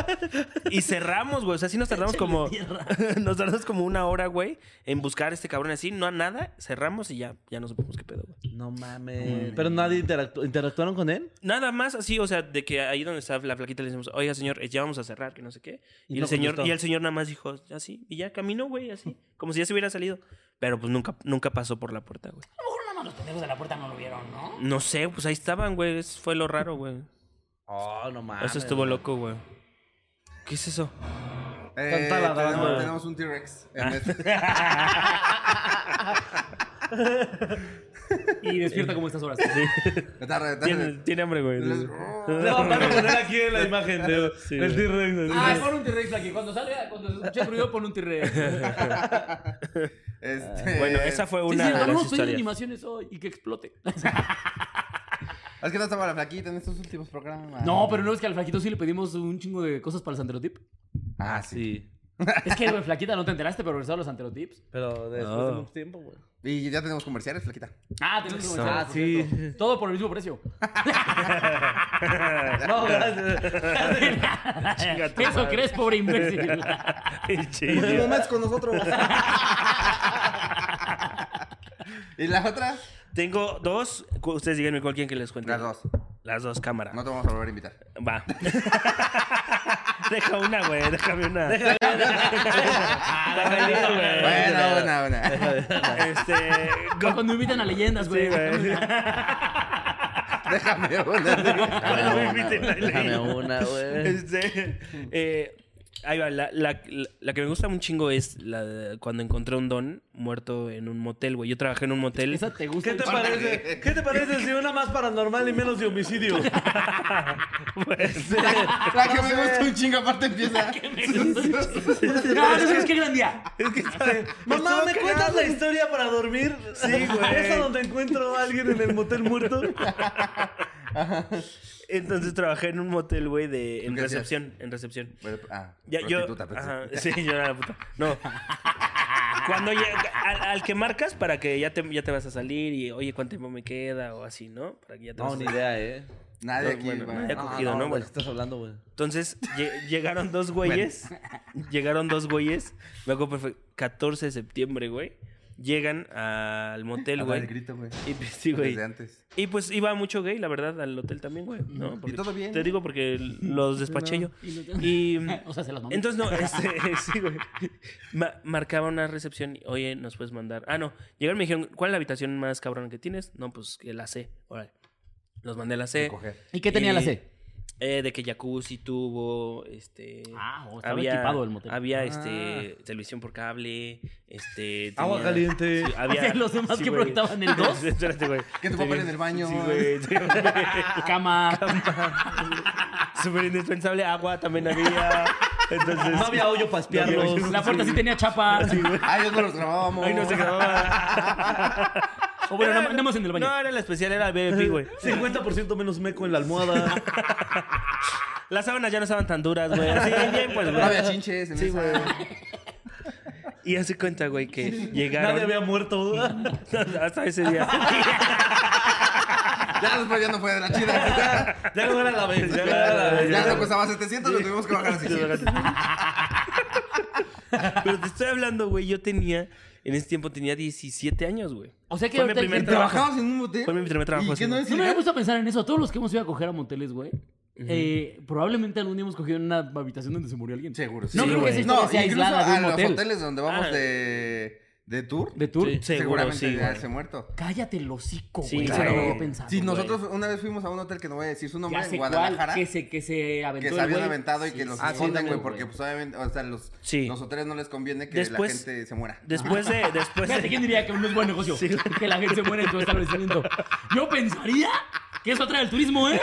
Speaker 3: Y cerramos, güey. O sea, sí nos tardamos como... [LAUGHS] nos tardamos como una hora, güey, en buscar a este cabrón así. No a nada. Cerramos y ya, ya no supimos qué pedo, güey.
Speaker 4: No mames. Pero nadie interactu- interactuaron con él.
Speaker 3: Nada más así, o sea, de que ahí donde está la plaquita le decimos, oiga, señor, eh, ya vamos a cerrar, que no sé qué.
Speaker 4: Y
Speaker 3: Y,
Speaker 4: no
Speaker 3: el, señor,
Speaker 4: contestó.
Speaker 3: y el señor nada más dijo, así, y ya caminó, güey, así, como si ya se hubiera salido. Pero pues nunca, nunca pasó por la puerta, güey.
Speaker 2: A lo mejor nada más los pendejos de la puerta no lo vieron, ¿no?
Speaker 3: No sé, pues ahí estaban, güey, eso fue lo raro, güey.
Speaker 4: Oh, no mames.
Speaker 3: Eso estuvo loco, güey. ¿Qué es eso?
Speaker 1: Eh,
Speaker 4: Tanta la
Speaker 1: tenemos,
Speaker 4: dama.
Speaker 1: tenemos un T-Rex. en este-
Speaker 2: Y despierta como estas horas.
Speaker 1: Tarde, tarde.
Speaker 3: [LAUGHS] Tiene, tiene hambre, güey.
Speaker 4: No, van a poner aquí en la imagen [LAUGHS] de, del T-Rex.
Speaker 2: Ah, pon un T-Rex aquí. Cuando salga, cuando se escuche el ruido, pon un [LAUGHS] T-Rex.
Speaker 1: Este,
Speaker 3: Ah, Bueno, esa fue
Speaker 2: Sí, sí,
Speaker 3: una de las
Speaker 2: vamos
Speaker 3: [LAUGHS]
Speaker 2: a pedir
Speaker 3: historias.
Speaker 2: animaciones hoy y que explote.
Speaker 1: Es que no estaba la flaquita en estos últimos programas.
Speaker 2: No, pero no es que al flaquito sí le pedimos un chingo de cosas para el santerotip.
Speaker 1: Ah, sí.
Speaker 4: Sí.
Speaker 2: Es que, güey, flaquita, no te enteraste, pero regresado a los santerotips.
Speaker 4: Pero después
Speaker 3: No.
Speaker 4: de mucho tiempo, güey.
Speaker 1: Y ya tenemos comerciales, flaquita.
Speaker 2: Ah, tenemos que comenzar,
Speaker 4: Ah,
Speaker 2: por
Speaker 4: sí.
Speaker 3: [LAUGHS]
Speaker 2: cierto. Todo por el mismo precio.
Speaker 4: No, gracias.
Speaker 2: Eso crees, pobre imbécil.
Speaker 1: Un momento con nosotros. [LAUGHS] ¿Y la otra?
Speaker 3: Tengo dos, cu- ustedes díganme cuál quieren que les cuente.
Speaker 1: Las dos.
Speaker 3: Las dos cámaras.
Speaker 1: No te vamos a volver a invitar.
Speaker 3: Va. [LAUGHS] Deja una, güey. Déjame una. [LAUGHS] Déjame una, güey.
Speaker 1: Buena, buena, buena.
Speaker 3: Este.
Speaker 2: O Cuando invitan a leyendas, güey.
Speaker 3: Sí, güey.
Speaker 1: [LAUGHS] Déjame una.
Speaker 3: Ahora me
Speaker 4: una,
Speaker 3: inviten
Speaker 4: güey.
Speaker 3: a leer.
Speaker 4: Déjame una, güey.
Speaker 3: Este, eh, ahí va. La, la- la- la que me gusta un chingo es la de cuando encontré un don muerto en un motel, güey. Yo trabajé en un motel.
Speaker 2: Esa te gusta.
Speaker 4: ¿Qué te
Speaker 2: un chingo.
Speaker 4: parece? ¿Qué te parece si una más paranormal y menos de homicidio?
Speaker 1: [LAUGHS] La que me gusta un chingo, aparte empieza.
Speaker 2: No, no sabes qué gran día.
Speaker 4: [LAUGHS]
Speaker 2: [LAUGHS]
Speaker 4: Mamá, ¿me cuentas la historia para dormir? Sí,
Speaker 3: güey.
Speaker 4: [LAUGHS] ¿Esa donde encuentro a alguien en el motel muerto?
Speaker 3: Entonces trabajé en un motel, güey, de, en
Speaker 1: ¿Qué hacías?
Speaker 3: recepción. En recepción.
Speaker 1: Ah,
Speaker 3: Ya, yo,
Speaker 1: prostituta, pensé.
Speaker 3: ajá, sí, yo era la puta. No. Cuando llega- al, al que marcas para que ya te, ya te vas a salir y oye, ¿cuánto tiempo me queda? O así, ¿no? Para que ya te vas
Speaker 4: No,
Speaker 3: a
Speaker 4: ni
Speaker 3: salir.
Speaker 4: idea, [LAUGHS] eh.
Speaker 1: Nadie aquí. Ah,
Speaker 3: bueno,
Speaker 1: bueno.
Speaker 3: nadie ha cogido, ¿no?
Speaker 4: güey,
Speaker 3: Bueno.
Speaker 4: ¿qué estás hablando, güey?
Speaker 3: Entonces lle-
Speaker 1: [LAUGHS]
Speaker 3: llegaron dos güeyes. llegaron dos güeyes. Me acuerdo perfecto. 14 de septiembre, güey. Llegan al motel,
Speaker 1: Ah,
Speaker 3: güey.
Speaker 1: el grito, güey.
Speaker 3: Y, pues, sí, güey.
Speaker 1: Desde antes.
Speaker 3: Y pues iba mucho gay, la verdad, al hotel también, güey. ¿no? Porque-
Speaker 1: todo bien,
Speaker 3: Te
Speaker 1: ¿no?
Speaker 3: digo porque los despaché yo.
Speaker 2: Y no te-
Speaker 3: Y.
Speaker 2: O sea, se las mamó.
Speaker 3: Entonces,
Speaker 2: [LAUGHS]
Speaker 3: no, este, [LAUGHS] sí, güey. Ma- marcaba una recepción y, oye, nos puedes mandar. Ah, no. Llegaron y me dijeron, ¿cuál es la habitación más cabrón que tienes? No, pues que la C. Órale. Los mandé a la C.
Speaker 1: Coger.
Speaker 2: ¿Y qué tenía la C?
Speaker 3: Eh, de que jacuzzi tuvo, este...
Speaker 2: Ah, o estaba equipado el motel. Ah.
Speaker 3: Había, este, televisión por cable, este...
Speaker 4: Agua caliente.
Speaker 3: Sí, había...
Speaker 2: O sea, [LAUGHS] los demás que
Speaker 3: güey. [LAUGHS]
Speaker 2: proyectaban el dos.
Speaker 3: Espérate, güey.
Speaker 1: Que tu papá era en el baño.
Speaker 3: Sí, güey. sí, güey.
Speaker 2: Cama.
Speaker 3: Súper indispensable. Agua también
Speaker 2: [LAUGHS]
Speaker 3: había. Entonces...
Speaker 4: No había hoyo para espiarlos.
Speaker 2: La puerta sí tenía chapa.
Speaker 1: Ah, yo no los grabábamos.
Speaker 3: Ay, no se grababa.
Speaker 2: O bueno, nada nada más en el baño.
Speaker 3: No, era la especial, era el BBP, güey.
Speaker 4: 50% menos meco en la almohada.
Speaker 3: Las sábanas ya no estaban tan duras, güey. Así, bien, pues,
Speaker 1: No
Speaker 3: güey.
Speaker 1: había chinches en
Speaker 3: Sí,
Speaker 1: esa.
Speaker 3: güey. Y hace cuenta, güey, que llegaron.
Speaker 4: Nadie había muerto.
Speaker 3: [LAUGHS] Hasta ese día.
Speaker 1: Ya después ya no fue de la chida.
Speaker 4: Ya no era la vez.
Speaker 3: Ya no era la vez.
Speaker 1: ya no costaba 700, lo tuvimos que bajar a 600.
Speaker 3: [LAUGHS] Pero te estoy hablando, güey. Yo tenía, en ese tiempo tenía 17 años, güey.
Speaker 2: O sea que
Speaker 3: Fue mi
Speaker 2: ahorita
Speaker 3: primer
Speaker 2: ya-
Speaker 3: trabajo.
Speaker 1: ¿Trabajabas en un motel?
Speaker 3: Fue mi primer trabajo,
Speaker 1: ¿Y
Speaker 3: sí.
Speaker 1: qué no es
Speaker 2: No me
Speaker 1: ilegal?
Speaker 2: gusta pensar en eso. Todos los que hemos ido a coger a moteles, güey. eh, probablemente algún día hemos cogido en una habitación donde se murió alguien.
Speaker 1: Seguro.
Speaker 2: No
Speaker 1: sí,
Speaker 2: creo que
Speaker 1: güey.
Speaker 2: esa historia sea
Speaker 1: incluso
Speaker 2: aislada de
Speaker 1: a
Speaker 2: un
Speaker 1: los
Speaker 2: motel.
Speaker 1: hoteles donde vamos
Speaker 3: Ah.
Speaker 1: de, de tour.
Speaker 2: ¿De tour?
Speaker 3: Seguro,
Speaker 1: seguramente
Speaker 3: sí,
Speaker 1: ya
Speaker 3: güey.
Speaker 1: se ha muerto.
Speaker 2: Cállate el hocico,
Speaker 3: Sí,
Speaker 2: güey. Eso
Speaker 3: claro.
Speaker 2: no lo había pensado,
Speaker 1: Si
Speaker 2: güey.
Speaker 1: nosotros una vez fuimos a un hotel que no voy a decir su nombre
Speaker 2: Ya sé
Speaker 1: en
Speaker 2: cuál,
Speaker 1: Guadalajara.
Speaker 2: que se, que se aventó
Speaker 1: que
Speaker 2: el
Speaker 1: se habían
Speaker 2: güey.
Speaker 1: aventado y que
Speaker 2: Sí,
Speaker 1: los
Speaker 2: sí, sí,
Speaker 1: esconden, güey,
Speaker 2: ándale,
Speaker 1: porque pues obviamente, o sea, los,
Speaker 3: Sí.
Speaker 1: los hoteles no les conviene que
Speaker 3: Después-
Speaker 1: la gente se muera.
Speaker 3: Después de. Después
Speaker 2: Fíjate,
Speaker 3: de
Speaker 2: ¿quién diría que no es buen negocio? Que la gente se muere en tu establecimiento. Yo pensaría que eso atrae el turismo, ¿eh?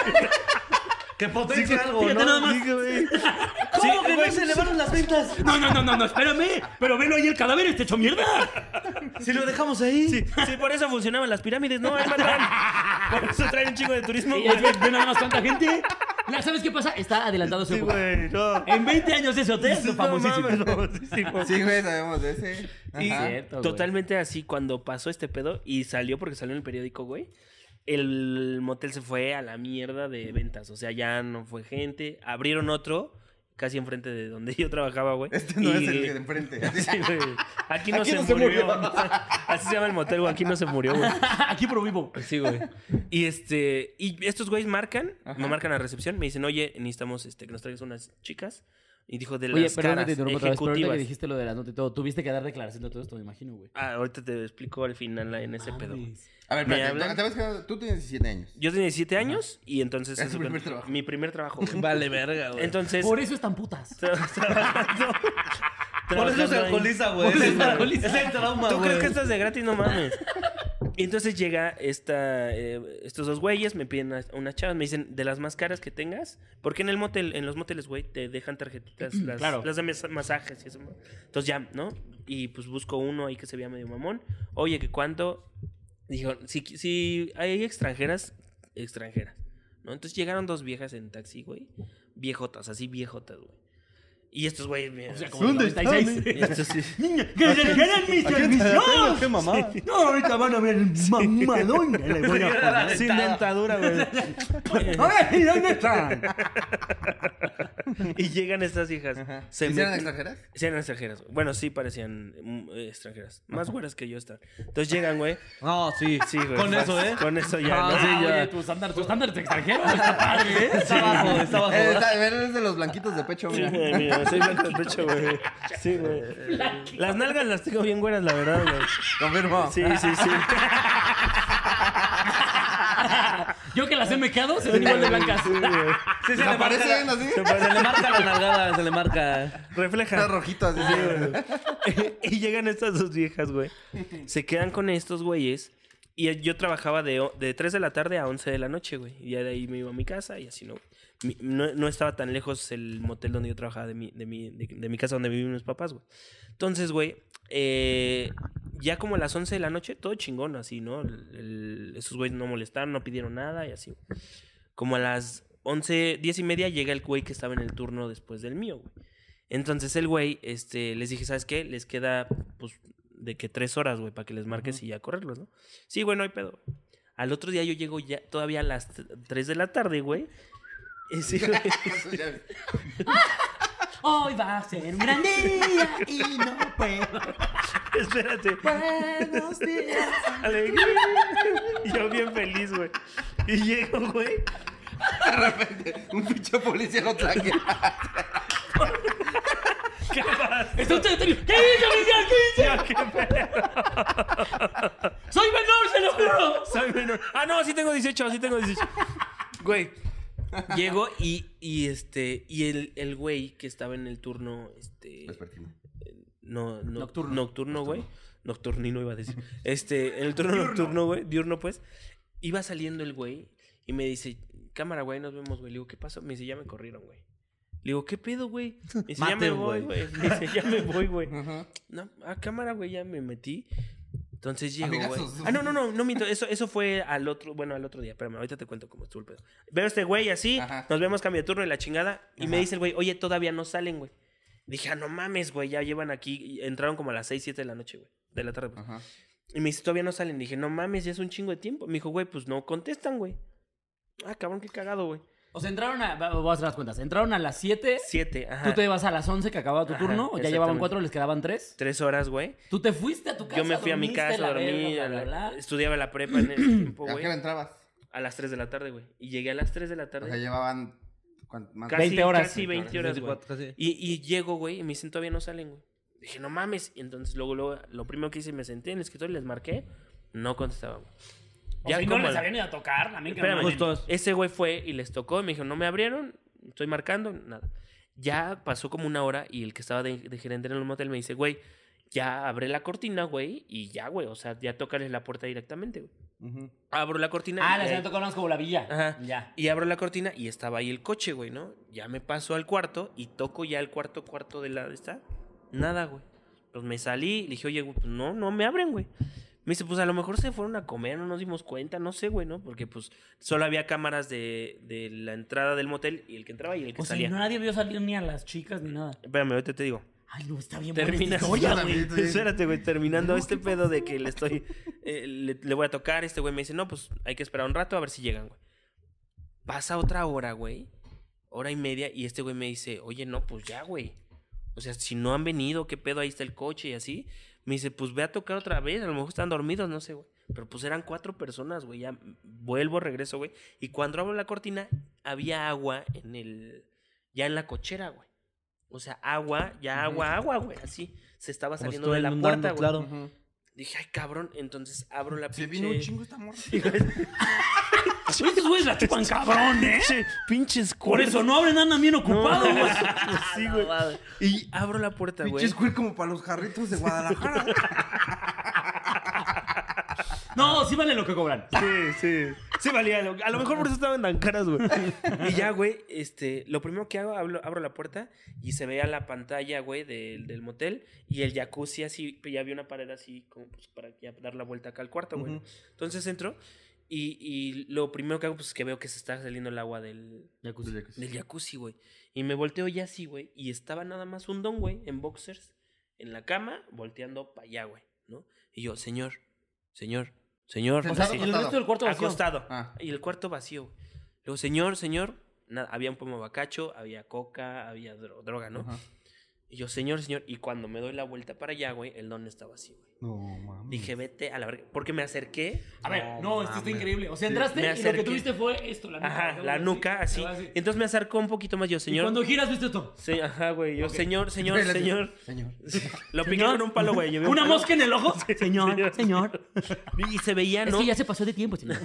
Speaker 4: Que potencia algo,
Speaker 2: Fíjate
Speaker 4: ¿no?
Speaker 2: nada más.
Speaker 4: Digo, güey.
Speaker 2: ¿Cómo que no?
Speaker 4: Güey, se elevaron las ventas.
Speaker 2: No, no, no, no, no, espérame. Pero velo ahí el cadáver, este hecho mierda.
Speaker 4: Si lo dejamos ahí.
Speaker 3: Sí, sí, por eso funcionaban las pirámides, ¿no? Ahí mataban. Por eso traen un chingo de turismo,
Speaker 2: Y
Speaker 3: güey.
Speaker 2: ya ves, ve nada más cuánta gente. La- ¿Sabes qué pasa? Está adelantado su
Speaker 3: Sí,
Speaker 2: época.
Speaker 3: güey, no.
Speaker 2: En 20 años ese hotel
Speaker 3: No
Speaker 2: es famosísimo.
Speaker 3: mames, famosísimo.
Speaker 1: Sí, güey, sabemos de ese.
Speaker 3: Y
Speaker 1: Ajá.
Speaker 2: Cierto, güey.
Speaker 3: totalmente así, cuando pasó este pedo y salió porque salió en el periódico, güey, el motel se fue a la mierda de ventas. O sea, ya no fue gente. Abrieron otro casi enfrente de donde [LAUGHS] yo trabajaba, güey.
Speaker 1: Este no
Speaker 3: Y-
Speaker 1: es el de [LAUGHS] enfrente.
Speaker 3: Sí, güey. Aquí no,
Speaker 1: Aquí
Speaker 3: se,
Speaker 1: no se
Speaker 3: murió. [LAUGHS]
Speaker 1: murió.
Speaker 3: Así se llama el motel, güey. Aquí no se murió,
Speaker 2: [LAUGHS]
Speaker 3: güey.
Speaker 2: [LAUGHS] Aquí pro vivo.
Speaker 3: Sí, güey. Y este. Y estos güeyes marcan, me marcan a recepción, me dicen, oye, necesitamos este, que nos traigas unas chicas. Y dijo de las
Speaker 2: Oye, perdón,
Speaker 3: caras
Speaker 2: te interrumpo otra vez. Pero ahorita
Speaker 3: ejecutivas.
Speaker 2: que dijiste lo de las notas y todo, tuviste que dar declaración de todo esto, me imagino, güey.
Speaker 3: Ah, ahorita te explico al final en ese pedo. güey.
Speaker 2: Mames.
Speaker 1: A ver,
Speaker 3: Me
Speaker 1: espérate,
Speaker 3: hablan-
Speaker 1: ¿te ves que tú tienes 17 años?
Speaker 3: [LAUGHS] Yo tenía 17 años y entonces.
Speaker 1: Es tu
Speaker 3: hace
Speaker 1: primer
Speaker 3: cuenta-
Speaker 1: trabajo.
Speaker 3: Mi primer trabajo. güey.
Speaker 4: [LAUGHS] Vale, verga, güey.
Speaker 3: Entonces.
Speaker 2: Por eso
Speaker 3: [LAUGHS]
Speaker 2: están putas.
Speaker 3: tra- trabajando-
Speaker 4: Por eso se
Speaker 3: trabajando ahí.
Speaker 4: alcoholiza, güey.
Speaker 2: Por eso
Speaker 4: Ese
Speaker 2: se alcoholiza.
Speaker 4: Es el trauma,
Speaker 3: ¿Tú crees
Speaker 4: güey.
Speaker 3: que estás de gratis? No mames. Y entonces llega esta, eh, estos dos güeyes, me piden unas unas chavas, me dicen, de las más caras que tengas, porque en el motel, en los moteles, güey, te dejan tarjetitas, las,
Speaker 2: Claro.
Speaker 3: las de mes- masajes y eso. ¿no? Entonces ya, ¿no? Y pues busco uno ahí que se vea medio mamón. Oye, ¿que cuánto? Dijo, si, si hay extranjeras, extranjeras. ¿No? Entonces llegaron dos viejas en taxi, güey. Viejotas, así viejotas, güey. Y estos güeyes, mira,
Speaker 2: O sea, como el
Speaker 4: ¿Dónde
Speaker 2: 96.
Speaker 3: eh? estos sí.
Speaker 7: Niña, ¡Que se queden mis
Speaker 3: Ah,
Speaker 7: servicios!
Speaker 4: ¡Qué mamá!
Speaker 7: No, ahorita van a ver mamadón. Le voy a poner.
Speaker 3: Sin dentadura, güey.
Speaker 7: A ver, ¿y dónde están?
Speaker 3: [LAUGHS] Y llegan estas hijas.
Speaker 1: Ajá.
Speaker 3: Se
Speaker 1: ¿Hicieron
Speaker 3: meten-
Speaker 1: extranjeras?
Speaker 3: Sí, eran extranjeras. güey. Bueno, sí parecían mm, eh, extranjeras. Más güeras que yo están. Entonces llegan, güey.
Speaker 4: No, sí.
Speaker 3: Sí, güey.
Speaker 4: Con
Speaker 3: más-
Speaker 4: eso, ¿eh?
Speaker 3: Con eso ya,
Speaker 4: Ah,
Speaker 3: ¿no?
Speaker 4: sí,
Speaker 2: Ah,
Speaker 4: ya.
Speaker 2: oye, tu estándar, tu estándar es extranjero, está padre, ¿eh?
Speaker 4: Está abajo, está abajo.
Speaker 1: Eh, está- a ver, es de los blanquitos de pecho,
Speaker 3: Sí,
Speaker 1: mira.
Speaker 3: güey, mira, soy blanco de pecho, güey. Sí, güey. Las nalgas las tengo bien güeras, la verdad, güey.
Speaker 1: Confirmo.
Speaker 3: Sí, sí, sí.
Speaker 2: Yo que las he mequeado, se ven igual de blancas.
Speaker 4: [LAUGHS] Sí, se
Speaker 1: ¿Se
Speaker 4: le marca
Speaker 1: aparecen
Speaker 4: la-
Speaker 1: así?
Speaker 4: se se le marca la nalgada, se le marca.
Speaker 1: Está
Speaker 3: Refleja.
Speaker 1: rojito así.
Speaker 3: y llegan estas dos viejas, güey. Se quedan con estos güeyes. Y yo trabajaba de, o- de 3 de la tarde a 11 de la noche, güey. Y ya de ahí me iba a mi casa y así no. Mi- no, no estaba tan lejos el motel donde yo trabajaba de mi, de mi, de, de mi casa donde vivían mis papás, güey. Entonces, güey, eh, ya como a las 11 de la noche, todo chingón así, ¿no? El- el- esos güeyes no molestaron, no pidieron nada y así. Como a las 11, 10 y media llega el güey que estaba en el turno después del mío, güey. Entonces el güey, este, les dije, ¿sabes qué? Les queda, pues, de que tres horas, güey, para que les marques y ya correrlos, ¿no? Sí, güey, no hay pedo. Al otro día yo llego ya todavía a las 3 de la tarde, güey. Y sí, güey. [LAUGHS]
Speaker 2: Hoy va a ser un gran día y no puedo.
Speaker 3: espérate.
Speaker 2: Buenos días.
Speaker 3: [LAUGHS] Alegría. Yo bien feliz, güey. Y llego, güey.
Speaker 1: De repente, un pinche policía lo traque.
Speaker 3: ¿Qué pasa?
Speaker 2: Está usted detenido. ¿Qué hice, oficial? ¿Qué hice?
Speaker 3: ¿Qué pedo?
Speaker 2: ¡Soy menor, se lo juro!
Speaker 3: Soy menor. Ah, no, sí tengo 18, sí tengo 18. Güey. Llego y, y este, y el, el güey que estaba en el turno, este,
Speaker 1: Vespertino.
Speaker 3: no, no-
Speaker 2: Nocturno.
Speaker 3: nocturno. güey. Nocturnino iba a [LAUGHS] decir. Este, en el turno nocturno, güey, diurno, pues. Iba saliendo el güey y me dice, cámara, güey, nos vemos, güey. Le digo, ¿qué pasó? Me dice, ya me corrieron, güey. Le digo, ¿qué pedo, güey? Me dice, ya me
Speaker 4: Maten,
Speaker 3: voy,
Speaker 4: güey.
Speaker 3: güey. Me dice, ya me voy, [LAUGHS] güey.
Speaker 1: Ajá.
Speaker 3: No, a cámara, güey, ya me metí. Entonces llego, güey.
Speaker 1: Amigazos.
Speaker 3: Ah, no, no, no, no miento. Eso, eso fue al otro, bueno, al otro día. Espérame, ahorita te cuento cómo estuvo el pedo. Veo a este güey así,
Speaker 1: Ajá.
Speaker 3: nos vemos cambio de turno y la chingada. Y me
Speaker 1: Ajá.
Speaker 3: dice el güey, oye, todavía no salen, güey. Dije, ah, no mames, güey, ya llevan aquí. y Entraron como a las 6, 7 de la noche, güey. De la tarde, pues.
Speaker 1: Ajá.
Speaker 3: Y me dice, todavía no salen. Dije, no mames, ya es un chingo de tiempo. Me dijo, güey, pues no contestan, güey. Ah, cabrón, qué cagado, güey.
Speaker 2: O sea, entraron a. va- Voy a hacer las cuentas. Entraron a las 7.
Speaker 3: Siete, ajá.
Speaker 2: Tú te vas a las 11 que acababa tu
Speaker 3: Ajá,
Speaker 2: turno. o ya llevaban
Speaker 3: exactamente.
Speaker 2: 4, les quedaban 3.
Speaker 3: Tres horas, güey.
Speaker 2: Tú te fuiste a tu casa.
Speaker 3: Yo me fui a mi
Speaker 2: dormiste
Speaker 3: casa,
Speaker 2: la
Speaker 3: dormí,
Speaker 2: verga,
Speaker 3: a
Speaker 2: bla,
Speaker 3: la-
Speaker 2: bla, bla.
Speaker 3: estudiaba la prepa en ese
Speaker 1: [CLEARS THROAT]
Speaker 3: tiempo,
Speaker 1: ¿A
Speaker 3: güey.
Speaker 1: qué hora entrabas?
Speaker 3: A las 3 de la tarde, güey. Y llegué a las 3 de la
Speaker 1: O
Speaker 3: tarde.
Speaker 1: sea, llevaban cuan- más
Speaker 3: casi,
Speaker 2: 20 horas.
Speaker 3: Casi 20 horas, güey.
Speaker 4: 24, casi.
Speaker 3: Y, y llego, güey, y me dicen, todavía no salen, güey. Dije, no mames. Y entonces luego, luego, lo primero que hice, me senté en el escritorio, les marqué. No contestaban, güey.
Speaker 2: O sea, y no
Speaker 3: como
Speaker 2: les
Speaker 3: al-
Speaker 2: habían ido a tocar. La mía que
Speaker 3: Espérame,
Speaker 2: no-
Speaker 4: Justos.
Speaker 3: ese güey fue y les tocó y me dijo, no me abrieron, estoy marcando, nada. Ya pasó como una hora y el que estaba de, de gerente en el motel me dice, güey, ya abré la cortina, güey, y ya, güey, o sea, ya tócales la puerta directamente, güey. Abro la cortina. y
Speaker 2: Ah, les
Speaker 3: ahí-
Speaker 2: habían tocado unas como la villa.
Speaker 3: Ajá.
Speaker 2: Ya.
Speaker 3: y abro la cortina y estaba ahí el coche, güey, ¿no? Ya me paso al cuarto y toco ya el cuarto cuarto de la de esta. Nada, güey. Pues me salí, le dije, oye, güey, pues no, no me abren, güey. Me dice, pues a lo mejor se fueron a comer, no nos dimos cuenta, no sé, güey, ¿no? Porque pues solo había cámaras de, de la entrada del motel y el que entraba y el que
Speaker 2: O sea, y
Speaker 3: salía.
Speaker 2: nadie vio salir ni a las chicas ni nada.
Speaker 3: Espérame, ahorita te digo.
Speaker 2: Ay, no, está bien. buena
Speaker 3: Termina.
Speaker 2: esta historia, güey.
Speaker 1: Oye, güey.
Speaker 3: Espérate, güey. Terminando este pedo de que le estoy. eh, le, le voy a tocar. Este güey me dice, no, pues hay que esperar un rato a ver si llegan, güey. Pasa otra hora, güey. Hora y media. Y este güey me dice, oye, no, pues ya, güey. O sea, si no han venido, ¿qué pedo? Ahí está el coche y así. Me dice, pues ve a tocar otra vez. A lo mejor están dormidos, no sé, güey. Pero pues eran cuatro personas, güey. Ya vuelvo, regreso, güey. Y cuando abro la cortina, había agua en el. Ya en la cochera, güey. O sea, agua, ya agua, agua, güey. Así se estaba
Speaker 4: Como
Speaker 3: saliendo de
Speaker 4: estuvo
Speaker 3: la
Speaker 4: inundando,
Speaker 3: puerta, güey.
Speaker 4: claro.
Speaker 1: Ujú.
Speaker 3: Dije, ay, cabrón. Entonces abro la
Speaker 1: Se
Speaker 3: pinche-
Speaker 1: vino un chingo esta morra.
Speaker 2: Estos güeyes la chupan cabrón, ¿eh?
Speaker 6: Pinches
Speaker 2: Por eso no abren, andan bien ocupados, güey.
Speaker 3: Sí, [LAUGHS] güey. Y abro la puerta, güey.
Speaker 1: Pinches cuir como para los jarritos de Guadalajara.
Speaker 2: No, sí vale lo que cobran.
Speaker 3: Sí, sí. Sí, valía. lo- A lo mejor por eso estaban tan caras, güey. Y ya, güey, este, lo primero que hago, hablo- abro la puerta y se veía la pantalla, güey, del, del motel y el jacuzzi así, pues, ya había una pared así como pues, para ya dar la vuelta acá al cuarto, güey. Entonces entro y, y lo primero que hago, pues, es que veo que se está saliendo el agua del, del jacuzzi, güey. Y me volteo ya así, güey. Y estaba nada más un don, güey, en boxers, en la cama, volteando para allá, güey, ¿no? Y yo, señor, señor, señor.
Speaker 2: O sea,
Speaker 1: Sí.
Speaker 2: y el resto del cuarto vacío.
Speaker 3: Acostado.
Speaker 1: Ah.
Speaker 3: Y el cuarto vacío. güey. Luego, señor, señor. Nada, había un pomo bacacho, había coca, había dro- droga, ¿no?
Speaker 1: Ajá.
Speaker 3: Y yo, señor, señor. Y cuando me doy la vuelta para allá, güey, el don estaba así, güey.
Speaker 1: No, mames.
Speaker 3: Dije, vete a la verga. Porque me acerqué.
Speaker 2: A ver, no, esto está increíble. O sea, entraste
Speaker 3: Me
Speaker 2: y lo que
Speaker 3: acerqué.
Speaker 2: tuviste fue esto, la nuca.
Speaker 3: Ajá,
Speaker 2: Acabo
Speaker 3: la
Speaker 2: de
Speaker 3: nuca, así.
Speaker 2: decir.
Speaker 3: Y Entonces me acercó un poquito más yo,
Speaker 2: Y
Speaker 3: señor.
Speaker 2: cuando giras, viste esto.
Speaker 3: Sí, ajá, güey. Yo, señor, señor,
Speaker 1: Espérate.
Speaker 3: señor.
Speaker 1: [LAUGHS] Señor.
Speaker 3: Lo piqué con un palo, güey. llevé un
Speaker 2: ¿Una
Speaker 3: palo.
Speaker 2: mosca en el ojo?
Speaker 7: Señor,
Speaker 3: [LAUGHS]
Speaker 7: señor.
Speaker 3: Y se veía, ¿no?
Speaker 2: se pasó de tiempo,
Speaker 3: [LAUGHS]
Speaker 2: señor.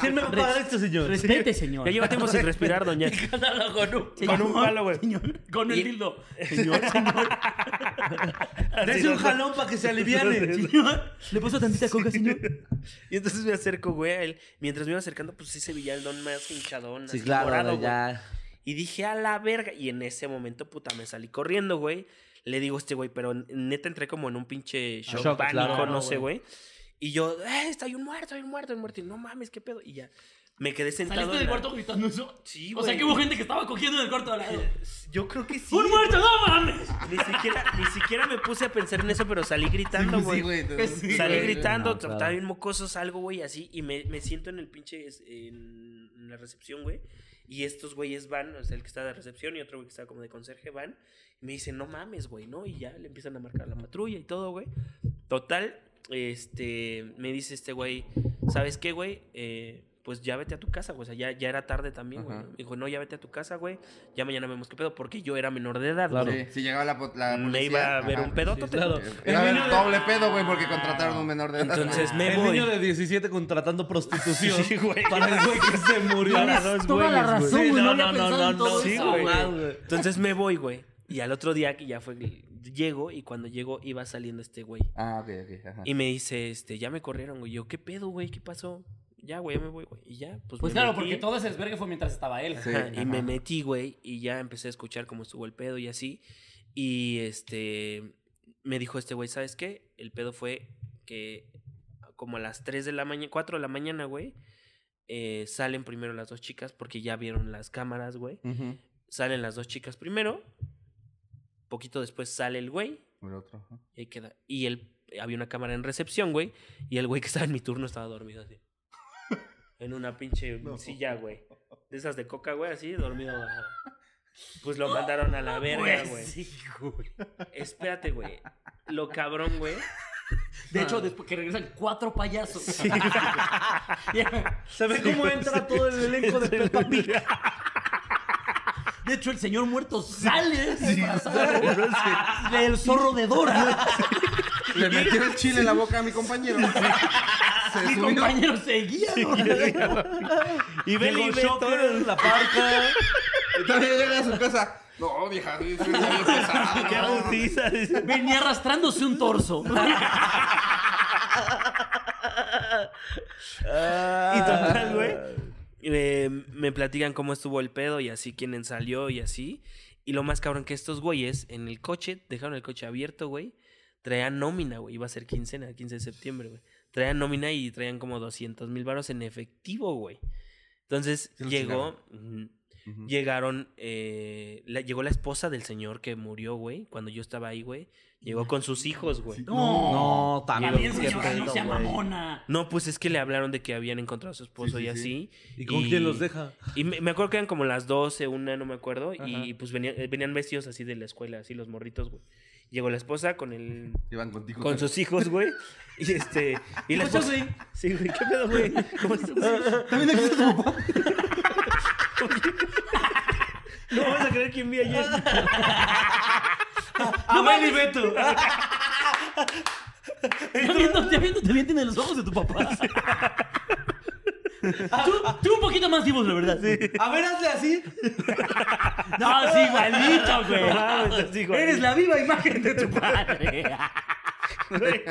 Speaker 4: ¿Quién me va a pagar esto, señor?
Speaker 2: Respete,
Speaker 3: ya...
Speaker 2: señor.
Speaker 3: lleva tiempo sin respirar, doña.
Speaker 2: con un,
Speaker 3: Con un palo, güey.
Speaker 2: Con el
Speaker 3: Y-
Speaker 2: dildo.
Speaker 4: Dese un jalón para que se aliviane.
Speaker 7: Señor. ¿Le puso tantita coca, señor?
Speaker 3: Y entonces me acerco, güey, a él. Mientras me iba acercando, pues sí se veía el don más hinchadón.
Speaker 4: Sí,
Speaker 3: así,
Speaker 4: claro,
Speaker 3: morado, güey.
Speaker 4: ya.
Speaker 3: Y dije, a la verga. Y en ese momento, puta, me salí corriendo, güey. Le digo a este güey, pero neta entré como en un pinche shock,
Speaker 4: Ah, shock,
Speaker 3: pánico,
Speaker 4: claro,
Speaker 3: no sé, güey. Y yo, eh, está, hay un muerto, hay un muerto, hay un muerto. Y no mames, qué pedo. Y ya, me quedé sentado.
Speaker 2: Saliste
Speaker 3: en
Speaker 2: del
Speaker 3: la-
Speaker 2: cuarto gritando eso.
Speaker 3: Sí,
Speaker 2: O sea,
Speaker 3: güey.
Speaker 2: que hubo gente que estaba cogiendo en el cuarto de al lado.
Speaker 3: Yo creo que sí.
Speaker 2: ¡Un muerto, no mames!
Speaker 3: Ni siquiera, ni siquiera me puse a pensar en eso, pero salí gritando,
Speaker 1: Sí,
Speaker 3: güey.
Speaker 1: güey. Sí,
Speaker 3: Salí
Speaker 1: güey.
Speaker 3: gritando,
Speaker 4: No, claro.
Speaker 3: estaba bien mocoso, salgo, güey, así. Y me, me siento en el pinche. es- En, en la recepción, güey. Y estos güeyes van, o sea, el que está de recepción y otro güey que está como de conserje van. Y me dicen, no mames, güey, ¿no? Y ya le empiezan a marcar la patrulla y todo, güey. Total, este. Me dice este güey, ¿sabes qué, güey? Eh, pues ya vete a tu casa, güey. O sea, ya, ya era tarde también, güey. Me dijo, no, ya vete a tu casa, güey. Ya mañana vemos qué pedo, porque yo era menor de edad, güey.
Speaker 1: Sí, si llegaba la, po- la policía.
Speaker 3: Me iba a ver
Speaker 1: ajá.
Speaker 3: un pedote.
Speaker 4: claro.
Speaker 3: güey.
Speaker 1: Iba a haber doble pedo, güey, porque contrataron un menor de edad.
Speaker 3: Entonces me
Speaker 4: El
Speaker 3: voy.
Speaker 4: niño de 17 contratando prostitución
Speaker 3: Sí, güey.
Speaker 4: para el güey que se murió.
Speaker 3: Para dos
Speaker 2: Toda la
Speaker 3: güeyes,
Speaker 2: razón,
Speaker 3: güey.
Speaker 2: güey.
Speaker 3: Sí,
Speaker 2: No,
Speaker 3: no, no, no,
Speaker 2: había pensado en
Speaker 3: no,
Speaker 2: todo
Speaker 3: no, sí,
Speaker 2: eso,
Speaker 3: güey.
Speaker 2: güey.
Speaker 3: Entonces me voy, güey. Y al otro día que ya fue, llego y cuando llego iba saliendo este güey.
Speaker 1: Ah, ok, ok. Ajá.
Speaker 3: Y me dice, este, ya me corrieron, güey. Yo, ¿qué pedo, güey? ¿Qué pasó? Ya, güey, ya me voy, güey. Y ya, pues.
Speaker 2: Pues
Speaker 3: me
Speaker 2: claro,
Speaker 3: metí.
Speaker 2: porque todo ese desvergue fue mientras estaba él.
Speaker 1: Sí.
Speaker 3: Ajá,
Speaker 1: ajá.
Speaker 3: Y me metí, güey, y ya empecé a escuchar cómo estuvo el pedo y así. Y este. Me dijo este güey, ¿sabes qué? El pedo fue que como a las 3 de la mañana, 4 de la mañana, güey, eh, salen primero las dos chicas porque ya vieron las cámaras, güey.
Speaker 1: Ujú.
Speaker 3: Salen las dos chicas primero. Poquito después sale el güey.
Speaker 1: El otro. ajá.
Speaker 3: Y ahí queda. Y él, había una cámara en recepción, güey. Y el güey que estaba en mi turno estaba
Speaker 1: [LAUGHS]
Speaker 3: dormido así. En una pinche silla, güey. De esas de coca, güey, así, dormido. güey. Pues
Speaker 1: [LAUGHS]
Speaker 3: lo mandaron a la
Speaker 2: Pues
Speaker 3: verga, güey. Espérate, güey. Lo cabrón, güey.
Speaker 2: De hecho, después que regresan cuatro payasos. [LAUGHS]
Speaker 4: Se ve cómo entra todo el elenco de Peppa Pig.
Speaker 2: [LAUGHS] De hecho, el señor muerto sale disfrazado
Speaker 4: Sí.
Speaker 2: del zorro de Dora.
Speaker 1: Le metió el chile en la boca a mi compañero. [LAUGHS] Se
Speaker 2: Mi
Speaker 1: subió.
Speaker 2: compañero seguía. ¿no?
Speaker 3: Y ve
Speaker 4: Llegó Shocker en la parca.
Speaker 1: Y todavía llega a su casa. No, vieja, sí, sí, ya había pesado.
Speaker 3: ¡Qué bautiza! dice.
Speaker 2: Venía arrastrándose un torso.
Speaker 3: Y total, güey. eh, me platican cómo estuvo el pedo y así quién ensalió y así. Y lo más cabrón que estos güeyes en el coche, dejaron el coche abierto, güey. Traían nómina, güey. Iba a ser quincena, 15 de septiembre, güey. Traían nómina y traían como 200 mil varos en efectivo, güey. Entonces
Speaker 1: Sí los
Speaker 3: llegó. ujú,
Speaker 1: Ujú.
Speaker 3: Llegaron. eh, la- llegó la esposa del señor que murió, güey. Cuando yo estaba ahí, güey.
Speaker 1: Ah,
Speaker 3: Llegó con sus hijos, güey.
Speaker 2: No.
Speaker 4: No, también.
Speaker 2: También,
Speaker 4: qué
Speaker 2: señora, no
Speaker 4: pedo,
Speaker 2: sea
Speaker 4: güey.
Speaker 2: mamona.
Speaker 3: No, pues es que le hablaron de que habían encontrado a su esposo
Speaker 1: sí,
Speaker 3: y
Speaker 1: sí.
Speaker 3: así.
Speaker 4: ¿Y con quién los deja?
Speaker 3: Y me, me acuerdo que eran como las 12, una, no me acuerdo. Y pues venían, eh, venían vestidos así de la escuela, así los morritos, güey. Llegó la esposa con el.
Speaker 1: Iban contigo.
Speaker 3: Con sus hijos, güey. Y este. Y la
Speaker 2: Pues yo
Speaker 3: esposa.
Speaker 2: sí.
Speaker 3: Sí, güey. ¿Qué pedo, güey? ¿Cómo estás?
Speaker 1: ¿También aquí está tu papá?
Speaker 3: No vas a creer quién
Speaker 1: [LAUGHS]
Speaker 3: vi ayer. Ah,
Speaker 2: Amel y Beto. Te viendo, te viendo, te viendo en los ojos de tu papá. Tú, tú un poquito más vivos, la verdad.
Speaker 4: A ver, hazle así.
Speaker 2: No, sí, igualito,
Speaker 3: No
Speaker 2: güey.
Speaker 3: mames, así, güey.
Speaker 2: Eres la viva imagen de tu padre.
Speaker 3: [LAUGHS] Güey.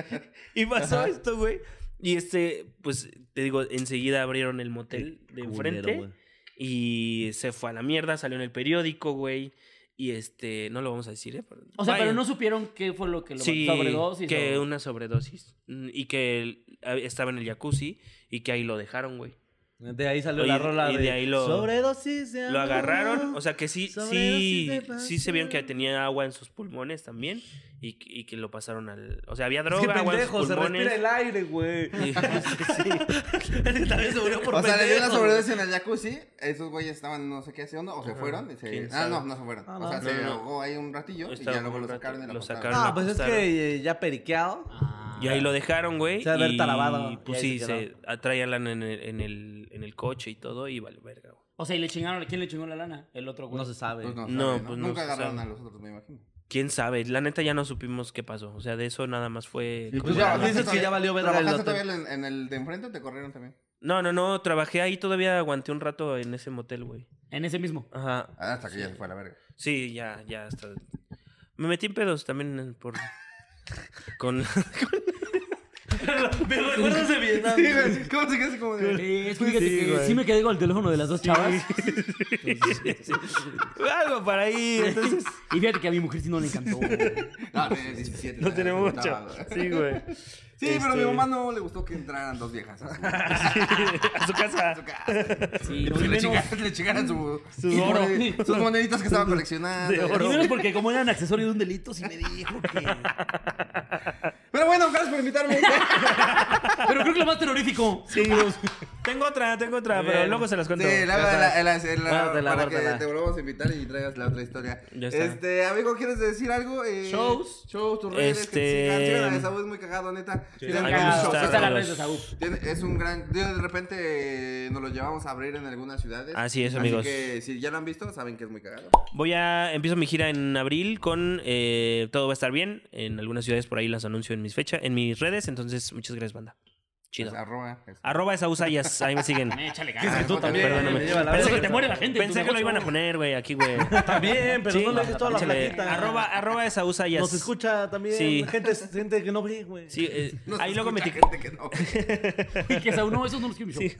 Speaker 3: Y pasó esto, güey. Y este, pues te digo, enseguida abrieron el motel de enfrente.
Speaker 4: Culero, güey.
Speaker 3: y se fue a la mierda, salió en el periódico, güey. Y este, no lo vamos a decir, ¿eh? Pero-
Speaker 2: O sea, pero
Speaker 3: Vayan.
Speaker 2: no supieron qué fue lo que lo
Speaker 3: Sí,
Speaker 2: sobredosis.
Speaker 3: que
Speaker 2: o-
Speaker 3: una sobredosis. Mm, Y que él, ah, estaba en el jacuzzi y que ahí lo dejaron, güey.
Speaker 4: De ahí salió
Speaker 3: Oye,
Speaker 4: la rola
Speaker 3: y de ahí lo-
Speaker 4: Sobredosis de
Speaker 3: Lo
Speaker 4: amor".
Speaker 3: agarraron, o sea que sí, sí,
Speaker 4: Sobredosis de
Speaker 3: sí se vieron que
Speaker 4: pasión.
Speaker 3: tenía agua en sus pulmones también y, que- y que lo pasaron al... O sea, había
Speaker 4: Es
Speaker 3: droga,
Speaker 4: que
Speaker 3: agua en sus
Speaker 4: pendejo, se
Speaker 3: pulmones.
Speaker 4: respira el aire, güey.
Speaker 3: [LAUGHS] Sí. También se murió por
Speaker 1: O sea, le dio la
Speaker 3: pendejo.
Speaker 1: sobredosis en el jacuzzi. Esos güeyes estaban no sé qué haciendo. O se fueron. y se-
Speaker 3: ¿Quién
Speaker 1: Ah,
Speaker 3: sabe?
Speaker 1: no, no se fueron.
Speaker 4: Ah,
Speaker 1: o sea,
Speaker 4: no.
Speaker 1: se
Speaker 3: No, no.
Speaker 1: ahogó ahí un ratillo. Y
Speaker 3: Estaba
Speaker 1: ya luego
Speaker 3: un
Speaker 1: lo
Speaker 3: rato,
Speaker 1: sacaron y lo,
Speaker 3: lo
Speaker 1: sacaron.
Speaker 3: sacaron.
Speaker 4: Ah, pues es
Speaker 3: apostaron.
Speaker 4: que eh, ya periqueado.
Speaker 2: Ah.
Speaker 3: Y ahí lo dejaron, güey.
Speaker 4: Se ha de haber
Speaker 3: y
Speaker 4: talabado, y
Speaker 3: pues
Speaker 4: ahí
Speaker 3: sí,
Speaker 4: se
Speaker 3: se atraían en el, en, el, en el coche y todo y vale, verga, güey.
Speaker 2: O sea, y le chingaron, ¿quién le chingó la lana? El otro güey.
Speaker 4: No se sabe.
Speaker 1: Pues no,
Speaker 3: No,
Speaker 1: sabe,
Speaker 3: pues no
Speaker 1: Nunca
Speaker 3: se
Speaker 1: agarraron
Speaker 3: sabe.
Speaker 1: a los otros, me imagino.
Speaker 3: ¿Quién sabe? La neta ya no supimos qué pasó. O sea, de eso nada más fue...
Speaker 1: Y
Speaker 3: como
Speaker 4: ya,
Speaker 3: nada más.
Speaker 4: dices que ya valió verga el
Speaker 1: ¿Trabajaste
Speaker 4: hotel.
Speaker 1: todavía en, en el de enfrente o te corrieron también?
Speaker 3: No, no, no. Trabajé ahí todavía, aguanté un rato en ese motel, güey.
Speaker 2: En ese mismo.
Speaker 3: Ajá.
Speaker 1: Ah, hasta que ya se fue a la verga.
Speaker 3: Sí, ya, ya. Hasta... Me metí en pedos también
Speaker 1: [LAUGHS]
Speaker 3: en- por... Con...
Speaker 4: Me recuerdas de Vietnam.
Speaker 1: Sí, güey, ¿Cómo se quedaste como de.? pues
Speaker 2: Sí, es que fíjate que sí me quedé con el teléfono de las dos chavas.
Speaker 3: [LAUGHS] Algo para ahí. Entonces...
Speaker 2: Y fíjate que a mi mujer sí no le
Speaker 3: [LAUGHS]
Speaker 2: encantó.
Speaker 1: No, tenía 17.
Speaker 3: No tenemos mucho.
Speaker 1: estaba-
Speaker 3: Sí, güey.
Speaker 1: [LAUGHS]
Speaker 3: Este,
Speaker 1: Sí, pero a mi mamá no le gustó que entraran dos viejas. a su-
Speaker 3: [LAUGHS] A su
Speaker 1: a
Speaker 3: casa.
Speaker 1: su
Speaker 3: [LAUGHS]
Speaker 1: casa.
Speaker 2: Sí, no,
Speaker 1: Pues
Speaker 2: y
Speaker 1: le,
Speaker 2: menos,
Speaker 1: chingaron, le chingaron su,
Speaker 2: Su
Speaker 1: sus
Speaker 2: oro.
Speaker 1: moned- sus
Speaker 3: [LAUGHS]
Speaker 1: moneditas que estaba coleccionando.
Speaker 2: y menos porque como eran accesorio de un delito, sí me dijo que...
Speaker 3: [LAUGHS]
Speaker 1: Pero bueno, gracias por invitarme.
Speaker 2: Pero creo que lo más terrorífico.
Speaker 3: Tengo otra, tengo otra,
Speaker 4: Muy
Speaker 3: pero
Speaker 4: bien.
Speaker 3: luego se las cuento.
Speaker 1: Sí, la, la, la, la- la-
Speaker 4: Guárdatela,
Speaker 1: para que
Speaker 4: guárdatela.
Speaker 1: te volvamos a invitar y traigas la otra historia.
Speaker 3: Ya está.
Speaker 1: Este, amigo, ¿quieres decir algo? Eh,
Speaker 2: Shows.
Speaker 1: Shows, tus redes, que te sigan.
Speaker 3: Este-
Speaker 1: Sigan a Esaú, es muy cagado, neta. Tiene
Speaker 2: Está
Speaker 1: un
Speaker 3: Ahí
Speaker 1: gran
Speaker 3: vamos a
Speaker 2: cagado.
Speaker 1: show.
Speaker 3: estar
Speaker 2: Está la
Speaker 3: todos.
Speaker 2: red de Saúl.
Speaker 1: Tiene- es un gran... De repente eh, nos lo llevamos a abrir en algunas ciudades.
Speaker 3: Así es, amigos.
Speaker 1: Así que si ya lo han visto, saben que es muy cagado.
Speaker 3: Voy a. Empiezo mi gira en abril con eh, Todo va a estar bien. En algunas ciudades por ahí las anuncio en mis fechas, en mis redes. Entonces, muchas gracias, banda. Chido.
Speaker 1: Pues, arroba. eso.
Speaker 3: Arroba esa usayas, ahí me siguen.
Speaker 2: Échale
Speaker 1: Es
Speaker 2: ganas.
Speaker 1: que tú también,
Speaker 3: Perdóname.
Speaker 1: me lleva la
Speaker 3: Pensé
Speaker 2: verga.
Speaker 3: que te muere la gente.
Speaker 2: en tu
Speaker 3: Pensé que lo
Speaker 2: negocio.
Speaker 3: iban a poner, güey, aquí, [LAUGHS] güey.
Speaker 4: También, pero
Speaker 3: Sí,
Speaker 4: no le des toda la
Speaker 3: échale.
Speaker 4: platita.
Speaker 3: Arroba, arroba esa usayas.
Speaker 4: Nos escucha también
Speaker 3: Sí.
Speaker 4: gente, gente que no ve, güey.
Speaker 3: Sí, eh,
Speaker 1: Nos
Speaker 3: ahí luego me
Speaker 1: escucha
Speaker 3: etiquetan.
Speaker 1: gente que
Speaker 3: [LAUGHS]
Speaker 1: no.
Speaker 2: [LAUGHS] Y que Saúl, no, esos no los quiero en
Speaker 1: [LAUGHS]
Speaker 2: mi show.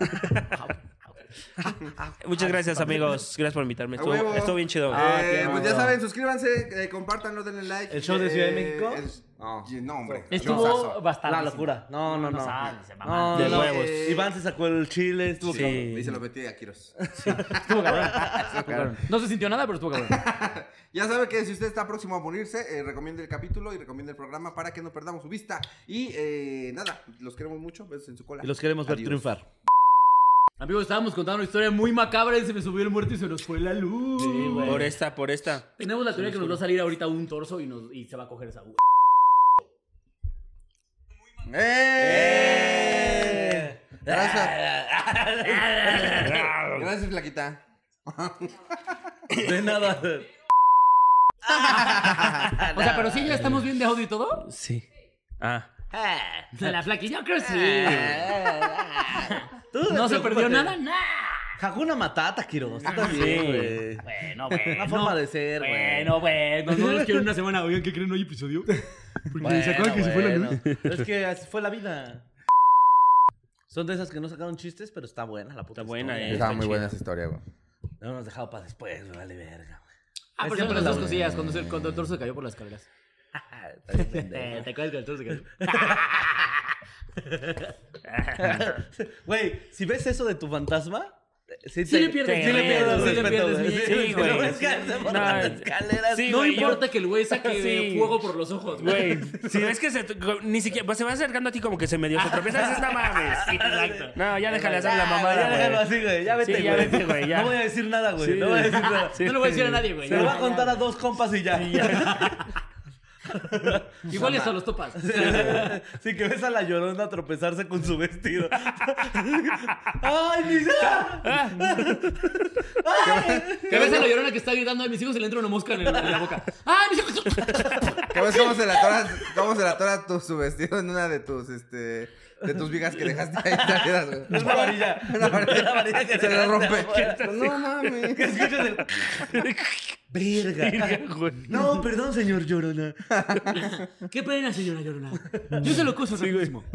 Speaker 3: Muchas gracias, amigos. Gracias por invitarme.
Speaker 1: A
Speaker 3: Estuvo,
Speaker 1: huevo.
Speaker 3: estuvo bien chido.
Speaker 1: Eh, pues ya saben, suscríbanse, eh, compártanlo, denle like.
Speaker 4: Ah,
Speaker 1: Eh,
Speaker 4: ¿El show de Ciudad de México?
Speaker 1: es-
Speaker 4: No.
Speaker 1: No, hombre.
Speaker 2: Estuvo
Speaker 1: showzazo.
Speaker 2: bastante.
Speaker 4: La locura. No, no, no.
Speaker 2: sabes, se
Speaker 4: No,
Speaker 2: mamaron.
Speaker 3: De
Speaker 4: no.
Speaker 3: huevos.
Speaker 1: Eh,
Speaker 4: Iván se sacó el chile, estuvo
Speaker 1: Sí.
Speaker 4: cabrón.
Speaker 1: Y se lo metí a Kiros.
Speaker 2: Estuvo cabrón.
Speaker 1: Ah,
Speaker 2: Estuvo cabrón. No se sintió nada, pero estuvo cabrón.
Speaker 1: [LAUGHS] Ya sabe que si usted está próximo a morirse, eh, recomiende el capítulo y recomiende el programa para que no perdamos su vista. Y eh, nada, los queremos mucho, besos en su cola.
Speaker 4: Y los queremos ver
Speaker 1: Adiós.
Speaker 4: triunfar.
Speaker 2: Amigos, estábamos contando una historia muy macabra y se me subió el muerto y se nos fue la luz.
Speaker 3: Por esta, por esta.
Speaker 2: Tenemos la teoría que nos va a salir ahorita un torso y, nos, y se va a coger esa
Speaker 1: ¡Eh! [LAUGHS] Gracias. Gracias, Flaquita.
Speaker 3: [LAUGHS]
Speaker 4: De nada.
Speaker 2: O sea, pero sí, ya estamos bien de audio y todo.
Speaker 3: Sí. Ah.
Speaker 2: De la flaquilla, creo que sí. No se perdió nada, nada.
Speaker 4: Hakuna Matata, Quiroz.
Speaker 3: Ah,
Speaker 4: Tú también, güey.
Speaker 2: Bueno, bueno. [LAUGHS]
Speaker 4: Una forma de ser, güey.
Speaker 2: Bueno, bueno. No nos quieren una semana. Oigan, ¿qué creen? No hay episodio. Porque
Speaker 4: Bueno,
Speaker 2: pues, se acuerdan que se fue la luz.
Speaker 4: bueno. Es que así fue la vida. Son de esas que no sacaron chistes, pero está buena la puta.
Speaker 3: Está buena,
Speaker 4: historia.
Speaker 3: eh.
Speaker 1: Estaba muy
Speaker 3: chido.
Speaker 1: buena esa historia, güey.
Speaker 4: No hemos dejado para después, güey, vale verga.
Speaker 2: Ah, por ejemplo, las dos cosillas. Cuando, se- cuando el torso se cayó por las cargas.
Speaker 4: güey.
Speaker 2: ¿Te acuerdas que el torso se cayó?
Speaker 4: Güey, si ves eso de tu fantasma, eh, sí,
Speaker 2: Sí le pierdes
Speaker 4: sí le
Speaker 2: miedo,
Speaker 4: pierdes
Speaker 2: sí le
Speaker 4: respeto,
Speaker 2: pierdes
Speaker 4: güey.
Speaker 2: miedo.
Speaker 4: Sí,
Speaker 3: Sí,
Speaker 4: güey.
Speaker 3: güey.
Speaker 4: Lo ves caerse por
Speaker 3: No,
Speaker 4: las escaleras.
Speaker 3: sí,
Speaker 4: no
Speaker 2: No
Speaker 3: güey, yo-
Speaker 2: importa que el güey saque
Speaker 3: Sí.
Speaker 2: fuego por los ojos.
Speaker 3: Güey, si ves que se, ni siquiera, pues se va acercando a ti como que se medio se tropieza, dices, no mames.
Speaker 2: exacto.
Speaker 3: No, ya déjale hacer
Speaker 4: Ah,
Speaker 3: la
Speaker 4: ya déjalo
Speaker 3: mamada, güey.
Speaker 4: así, güey. Ya vete,
Speaker 3: Sí, ya vete, güey, ya.
Speaker 4: No voy a decir nada, güey.
Speaker 3: Sí.
Speaker 4: No voy a
Speaker 2: [LAUGHS]
Speaker 4: decir nada.
Speaker 3: Sí.
Speaker 2: [LAUGHS] No le voy a decir a nadie, güey.
Speaker 4: Se
Speaker 2: Ya,
Speaker 4: lo va a
Speaker 2: ya,
Speaker 4: contar
Speaker 2: ya.
Speaker 4: a dos compas y ya.
Speaker 2: Igual y hasta los topas.
Speaker 4: [LAUGHS] Sí, que ves a la llorona tropezarse con su vestido. [LAUGHS] ¡Ay, mis
Speaker 2: Que ves a la llorona que está gritando a mis hijos se le entra una mosca en, el- en la boca. ¡Ay, mis hijos! [LAUGHS]
Speaker 1: ¿Qué ves cómo se la tora, cómo se la tora tu, su vestido en una de tus, este, de tus vigas que dejaste ahí traídas, güey?
Speaker 4: [LAUGHS] Es una varilla.
Speaker 1: Una varilla.
Speaker 4: Una varilla que
Speaker 1: se le
Speaker 4: dejaste
Speaker 1: rompe.
Speaker 4: afuera.
Speaker 1: No mames.
Speaker 4: Que escuchas el...
Speaker 3: [LAUGHS]
Speaker 4: Verga. No, perdón, señor llorona.
Speaker 2: ¡Qué pena, señora llorona! Yo se lo coso rapidísimo.